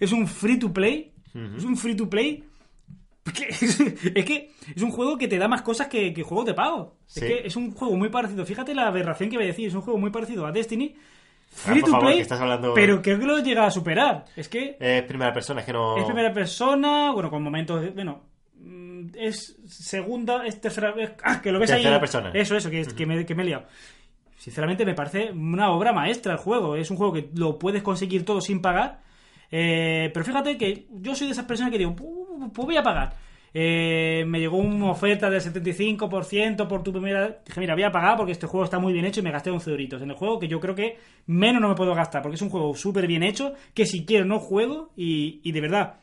[SPEAKER 2] es un free to play, es un free to play. que- es que es un juego que te da más cosas que, que juegos de pago.
[SPEAKER 1] Sí.
[SPEAKER 2] Es que es un juego muy parecido, fíjate la aberración que voy a decir, es un juego muy parecido a Destiny.
[SPEAKER 1] Ah,
[SPEAKER 2] Free
[SPEAKER 1] por
[SPEAKER 2] to
[SPEAKER 1] favor,
[SPEAKER 2] play,
[SPEAKER 1] que estás hablando-
[SPEAKER 2] pero creo que lo llega a superar. Es que
[SPEAKER 1] Es primera persona, es que no.
[SPEAKER 2] es primera persona, bueno, con momentos. de- Bueno, mm, es segunda, es tercera. es- ah, que lo ves ahí.
[SPEAKER 1] Tercera persona.
[SPEAKER 2] Eso, eso, que, es- que, me, que me he liado. Sinceramente, me parece una obra maestra el juego. Es un juego que lo puedes conseguir todo sin pagar. Eh, pero fíjate que yo soy de esas personas que digo, "Pu- pues voy a pagar. Eh, me llegó una oferta del 75% por tu primera. Dije, mira, voy a pagar porque este juego está muy bien hecho y me gasté 11 euritos en el juego que yo creo que menos no me puedo gastar porque es un juego súper bien hecho que si quiero no juego y, y de verdad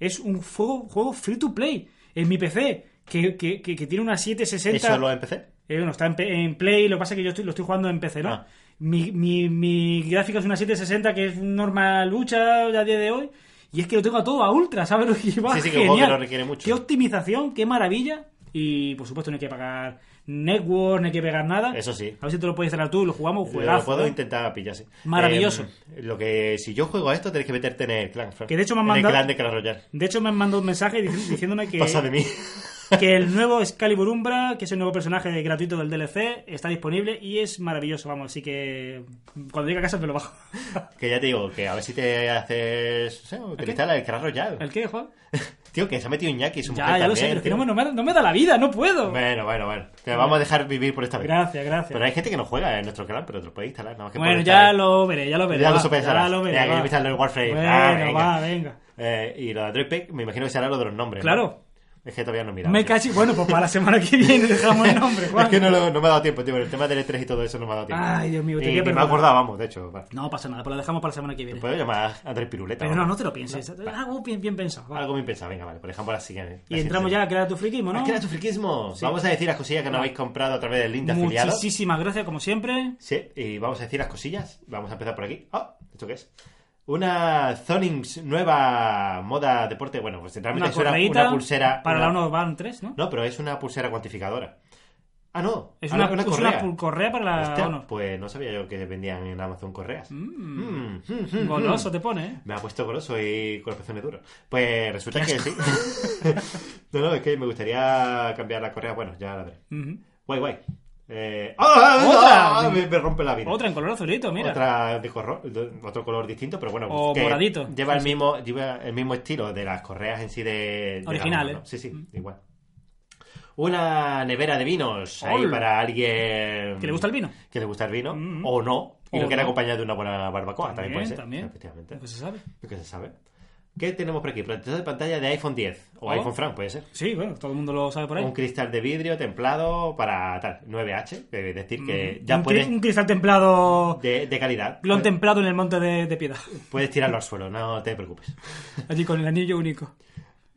[SPEAKER 2] es un juego, juego free to play en mi PC que, que- que- que tiene una 760.
[SPEAKER 1] Eso lo empecé.
[SPEAKER 2] Eh, bueno, está en, P- en Play, lo que pasa es que yo estoy, lo estoy jugando en PC, ¿no?
[SPEAKER 1] Ah.
[SPEAKER 2] Mi, mi, mi gráfica es una 760 que es normal lucha a día de hoy. Y es que lo tengo a todo a ultra, ¿sabes? lo que va?
[SPEAKER 1] Sí, sí, que un juego que
[SPEAKER 2] Genial.
[SPEAKER 1] no requiere mucho.
[SPEAKER 2] Qué optimización, qué maravilla. Y por supuesto no hay que pagar network, no hay que pagar nada.
[SPEAKER 1] Eso sí.
[SPEAKER 2] A ver si te lo puedes instalar tú, lo jugamos,
[SPEAKER 1] Lo,
[SPEAKER 2] juegazo. ¿eh?
[SPEAKER 1] puedo
[SPEAKER 2] ¿no?
[SPEAKER 1] intentar pillar, sí.
[SPEAKER 2] Maravilloso.
[SPEAKER 1] Eh, lo que si yo juego a esto tenés que meterte en el clan, Fran.
[SPEAKER 2] Que de hecho me han
[SPEAKER 1] En el
[SPEAKER 2] mandado-
[SPEAKER 1] clan de Clash Royale.
[SPEAKER 2] De hecho me han mandado un mensaje dic- diciéndome que...
[SPEAKER 1] Pasa de mí.
[SPEAKER 2] que el nuevo Excalibur Umbra, que es el nuevo personaje gratuito del DLC, está disponible y es maravilloso, vamos, así que cuando llegue a casa me lo bajo.
[SPEAKER 1] que ya te digo, que a ver si te haces, no sé, te instala el Clash Royale.
[SPEAKER 2] ¿El qué, Juan?
[SPEAKER 1] Tío, que se ha metido Iñaki y su
[SPEAKER 2] Ya,
[SPEAKER 1] mujer
[SPEAKER 2] ya lo sé,
[SPEAKER 1] también,
[SPEAKER 2] pero es que
[SPEAKER 1] tío.
[SPEAKER 2] no me, no me- no me da la vida, no puedo.
[SPEAKER 1] Bueno, bueno, bueno. Te vamos a dejar vivir por esta vez.
[SPEAKER 2] Gracias, gracias.
[SPEAKER 1] Pero hay gente que no juega en nuestro clan, pero te lo puedes instalar, nada más que
[SPEAKER 2] bueno,
[SPEAKER 1] por
[SPEAKER 2] ya
[SPEAKER 1] estar-
[SPEAKER 2] lo veré, ya lo veré.
[SPEAKER 1] Ya lo
[SPEAKER 2] va,
[SPEAKER 1] sopesarás.
[SPEAKER 2] ya lo veré.
[SPEAKER 1] Ya que
[SPEAKER 2] va.
[SPEAKER 1] me instalo el Warframe.
[SPEAKER 2] Bueno,
[SPEAKER 1] Ah, venga.
[SPEAKER 2] va, venga.
[SPEAKER 1] Eh, y lo de Android Pack, me imagino que será lo de los nombres.
[SPEAKER 2] Claro.
[SPEAKER 1] ¿no? Es que todavía no he mirado.
[SPEAKER 2] Me
[SPEAKER 1] tío.
[SPEAKER 2] cachi. Bueno, pues para la semana que viene dejamos el nombre, Juan.
[SPEAKER 1] Es que no, lo- no me ha dado tiempo, tío. El tema del E3 y todo eso no me ha dado tiempo.
[SPEAKER 2] Ay, Dios mío,
[SPEAKER 1] Y
[SPEAKER 2] te
[SPEAKER 1] ni
[SPEAKER 2] quiero
[SPEAKER 1] me
[SPEAKER 2] perdonar.
[SPEAKER 1] acordaba, vamos, de hecho. va.
[SPEAKER 2] No pasa nada, pues lo dejamos para la semana que viene.
[SPEAKER 1] Puedo llamar a Andrés Piruleta.
[SPEAKER 2] Pero
[SPEAKER 1] vamos.
[SPEAKER 2] no, no te lo pienses. Algo bien, bien pensado. va.
[SPEAKER 1] Algo me pensado, venga, vale. Por ejemplo, la siguiente.
[SPEAKER 2] Y entramos ya a crear tu friquismo, ¿no?
[SPEAKER 1] ¿Qué era tu friquismo? Vamos a decir las cosillas que no habéis comprado a través del link de afiliados.
[SPEAKER 2] Muchísimas gracias, como siempre.
[SPEAKER 1] Sí, y vamos a decir las cosillas. Vamos a empezar por aquí. Ah, ¿esto qué es? Una Zonings nueva moda deporte. Bueno, pues realmente
[SPEAKER 2] Una
[SPEAKER 1] es una,
[SPEAKER 2] correíta
[SPEAKER 1] una pulsera.
[SPEAKER 2] para
[SPEAKER 1] una-
[SPEAKER 2] la 1 van 3, ¿no?
[SPEAKER 1] No, pero es una pulsera cuantificadora. Ah, no.
[SPEAKER 2] Es
[SPEAKER 1] Ah,
[SPEAKER 2] una,
[SPEAKER 1] no,
[SPEAKER 2] es una pul- correa para la
[SPEAKER 1] Hostia,
[SPEAKER 2] Honor.
[SPEAKER 1] Pues no sabía yo que vendían en Amazon correas. Mm, mm, mm,
[SPEAKER 2] Goloso
[SPEAKER 1] mm.
[SPEAKER 2] te pone, ¿eh?
[SPEAKER 1] Me ha puesto goloso y con los pezones duros. Pues resulta que sí. no, no, es que me gustaría cambiar la correa. Bueno, ya la veré.
[SPEAKER 2] Ujú.
[SPEAKER 1] Guay, guay. Eh, ¡ah, ah,
[SPEAKER 2] ¡Otra!
[SPEAKER 1] ah! me, me rompe la vida.
[SPEAKER 2] Otra en color azulito, mira.
[SPEAKER 1] Otra de corro- de- otro color distinto, pero bueno.
[SPEAKER 2] O
[SPEAKER 1] que
[SPEAKER 2] moradito.
[SPEAKER 1] Lleva
[SPEAKER 2] Sí,
[SPEAKER 1] el, mismo, lleva el mismo estilo de las correas en sí de. de la
[SPEAKER 2] Original,
[SPEAKER 1] mano,
[SPEAKER 2] ¿eh?
[SPEAKER 1] ¿no? Sí, sí,
[SPEAKER 2] Mm.
[SPEAKER 1] igual. Una nevera de vinos ahí
[SPEAKER 2] Hola.
[SPEAKER 1] para alguien.
[SPEAKER 2] ¿Que le gusta el vino?
[SPEAKER 1] Que le gusta el vino,
[SPEAKER 2] Mm.
[SPEAKER 1] o no, y
[SPEAKER 2] O
[SPEAKER 1] lo quiere
[SPEAKER 2] no.
[SPEAKER 1] acompañar de una buena barbacoa, Ah, también, puede ser.
[SPEAKER 2] También,
[SPEAKER 1] Efectivamente.
[SPEAKER 2] Lo que se sabe.
[SPEAKER 1] Lo que se sabe. ¿Qué tenemos por aquí? Protector de pantalla de iPhone 10 o
[SPEAKER 2] Oh.
[SPEAKER 1] iPhone Frank, puede ser.
[SPEAKER 2] Sí, bueno, todo el mundo lo sabe por ahí.
[SPEAKER 1] Un cristal de vidrio templado para tal, 9H, que es decir, que
[SPEAKER 2] Mm, Un
[SPEAKER 1] ya
[SPEAKER 2] cri-
[SPEAKER 1] puedes.
[SPEAKER 2] un cristal templado.
[SPEAKER 1] De, de calidad.
[SPEAKER 2] Clon
[SPEAKER 1] Puedes-
[SPEAKER 2] templado en el monte de, de piedad.
[SPEAKER 1] Puedes tirarlo al suelo, no te preocupes.
[SPEAKER 2] Allí con el anillo único.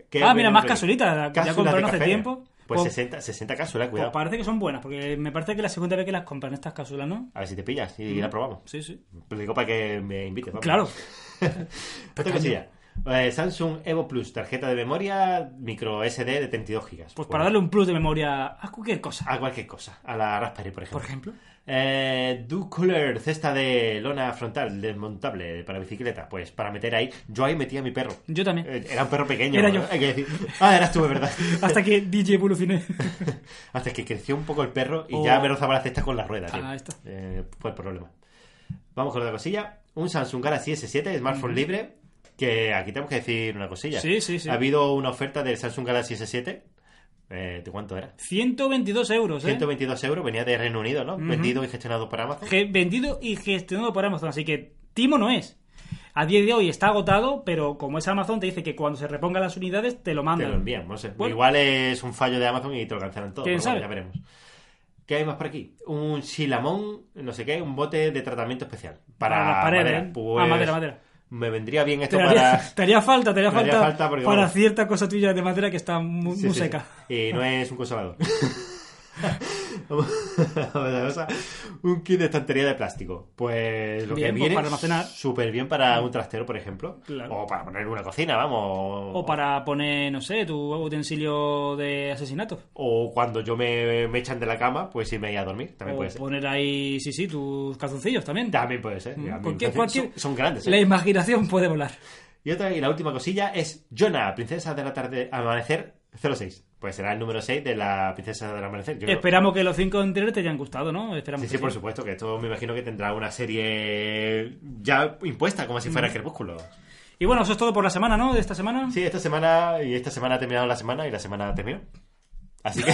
[SPEAKER 1] ¿Qué
[SPEAKER 2] Ah, mira,
[SPEAKER 1] tenemos
[SPEAKER 2] más
[SPEAKER 1] por aquí?
[SPEAKER 2] cápsulitas, ya
[SPEAKER 1] Cápsulas
[SPEAKER 2] compraron
[SPEAKER 1] de
[SPEAKER 2] hace
[SPEAKER 1] café.
[SPEAKER 2] tiempo.
[SPEAKER 1] Pues
[SPEAKER 2] O-
[SPEAKER 1] 60, 60 cápsulas,
[SPEAKER 2] Pues
[SPEAKER 1] cuidado.
[SPEAKER 2] parece que son buenas, porque me parece que es la segunda vez que las compran estas cápsulas, ¿no?
[SPEAKER 1] A ver si te pillas y la probamos.
[SPEAKER 2] Sí, sí.
[SPEAKER 1] Lo digo para que me invites. vamos.
[SPEAKER 2] Mm. Claro. pues
[SPEAKER 1] Otra cosilla. Eh, Samsung Evo Plus, tarjeta de memoria micro SD de 32 GB.
[SPEAKER 2] Pues para darle un plus de memoria a cualquier cosa.
[SPEAKER 1] A cualquier cosa. A la Raspberry, por ejemplo.
[SPEAKER 2] Por ejemplo.
[SPEAKER 1] Eh, Du Cooler, cesta de lona frontal desmontable para bicicleta. Pues para meter ahí. Yo ahí metía a mi perro.
[SPEAKER 2] Yo también.
[SPEAKER 1] Eh, Era un perro pequeño.
[SPEAKER 2] Era
[SPEAKER 1] ¿no?
[SPEAKER 2] yo.
[SPEAKER 1] Hay que decir. Ah, eras tú, de verdad.
[SPEAKER 2] Hasta que DJ evolucioné.
[SPEAKER 1] Hasta que creció un poco el perro y
[SPEAKER 2] Oh.
[SPEAKER 1] ya me rozaba la cesta con la rueda. tío.
[SPEAKER 2] Ah, ahí está.
[SPEAKER 1] Eh, fue el problema. Vamos con otra cosilla. Un Samsung Galaxy S7, smartphone libre. Que aquí tenemos que decir una cosilla.
[SPEAKER 2] Sí, sí, sí.
[SPEAKER 1] Ha habido una oferta del Samsung Galaxy S7. Eh, ¿De cuánto era?
[SPEAKER 2] 122 euros, ¿eh?
[SPEAKER 1] 122 euros, venía de Reino Unido, ¿no? Vendido y gestionado por Amazon.
[SPEAKER 2] Ge- vendido y gestionado por Amazon, así que timo no es. A día de hoy está agotado, pero como es Amazon, te dice que cuando se repongan las unidades te lo
[SPEAKER 1] Te
[SPEAKER 2] mandan.
[SPEAKER 1] lo envían, no sé.
[SPEAKER 2] Bueno.
[SPEAKER 1] Igual es un fallo de Amazon y te lo cancelan todo.
[SPEAKER 2] ¿Quién
[SPEAKER 1] pero bueno,
[SPEAKER 2] sabe?
[SPEAKER 1] ya veremos. ¿Qué hay más por aquí? Un silamón, no sé qué, un bote de tratamiento especial. Para,
[SPEAKER 2] Para las paredes.
[SPEAKER 1] madera.
[SPEAKER 2] ¿eh?
[SPEAKER 1] Pues
[SPEAKER 2] Ah, madera, madera.
[SPEAKER 1] Me vendría bien esto
[SPEAKER 2] Te haría,
[SPEAKER 1] para.
[SPEAKER 2] te haría falta, te haría
[SPEAKER 1] me haría
[SPEAKER 2] falta,
[SPEAKER 1] falta porque,
[SPEAKER 2] para
[SPEAKER 1] vamos.
[SPEAKER 2] cierta cosa tuya de madera que está mu- muy,
[SPEAKER 1] Sí, sí,
[SPEAKER 2] seca.
[SPEAKER 1] sí. Y no es un consolador. Vamos a ver, vamos a- un kit de estantería de plástico. Pues lo
[SPEAKER 2] Bien,
[SPEAKER 1] que
[SPEAKER 2] pues
[SPEAKER 1] viene
[SPEAKER 2] para almacenar.
[SPEAKER 1] súper bien para un trastero, por ejemplo.
[SPEAKER 2] Claro.
[SPEAKER 1] O para poner en una cocina, vamos.
[SPEAKER 2] O para poner, no sé, tu utensilio de asesinato.
[SPEAKER 1] O cuando yo me, me echan de la cama, pues irme ahí a dormir. También
[SPEAKER 2] O
[SPEAKER 1] puede ser.
[SPEAKER 2] poner ahí, sí, sí, tus calzoncillos también.
[SPEAKER 1] También puede ser.
[SPEAKER 2] Mm,
[SPEAKER 1] A mí
[SPEAKER 2] cualquier-
[SPEAKER 1] me parecen-
[SPEAKER 2] cualquier-
[SPEAKER 1] son, son grandes. ¿eh?
[SPEAKER 2] La imaginación puede volar.
[SPEAKER 1] Y otra y la última cosilla es Jonah, princesa de la tarde amanecer 06. Pues será el número 6 de la princesa del amanecer. Yo creo-
[SPEAKER 2] Esperamos que los cinco anteriores te hayan gustado, ¿no? Esperamos
[SPEAKER 1] Sí,
[SPEAKER 2] que
[SPEAKER 1] sí, por supuesto, que esto me imagino que tendrá una serie ya impuesta, como si
[SPEAKER 2] Mm.
[SPEAKER 1] fuera Crepúsculo.
[SPEAKER 2] Y bueno, eso es todo por la semana, ¿no? De esta semana.
[SPEAKER 1] Sí, esta semana, y esta semana ha terminado la semana y la semana terminó. Así que.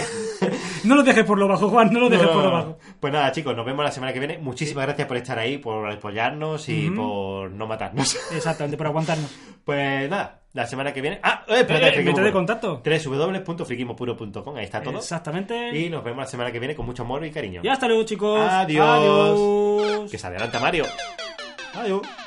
[SPEAKER 2] No lo dejes por lo bajo, Juan, no lo dejes
[SPEAKER 1] No, no,
[SPEAKER 2] por lo
[SPEAKER 1] no.
[SPEAKER 2] bajo.
[SPEAKER 1] Pues nada, chicos, nos vemos la semana que viene. Muchísimas gracias por estar ahí, por apoyarnos y
[SPEAKER 2] Mm.
[SPEAKER 1] por no matarnos.
[SPEAKER 2] Exactamente, por aguantarnos.
[SPEAKER 1] Pues nada, la semana que viene. Ah, eh, espérate,
[SPEAKER 2] Eh,
[SPEAKER 1] Friquismo
[SPEAKER 2] métete de
[SPEAKER 1] Puro.
[SPEAKER 2] contacto.
[SPEAKER 1] www.friquismopuro.com, ahí está todo.
[SPEAKER 2] Exactamente.
[SPEAKER 1] Y nos vemos la semana que viene con mucho amor y cariño.
[SPEAKER 2] Y hasta luego, chicos.
[SPEAKER 1] Adiós.
[SPEAKER 2] Adiós.
[SPEAKER 1] Que se adelanta Mario. Adiós.